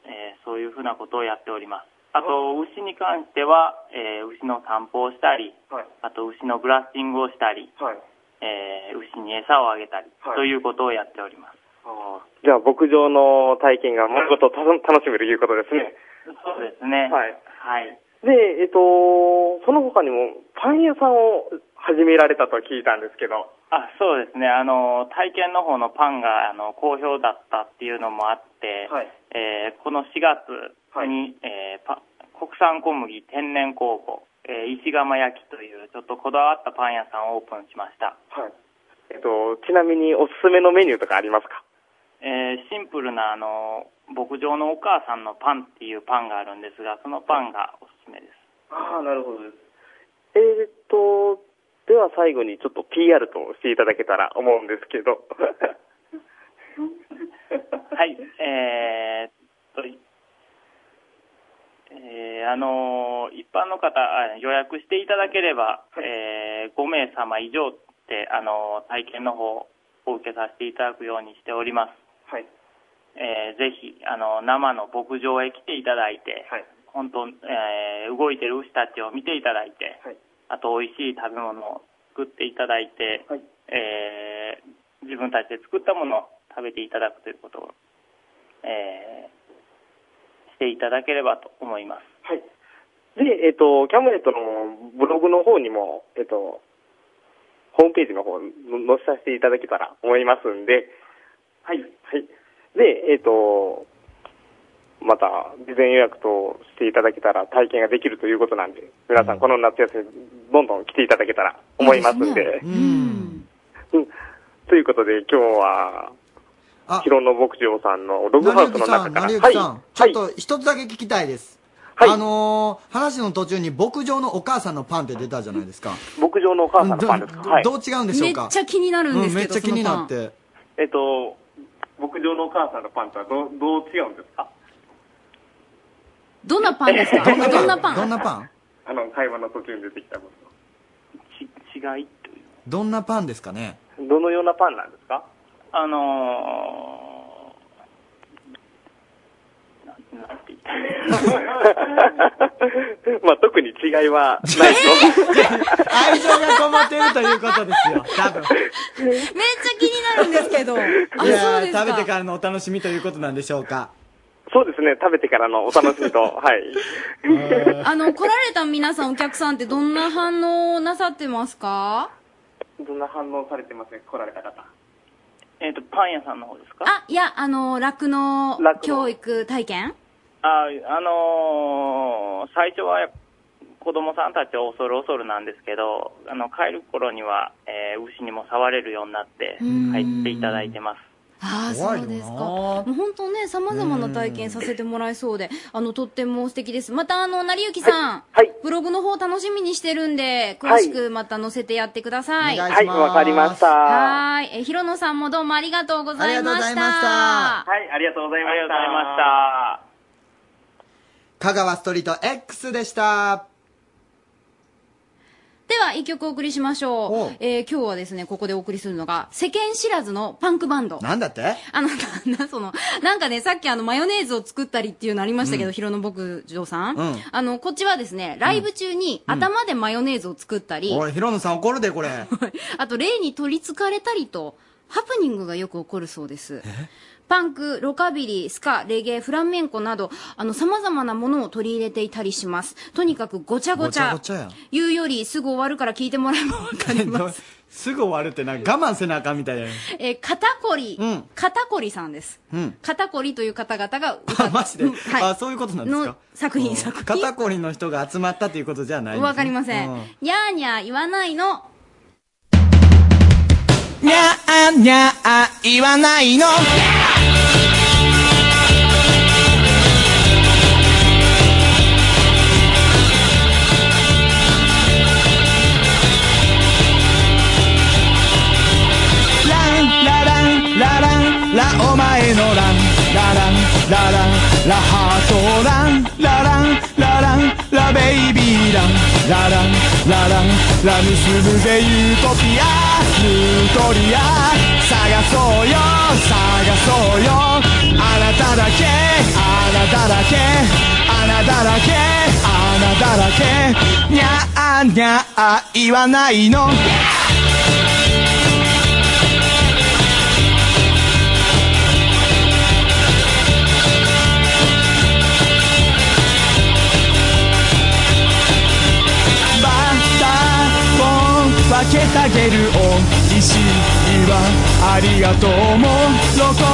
S25: えーそういうふうなことをやっておりますあと牛に関しては、えー牛の散歩をしたり、あと牛のブラッシングをしたり、えー牛に餌をあげたり、
S24: はい
S25: ということをやっております
S24: じゃあ、牧場の体験が丸ごと楽楽しめるということですね。
S25: そうですね
S24: はい。
S25: はい
S24: で、えっと、その他にもパン屋さんを始められたと聞いたんですけど。
S25: あそうですねあの体験の方のパンがあの好評だったっていうのもあって、えーこの4月に、えーパ国産小麦天然酵母、えー石窯焼きというちょっとこだわったパン屋さんをオープンしました、
S24: はい。えっと、ちなみにおすすめのメニューとかありますか
S25: えーシンプルなあの牧場のお母さんのパンっていうパンがあるんですがそのパンがおすすめです
S24: ああ、なるほどです。えーっと、では最後にちょっと PR としていただけたら思うんですけ [laughs] ど。
S25: はい、えーっと、えーあのー一般の方、あ予約していただければ、えー5名様以上って、あのー体験の方、お受けさせていただくようにしております。
S24: はい。
S25: えーぜひ、あのー生の牧場へ来ていただいて、本当、えー動いてる牛たちを見ていただいて、あと、美味しい食べ物を作っていただいて、えー自分たちで作ったものを食べていただくということを、えーしていただければと思います。
S24: で、えっと、キャムネットのブログの方にも、えっと、ホームページの方に載せさせていただけたら思いますんで、
S25: は
S24: はい。
S25: い。
S24: で、えっと、また、事前予約としていただけたら体験ができるということなんで、皆さんこの夏休み、どんどん来ていただけたら思いますんで。うんということで、今日は、広野牧場さんのログハウスの中から、
S2: 成
S24: は
S2: 幸
S24: い。
S2: さん、ちょっと一つだけ聞きたいです。あのー話の途中に牧場のお母さんのパンって出たじゃないですか。
S24: 牧場のお母さんのパンですかはい
S2: どう違うんでしょうか
S3: めっちゃ気になるんですけど
S2: うめっちゃ気にな
S3: そ
S2: って。
S24: えっと、牧場のお母さんのパンとはどうどう違うんですか
S3: どんなパンですか？どんなパン？
S2: どんなパン？
S24: あの、会話の途中に出てきたこ
S25: 違い
S2: どんなパンですかね
S24: と。どのようなパンなんですか
S25: あのー、ななんて言ったらいいの
S24: [laughs] まあ、特に違いは
S25: [laughs]
S24: ない
S2: 愛情がこもってるということで
S3: [laughs]
S2: すよ、多分。
S26: めっちゃ気になるんですけど。あ、
S2: い
S26: そ
S2: や
S26: うで
S2: ー
S26: す
S2: 食べて
S26: か。
S2: からのお楽しみということなんでしょうか。
S24: そうですね、食べてからのお楽しみと、はい。
S3: あの、来られた皆さん、お客さんってどんな反応をなさってますか
S24: どんな反応されてます来られた方。
S25: えっ、と、パン屋さんの方ですか
S3: あ、いや、あの、酪農
S25: 酪農
S3: 教育体験
S25: ああのー最初は子供さんたちは恐る恐るなんですけど、あの帰る頃には、えー牛にも触れるようになって
S3: うん
S25: 入っていただいてます。
S3: ああ、
S25: 怖い
S3: そ
S25: よ
S3: う
S25: な
S3: ですか。もう本当ね、様々な体験させてもらえそうで、あの、とっても素敵です。また、あの、成幸さん、ブログの方楽しみにしてるんで、詳しくまた載せてやってください。
S26: お願いしますはいわかりました
S3: はーい。え、ひろのさんもどうもありがとうございました。
S26: ありがとうございました
S25: はい、ありがとうございま
S26: あ
S25: した。
S26: りがとうございま
S25: した。
S2: 香川ストリート X でした。
S3: では、一曲お送りしましょう。えー今日はですね、ここでお送りするのが、世間知らずのパンクバンド。
S2: なんだって
S3: あの、なんだ、 [laughs] その、なんかね、さっきあの、マヨネーズを作ったりっていうのありましたけ
S27: う
S3: ど、
S27: ん
S3: ヒロノ牧場さん,、
S2: うん
S3: あの、こっちはですね、ライブ中に
S2: うん
S3: 頭でマヨネーズを作ったり、
S2: おい、ヒロノさん怒るで、これ。
S3: あと、霊に取り憑かれたりと、ハプニングがよく起こるそうです。パンク、ロカビリー、スカ、レゲエ、フラメンコなど、あの、様々なものを取り入れていたりします。とにかくご [laughs] ちゃごちゃ。
S2: ごちゃごちゃやん
S3: 言うよりすぐ終わるから聞いてもらえばわかります。
S2: すぐ終わるってなんか我慢せなあかんみたいだよね。
S3: えー、肩こり、
S2: うん
S3: 肩こりさんです。
S2: うん。
S3: 肩こりという方々が歌
S2: あ、マジで、
S3: はい
S2: あ、そういうことなんです
S3: の
S2: か
S3: 作品、作
S2: 肩こりの人が集まったということじゃない
S3: 品。わかりません。
S2: う
S3: にゃーにゃー言わないの。
S22: にゃあにゃあ言わないのランラランラランラお前のランラランラランラハートランラランラランラベイビーランラランラランラにするぜユートピアユートリア探そうよ探そうよあなただけあなただけあなただけあなただけにゃあにゃあ言わないのバッターを分けてあげるお石はありがとうも露骨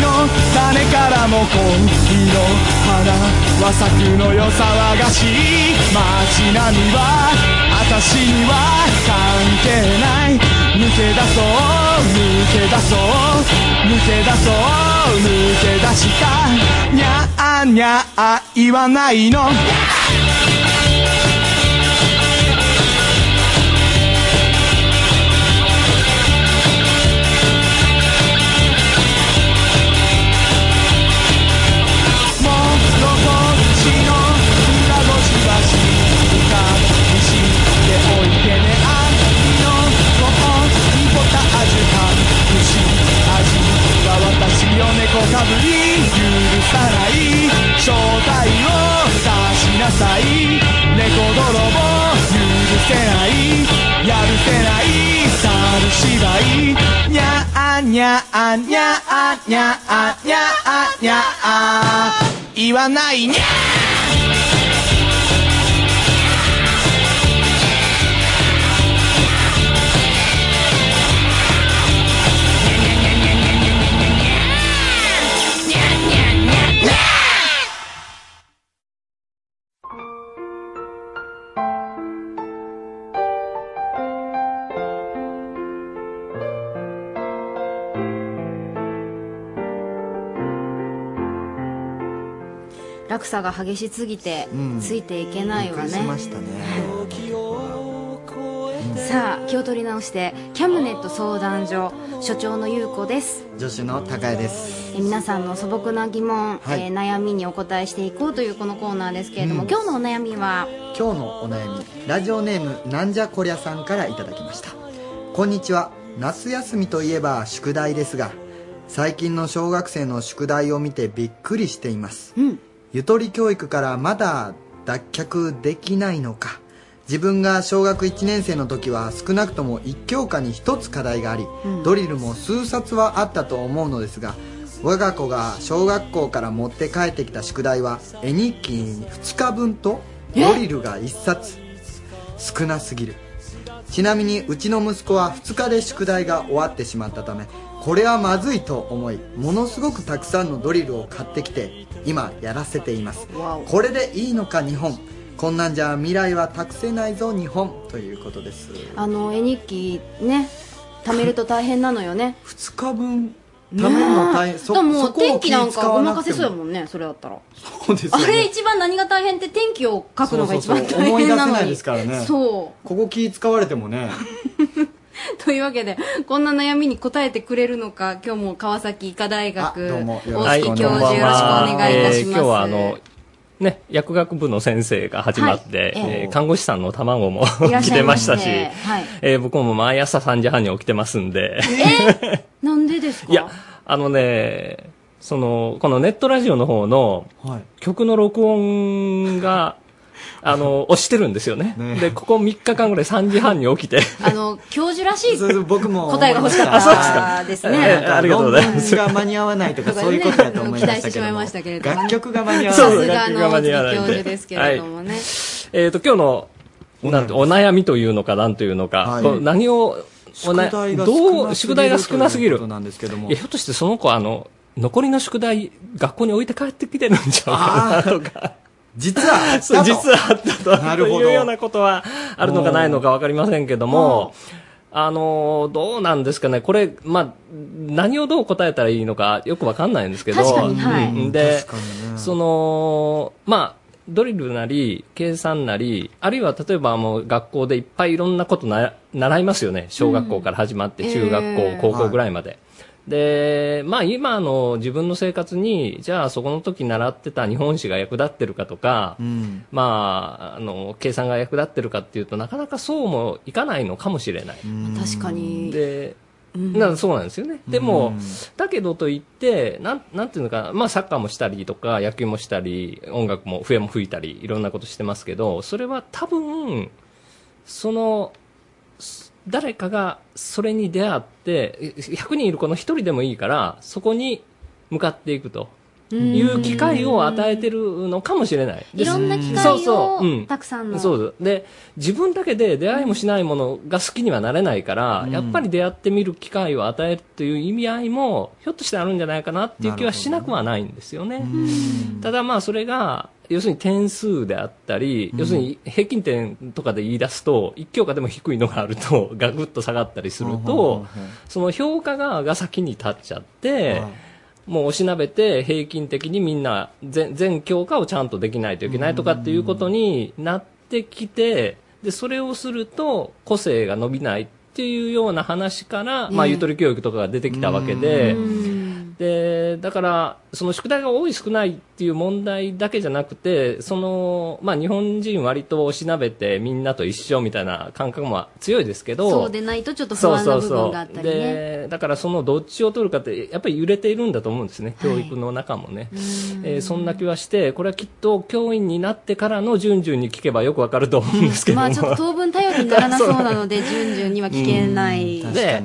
S22: の種からも今季の花は咲くのよ騒がしい街並みは私には関係ない抜け出そう抜け出そう抜け出そう抜け出したにゃあにゃあ言わないのもうどこしの裏ごしばしかにしておいてねあきのごほにぼたあじかんし味は私を猫かぶり許さない正体を出しなさい猫泥棒許せないやるせない猿芝居にゃあにゃあにゃあにゃあにゃあにゃあ言わないにゃ
S3: 落差が激しすぎて、
S2: うん
S3: ついていけないわね。
S2: びっくりしましたね。
S3: さあ気を取り直してキャムネット相談所所長の優子です
S2: 助手の高江です
S3: えー皆さんの素朴な疑問、
S2: はい
S3: えー悩みにお答えしていこうというこのコーナーですけれども、
S2: うん
S3: 今日のお悩みは
S2: 今日のお悩みラジオネームなんじゃこりゃさんからいただきましたこんにちは夏休みといえば宿題ですが最近の小学生の宿題を見てびっくりしています、ゆとり教育からまだ脱却できないのか自分が小学1年生の時は少なくとも1教科に1つ課題があり、
S6: うん
S2: ドリルも数冊はあったと思うのですが我が子が小学校から持って帰ってきた宿題は絵日記2日分とドリルが1冊少なすぎるちなみにうちの息子は2日で宿題が終わってしまったためこれはまずいと思いものすごくたくさんのドリルを買ってきて今やらせていますこれでいいのか日本こんなんじゃ未来は託せないぞ日本ということです
S3: あの絵日記ね貯めると大変なのよね
S2: 2日分貯めるの大変そ
S3: だからも
S2: そうこを
S3: 天気なん
S2: 気
S3: か
S2: 使
S3: ご
S2: わな
S3: ま
S2: くても
S3: かせそうやもんねそれだったら
S2: そうです
S3: あれ一番何が大変って天気を書くのが一番大変な
S22: 思い出せ
S3: の
S22: ない
S3: に
S22: ですからね
S3: そ
S22: ここ気使われてもね
S3: う [laughs] というわけでこんな悩みに答えてくれるのか今日も川崎医科大学
S22: どうもよろ
S3: 大
S22: し
S3: 月
S22: く
S3: 教
S22: お願い
S3: 授
S22: します
S3: よろしくお願いいたします、
S28: えー今日はあの、ね、薬学部の先生が始まって、
S3: はいええ
S28: えー看護師さんの卵も
S3: いらっし
S28: 来
S3: ゃ
S28: て
S3: い
S28: ま
S3: ま
S28: し
S3: す
S28: たし、
S3: ねはい
S28: えー僕も毎朝3時半に起きてますんで、
S3: なんでですか
S28: [laughs] いや、あのね、その、このネットラジオの方の曲の録音が、あの、押してるんですよね。で、ここ3日間ぐらい3時半に起きて、
S3: あの教授らしい答えが欲し
S28: あそうです
S3: かった
S28: か
S3: です
S28: え
S3: ね
S28: えありがとうございます
S2: 論文が間に合わないとかそういうことだと思い
S3: 期
S2: ま
S3: 待
S2: し
S3: して
S2: たけ
S3: し
S2: ど
S3: まい
S2: も
S3: ましたけれどもね
S2: 楽曲が間に合わ
S28: そ
S3: さ
S28: う
S3: すが
S28: 楽曲が
S3: の
S28: 間
S3: 大
S28: に合わな
S3: 月教
S28: いん
S3: 授ですけれどもね、
S28: えっ、と、今日の、なんて、お悩みというのか、なんというのか、
S2: い
S28: こう何を、おな
S2: 宿題が
S28: ど
S2: 宿
S28: う、宿
S2: 題
S28: 題
S2: が
S28: が
S2: 少
S28: 少
S2: な
S28: な
S2: す
S28: す
S2: ぎ
S28: ぎ
S2: る
S28: る。
S2: ということなんですけども
S28: いや、ひょっとしてその子、あの、残りの宿題、学校に置いて帰ってきてるんちゃうかなとか。
S2: [laughs] 実は
S28: [laughs] そう、実はあったと。なるほどというようなことは、あるのかないのかわかりませんけども、あのーどうなんですかね、これ、まあ、何をどう答えたらいいのかよくわかんないんですけど、
S29: 確かにはい
S28: うんで、その、まあ、ドリルなり、計算なり、あるいは例えばもう学校でいっぱいいろんなことな習いますよね、小学校から始まって、
S29: うん
S28: 中学校、
S29: ええ
S28: 高校ぐらいまで。で、まあ今の自分の生活に、じゃあそこの時習ってた日本史が役立ってるかとか、
S2: うん
S28: まあ、あの、計算が役立ってるかっていうとなかなかそうもいかないのかもしれない。
S3: 確かに
S28: で、なそうなんですよね。でも、
S29: うん
S28: だけどといって、なん、なんていうのかな、まあサッカーもしたりとか、野球もしたり、音楽も、笛も吹いたり、いろんなことしてますけど、それは多分、その、す誰かがそれに出会って、え100人いる子の1人でもいいから、そこに向かっていくと。いう機会を与えてるのかもしれない。
S3: いろんな機会を
S28: そうそううん
S3: たくさんの
S28: そうですで自分だけで出会いもしないものが好きにはなれないから、やっぱり出会ってみる機会を与えるという意味合いもひょっとしてあるんじゃないかなっていう気はしなくはないんですよね。ただまあそれが要するに点数であったり、
S29: うん
S28: 要するに平均点とかで言い出すと一教科でも低いのがあると [laughs] ガクッと下がったりすると、その評価側が先に立っちゃって。もうおしなべて平均的にみんな全全教科をちゃんとできないといけないとかっていうことになってきてでそれをすると個性が伸びないっていうような話から、まあ、
S29: ねえ
S28: ゆとり教育とかが出てきたわけででだからその宿題が多い少ないっていう問題だけじゃなくてその、まあ、日本人割とおしなべてみんなと一緒みたいな感覚も強いですけど
S3: そうでないとちょっと不安な部分があったりね
S28: でだからそのどっちを取るかってやっぱり揺れているんだと思うんですね教育の中もね、えーそんな気はしてこれはきっと教員になってからの順々に聞けばよくわかると思うんですけども、
S3: まあちょっと当分頼りにならなそうな
S28: [laughs]
S3: ので順々には聞けない、
S28: うんで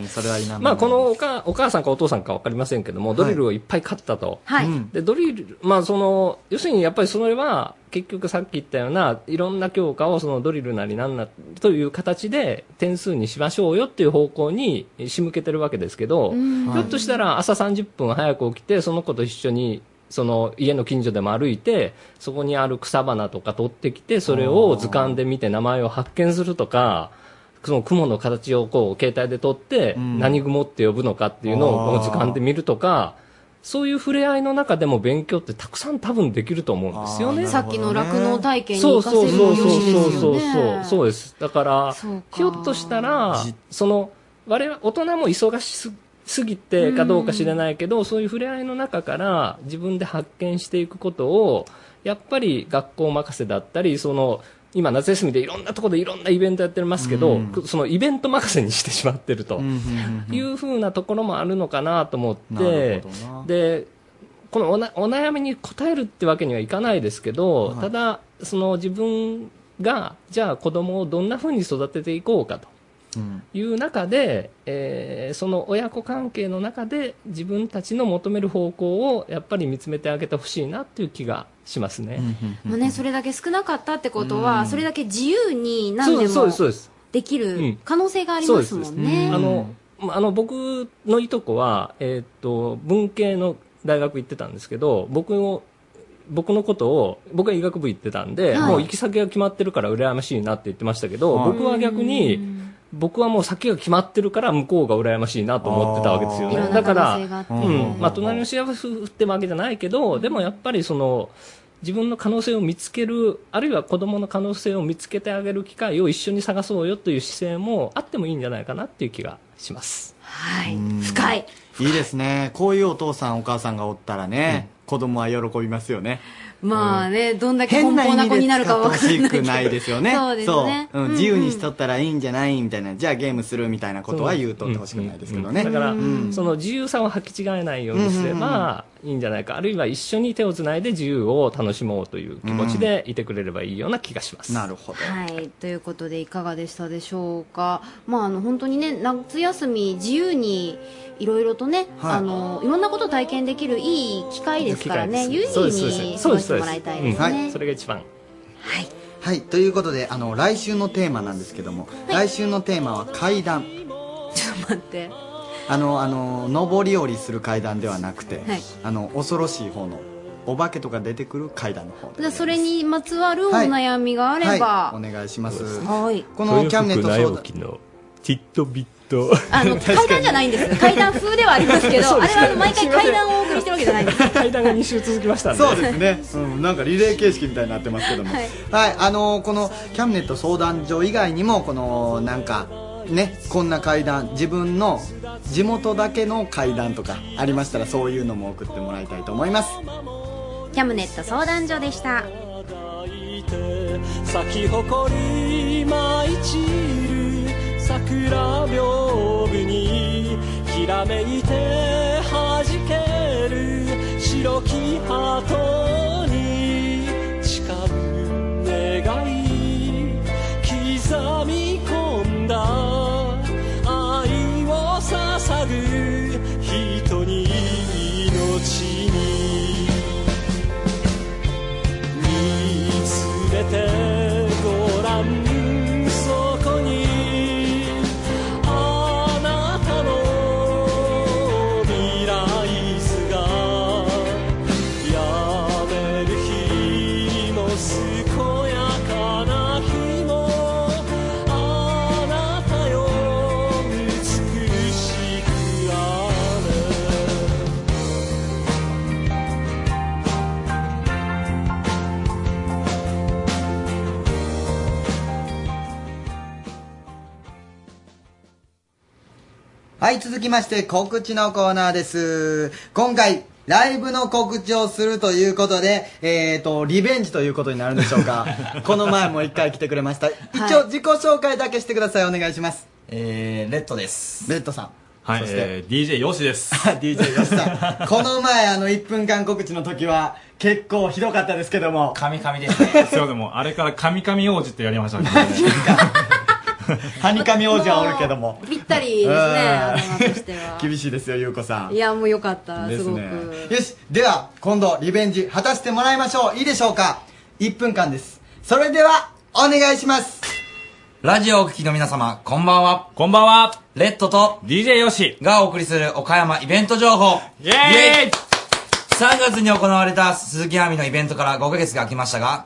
S28: まあ、このおかお母さんかお父さんか分かりませんけども、ドリルをいっぱい買ったと、
S3: はい
S28: でドリル、まあ、その要するにやっぱりそれは結局さっき言ったようないろんな教科をそのドリルなりなんなという形で点数にしましょうよっていう方向に仕向けてるわけですけど、
S29: うん
S28: ひょっとしたら朝30分早く起きてその子と一緒にその家の近所でも歩いてそこにある草花とか取ってきてそれを図鑑で見て名前を発見するとか。その雲の形をこう携帯で撮って何雲って呼ぶのかっていうのをこの図鑑で見るとかそういう触れ合いの中でも勉強ってたくさん多分できると思うんですよね。
S3: さっきの酪農体験に生
S28: そう
S3: かせ
S28: そう
S3: る
S28: そう
S3: よ
S28: そうそう
S3: う
S28: そう
S3: にですよ
S28: そう
S3: ね。
S28: そうです。だから、ひょっとしたら、その、我々、大人も忙しすすぎてかどうか知れないけど、そういう触れ合いの中から自分で発見していくことを、やっぱり学校任せだったり、その、今夏休みでいろんなところでいろんなイベントやってますけど、
S30: うん
S28: そのイベント任せにしてしまってると、いうふうなところもあるのかなと思って、で、このおなお悩みに答えるってわけにはいかないですけど、ただその自分がじゃあ子供をどんなふうに育てていこうかという中で、えーその親子関係の中で自分たちの求める方向をやっぱり見つめてあげてほしいなっていう気がしますね。
S3: まあね、それだけ少なかったってこと
S28: う
S3: は、
S28: ん
S3: それだけ自由に何
S28: そう
S3: で
S28: ですそうですそう
S3: も
S28: です
S3: できる可能性があり
S28: そう
S3: ま
S28: ですす
S3: もんね。
S28: あの、まああの僕のいとこは、えーっと、文系の大学行ってたんですけど、僕を、僕のことを、僕は医学部行ってたんで、
S30: はい
S28: もう行き先が決まってるから羨ましいなって言ってましたけど、
S30: はい
S28: 僕は逆に、僕はもう先が決まってるから向こうが羨ましいなと思ってたわけですよ
S30: あー
S28: ね。だか
S30: いろんな
S28: ら、
S30: 可能性があって
S28: うん、まあ隣の幸せってわけじゃないけど、でもやっぱりその、自分の可能性を見つける、あるいは子供の可能性を見つけてあげる機会を一緒に探そうよという姿勢もあってもいいんじゃないかなっていう気がします。
S3: はい。深い。
S2: いいですねこういうお父さんお母さんがおったらね、子供は喜びますよね
S3: まあね、どんだけ奔放な子になるかわかんないけど。
S2: 欲しくないですよね
S3: そうですね。
S2: そううん
S3: うん
S2: 自由にしとったらいいんじゃないみたいなじゃあゲームするみたいなことは言うとってほしくないですけどね
S28: だから、
S2: うん
S28: その自由さを履き違えないようにすればいいんじゃないか、あるいは一緒に手をつないで自由を楽しもうという気持ちでいてくれればいいような気がします。
S2: なるほど。
S3: はい。ということで、いかがでしたでしょうか。まあ、あの、本当にね、夏休み、自由に、いろいろとね、
S28: はい
S3: あの、いろんなこと体験できるいい機会ですからね、有意
S28: そうです
S3: 義に過
S28: そう
S3: ご
S28: で
S3: し
S28: す
S3: て
S28: そうで
S3: も
S28: す
S3: らいたいです
S2: は
S3: ね
S2: い。
S28: それが一番
S2: はいということであの来週のテーマなんですけども、来週のテーマは階段
S3: 待って。
S2: あのあの上り下りする階段ではなくて、
S3: はい
S2: あの恐ろしい方のお化けとか出てくる階段の方で
S3: じゃあそれにまつわるお悩みがあれば、
S2: はい、お願いします
S3: はい
S2: このキャンネット相談
S31: のティットビット
S3: あ
S2: [laughs]
S3: の階段じゃないんです階段風ではありますけど
S2: そう
S3: あ
S2: で
S3: れ
S2: すね
S3: はあの毎回階段をお送りしてるわけじゃない [laughs] んです
S28: 階段が2週続きました
S2: そうですね、うん、なんかリレー形式みたいになってますけども
S3: は
S2: はいい、あのこのキャンネット相談所以外にもこのなんかねこんな階段自分の地元だけの階段とかありましたらそういうのも送ってもらいたいと思います
S3: キャムネット相談所でした
S30: 咲き誇り舞い散る桜屏風にひらめいて弾ける白き鳩に誓う願い刻み込んだ愛を捧ぐ人に命に見つめてごらんそこにあなたの未来図がやめる日も健やかな日もあなたよ美しくあれ
S32: はい、続きまして告知のコーナーです。今回、ライブの告知をするということで、
S2: えーとリベンジということになるんでしょ
S33: [laughs]
S2: うかこの前も一回来てくれました一応自己紹介だけしてくださいお願いします
S33: えー、レッドです。
S2: レッ
S33: [laughs]
S2: ドさん
S33: はい、
S2: そして
S33: えー、DJ よし
S2: [laughs]
S33: です。
S2: DJ よしさんこの前あの1分間告知の時は結構ひどかったですけども神々でしたね
S33: そうでも、あれから神々王子ってやり
S2: [laughs]
S33: ましたけどね。
S2: はにかみ王子はおるけども
S3: ぴったりですね
S2: [laughs] うん
S3: あの私としては
S2: [laughs] 厳しいですよゆうこさん
S3: いやもうよかった
S2: ですす
S3: ごく
S2: ねよしでは今度リベンジ果たしてもらいましょういいでしょうか1分間ですそれではお願いします
S33: ラジオをお聞きの皆様、こんばんは。こんばんは。レッドと DJ よしがお送りする岡山イベント情報。イエーイ !3 月に行われた鈴木亜美のイベントから5ヶ月が空きましたが、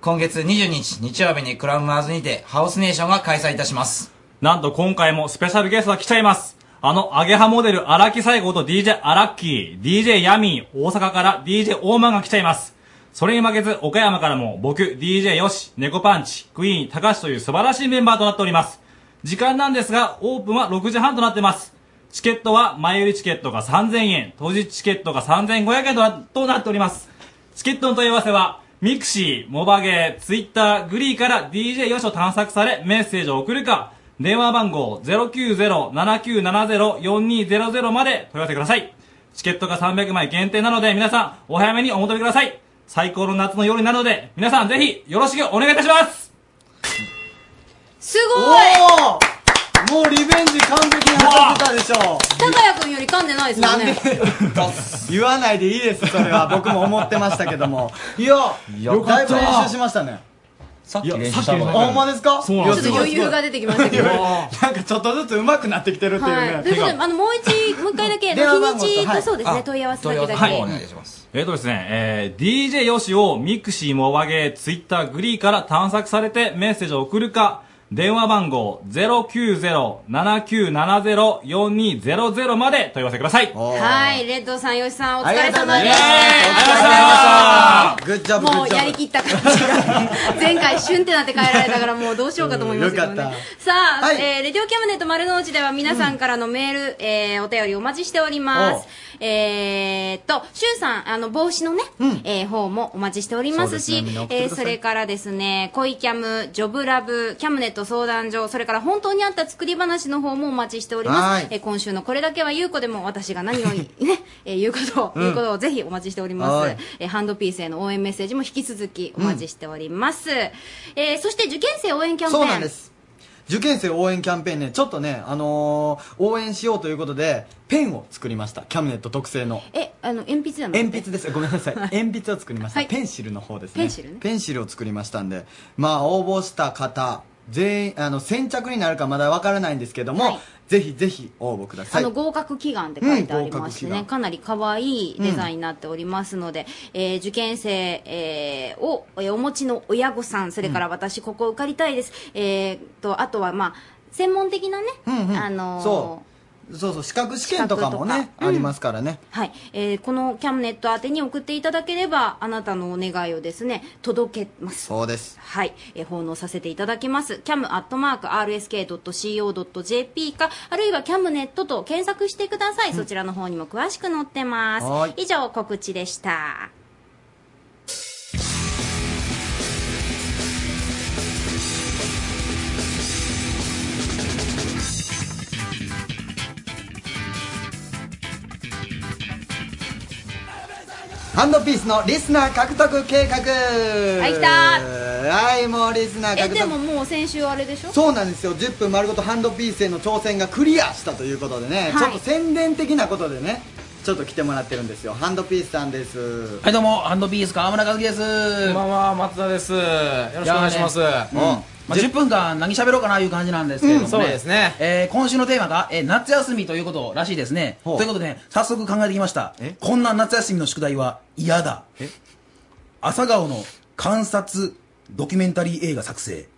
S33: 今月22日日曜日にクラウンマーズにてハウスネーションが開催いたします。なんと今回もスペシャルゲストが来ちゃいます。
S12: あの、アゲハモデル、荒木最後と DJ 荒木、DJ ヤミー、大阪から DJ 大満が来ちゃいます。それに負けず、岡山からも僕、DJ よし、猫パンチ、クイーン、高橋という素晴らしいメンバーとなっております。時間なんですが、オープンは6時半となってます。チケットは、前売りチケットが3000円、当日チケットが3500円となとなっております。チケットの問い合わせは、ミクシー、モバゲー、ツイッター、グリーから DJ よしを探索され、メッセージを送るか、電話番号090-7970-4200まで問い合わせください。チケットが300枚限定なので、皆さん、お早めにお求めください。最高の夏の夜になるので、皆さんぜひ、よろしくお願いいたします
S3: すごい
S2: もうリベンジ完璧に当ててたでしょ
S3: 高谷君より噛んでないですもんね
S2: [laughs] 言わないでいいですそれは僕も思ってましたけどもいや
S3: よか
S2: だ
S3: っ
S2: い
S3: た
S2: ぶ練習しましたね
S22: さっ
S2: き
S22: 練
S2: 習
S22: したばっかり
S2: ほんまですか
S22: そうなんですよちょっと
S3: 余裕が出てきましたけど
S2: いやなんかちょっとずつ上手くなってきてるっていう
S3: は
S2: ね
S3: い、ということで、あの、もう一、もう一回だけ、日
S2: 電話番号と
S3: にち
S2: は
S3: と、
S2: い
S3: そうですね、問い合わせだけだけ。
S12: します。えっ、とですね、えー、DJ よしをミクシー、モバゲー、ツイッター、グリーから探索されてメッセージを送るか、電話番号090-7970-4200まで問い合わせください。
S3: はい、レッドさん、ヨシさん、お疲
S12: あり
S3: れ様で
S12: がとうございました
S3: す。
S2: グッジョブグ
S3: も
S2: ッ
S3: う
S2: ジ
S3: や
S2: ョ
S3: りきった感じが前回シュンってなって帰られたからもうどうしようかと思いますけどね
S2: うんよかっ
S3: さあ、えーレディオキャムネット丸の内では皆さんからのメール、えーお便りお待ちしておりますえーっとシュンさんあの帽子のね、えー方もお待ちしております
S33: そう
S3: し
S33: ですねみんな送っ
S3: え
S33: て
S3: ー
S33: くださ
S3: そ
S33: い
S3: れからですね恋キャムジョブラブキャムネット相談所それから本当にあった作り話の方もお待ちしておりま
S33: は
S3: す
S33: い、
S3: えー今週のこれだけは優子でも私が何を言い
S33: [laughs]
S3: ね、えー言うことを、
S33: うん
S3: 言うことをぜひお待ちしておりま
S33: は
S3: す
S33: い、
S3: えーハンドピースへの応援メッセージも引き続きお待ちしております、えーそして受験生応援キャンペーン
S2: そうなんです受験生応援キャンペーンねちょっとねあのー応援しようということでペンを作りましたキャムネット特製の
S3: えあの鉛筆じゃない
S2: 鉛筆ですごめんなさい鉛筆を作りました、ペンシルの方ですね
S3: ペンシルね
S2: ペンシルを作りましたんでまあ応募した方全員あの先着になるかまだわからないんですけども、ぜひぜひ応募くださ
S3: あ
S2: い
S3: の合格祈願って書いてありまして
S2: うん合格祈
S3: ね、
S2: 願
S3: かなり可愛いデザインになっておりますので、えー受験生、えーをえーお持ちの親御さんそれから私ここ受かりたいです、えーとあとはまあ専門的なね、あのー
S2: そうそうそう資格試験とかもねありますからね、
S3: はい、えーこのキャムネット宛てに送っていただければあなたのお願いをですね届けます
S2: そうです
S3: はい、えー奉納させていただきます。cam.rsk.co.jp か、あるいは camnet と検索してください。そちらの方にも詳しく載ってます
S33: はーい。
S3: 以上、告知でした。
S2: ハンドピースのリスナー獲得計画はい
S3: 来た
S2: はいもうリスナー
S3: え、
S2: 獲得
S3: でももう先週あれでしょ
S2: そうなんですよ10分丸ごとハンドピースへの挑戦がクリアしたということで
S3: は
S2: ね、
S3: い
S2: ちょっと宣伝的なことでねちょっと来てもらってるんですよハンドピースさんです
S29: はいどうもハンドピース川村和樹ですこんばんは松田ですよろしくお願いしますうんまあ、10分間何喋ろうかないう感じなんですけれども、ね
S22: うんそうです
S29: ね、えー今週のテーマが、えー夏休みということらしいですねということで、ね、早速考えてきましたこんな夏休みの宿題は嫌だ朝顔の観察ドキュメンタリー映画作成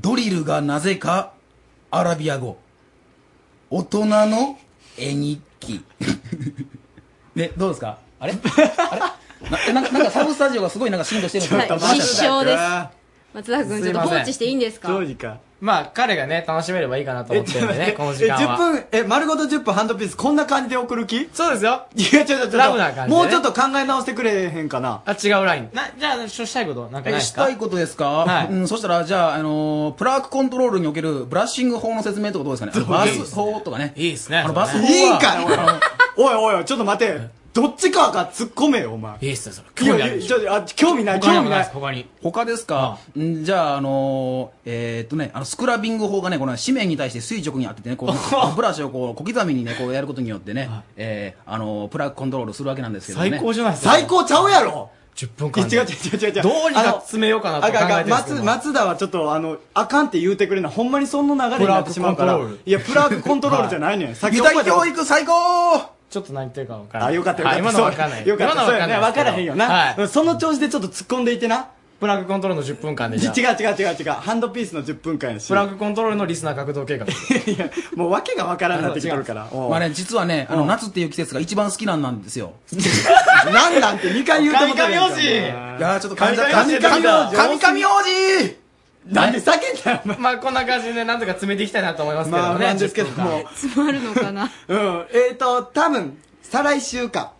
S29: ドリルがなぜかアラビア語大人の絵日記 [laughs] ねどうですかあれあれなななんかサブスタジオがすごいなんか進歩してるんです
S3: はい失笑です。松田君、ち
S29: す
S3: ょっと
S29: いま
S3: 放
S29: せん
S3: 置していいんですか
S2: か
S29: まあ彼がね楽しめればいいかなと思ってるんでねこの時
S2: え
S29: 間は
S2: 10分え丸ごと10分ハンドピースこんな感じで送る気
S29: そうですよ
S2: いやちょっとちょっと
S29: ラブな感じでね
S2: もうちょっと考え直してくれへんかな
S29: あ違うラインなじゃあ主したいことなんかないですしかたいことですか、はいうん、そしたらじゃあ、あのープラークコントロールにおけるブラッシング法の説明とかどうですかねあのバス法とかねいいですねあのバス法はい
S2: いんかいおいおいおいおいちょっと
S29: [laughs]
S2: 待てどっちかが突っ込めよお前
S29: いいっすねそれ
S2: いやいやちょっとあ興味ない興味ない
S29: 他に他ですか、んじゃああのー、えーっとねあのスクラビング法がねこの紙面に対して垂直に当ててね
S2: [laughs]
S29: こうブラシをこう小刻みにねこうやることによってね、えーあのープラークコントロールするわけなんですけどね
S2: 最高じゃないですか最高ちゃうやろ
S29: 10分
S2: 間違う違う違う違うどうにか詰めようか
S29: なと考えてるんですけど
S2: 松松田はちょっとあのあかんって言うてくれなほんまにその流れになってしまうから
S22: プラークコントロール
S2: いやプラークコントロールじゃないのよ、
S22: はい
S2: 先覚えた
S22: ギター教
S29: 育最高
S22: ちょっと何言ってるか分からない
S2: あよかったよかった、
S22: はい今の分かんない
S2: そうよかった
S22: 今の
S2: そ
S22: 分か
S2: うや
S22: んない
S2: ね分からへんよな、その調子でちょっと突っ込んでいてな
S23: プラグコントロールの10分間で
S2: 違
S23: じ
S2: う
S23: ゃ
S2: 違う違う違う。ハンドピースの10分間やし。
S23: プラグコントロールのリスナー格闘計画。
S2: もう訳がわからんなってきてるから。おう
S29: まあね、実はね、あの、夏っていう季節が一番好きなんなんですよ。
S2: なんなんて2回言うと思った
S29: 神々王子
S2: い
S29: やーちょっと噛んじゃった
S2: 神々王子
S29: 神々王子
S23: なん
S2: で叫んだよ、
S23: まあこんな感じでなんとか詰めていきたいなと思いますけどね。
S2: まあなんですけども
S34: 詰まるのかな
S2: [laughs] うん。えっと、多分、再来週か。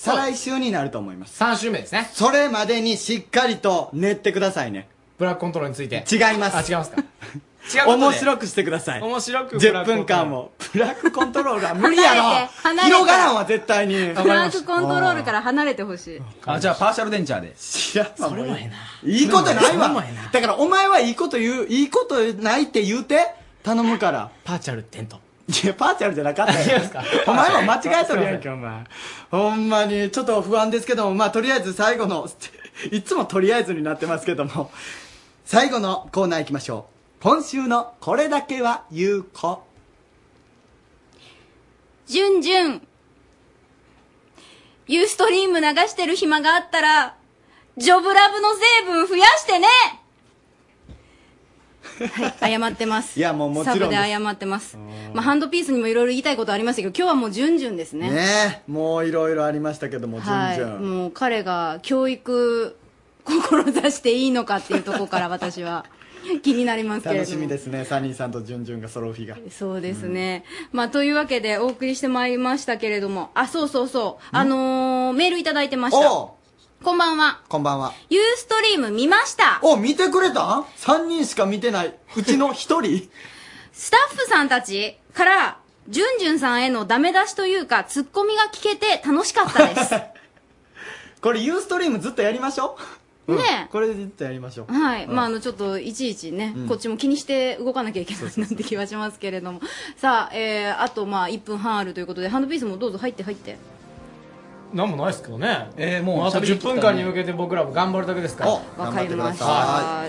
S2: 再来週になると思います。
S23: 3週目ですね。
S2: それまでにしっかりと練ってくださいね。
S23: ブラックコントロールについて。
S2: 違います。あ、
S23: い
S2: 違
S23: ますか。
S2: 違う面白くしてください。
S23: 面白く
S2: 10分間も。ブラックコントロールは無理やろ
S3: 離れて離れて
S2: 広がらんわ、絶対に。
S3: フラッグコントロールから離れてほしい。
S29: あ、じゃあ、パーシャルデンチャーで。
S2: いや、それもえな。いいことないわ。だから、お前はいいこと言う、いいことないって言うて、頼むから。
S23: パーチャルテント。
S2: いや、パーチャルじゃなかったよ。 [laughs] お前も間違えとるやんけ、お前。ほんまに、ちょっと不安ですけども、まあ、とりあえず最後の、 [laughs] いつもとりあえずになってますけども、最後のコーナー行きましょう。今週のこれだけは言う子。
S3: じゅんじゅん。ユーストリーム流してる暇があったら、ジョブラブの成分増やしてねはい、謝ってます。
S2: [laughs] いや、もうもちろん
S3: サブで
S2: です。
S3: 謝ってます。まあ、ハンドピースにもいろいろ言いたいことありましたけど、今日はもうじゅんじゅんですね。
S2: ねえ、もういろいろありましたけども、順
S3: はい。
S2: 々。
S3: もう彼が教育、志していいのかっていうところから私は [laughs] 気になりますけれども。
S2: 楽しみですね、サニーさんと順々が揃う日が。
S3: そうですね、まあというわけでお送りしてまいりましたけれどもあそうそうそうあのー、メールいただいてました
S2: おう
S3: こんばんは
S2: こんばんは。
S3: ユーストリーム見ました
S2: お、見てくれた ?3 人しか見てないうちの1人
S3: スタッフさんたちからじゅんじゅんさんへのダメ出しというかツッコミが聞けて楽しかったです
S2: これユーストリームずっとやりましょう。
S3: ねえ
S2: うんこれでずっとやりましょう。
S3: はい、
S2: うん
S3: まああのちょっといちいちね、
S2: うん
S3: こっちも気にして動かなきゃいけないなって気はしますけれどもさあ、えー、あとまあ1分半あるということでハンドピースもどうぞ入って入って
S23: なんもないですけどね。
S29: えーもう
S23: あと
S29: 喋り切
S23: 10
S29: ったね
S23: 分間に向けて僕らも頑張るだけですから。
S3: わかりました。
S23: は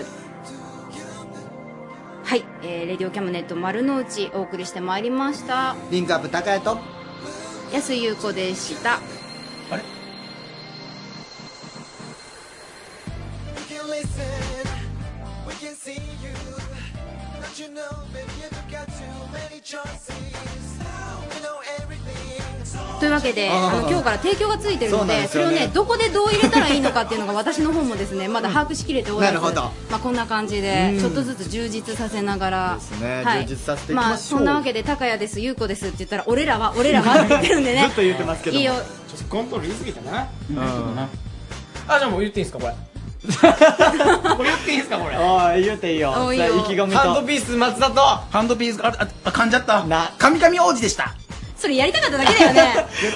S3: はい、えー、レディオキャムネット丸の内お送りしてまいりました。
S2: リンクアップ高谷と。
S3: 安井優子でした。
S1: We can listen, we can see you. Don't you know, baby, you've got too many choices. We know everything. So
S3: というわけで、
S1: あー
S3: あの今日から提供がついてる
S1: そ
S3: の
S1: うなん
S3: で、
S1: で
S3: そ
S1: す
S3: れ
S1: よ
S3: を
S1: ね
S3: ねどこでどう入れたらいいのかっていうのが私の方も
S2: [laughs]
S3: ですね、まだ把握しきれておらず、
S2: なるほど
S3: まあこんな感じ
S2: う
S3: で
S2: ん
S3: ちょっとずつ充実させながら、
S2: ね充実させていき
S3: まあ
S2: まし
S3: そ
S2: ょうん
S3: なわけで高谷です、優子ですって言ったら俺らは俺らはって言ってるんでね。
S2: ずっと言ってますけども
S3: いいよ。
S23: い。ちょっとコントロール言い過ぎたな。
S2: うん
S23: あ、じゃあもう言っていいんですか、これ。これ言っていいんですか、これ。
S2: おい、言うていいよ。
S23: おいい
S2: さ
S23: よ
S2: あ意気込みと。
S23: ハンドピース松田と。
S29: ハンドピース、あ、あ、噛んじゃった。神々王子でした。
S3: それやりたかっただけだ
S2: [laughs]
S3: よね。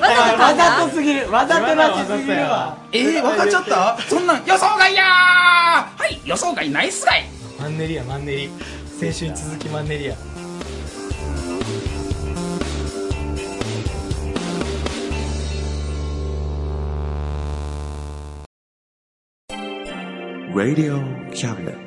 S3: わざとか
S2: わざとすぎる。わざとらしすぎるわ。
S29: えー、分かっちゃったそんなん、予想外やーはい、予想外ナイスガイ
S23: マンネリや、マンネリ。青春に続きマンネリや。
S22: Radio Cabinet.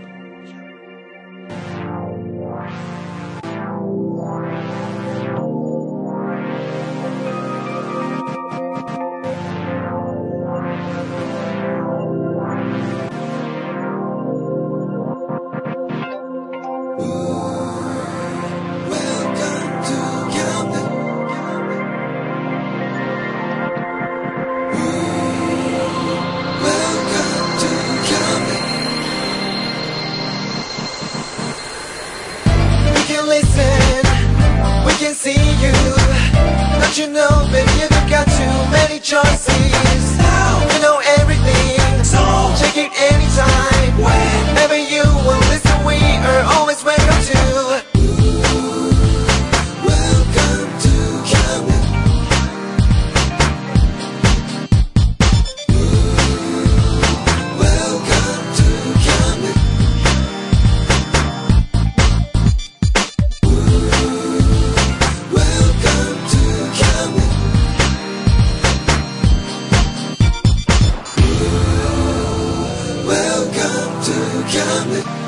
S1: We can listen, we can see you. Don't you know, baby, you've got too many choices. We know everything, so check it anytime. Whenever you will listen, we are always welcome to. Welcome to Camden. Welcome to Camden. Welcome to Camden. Welcome to Camden.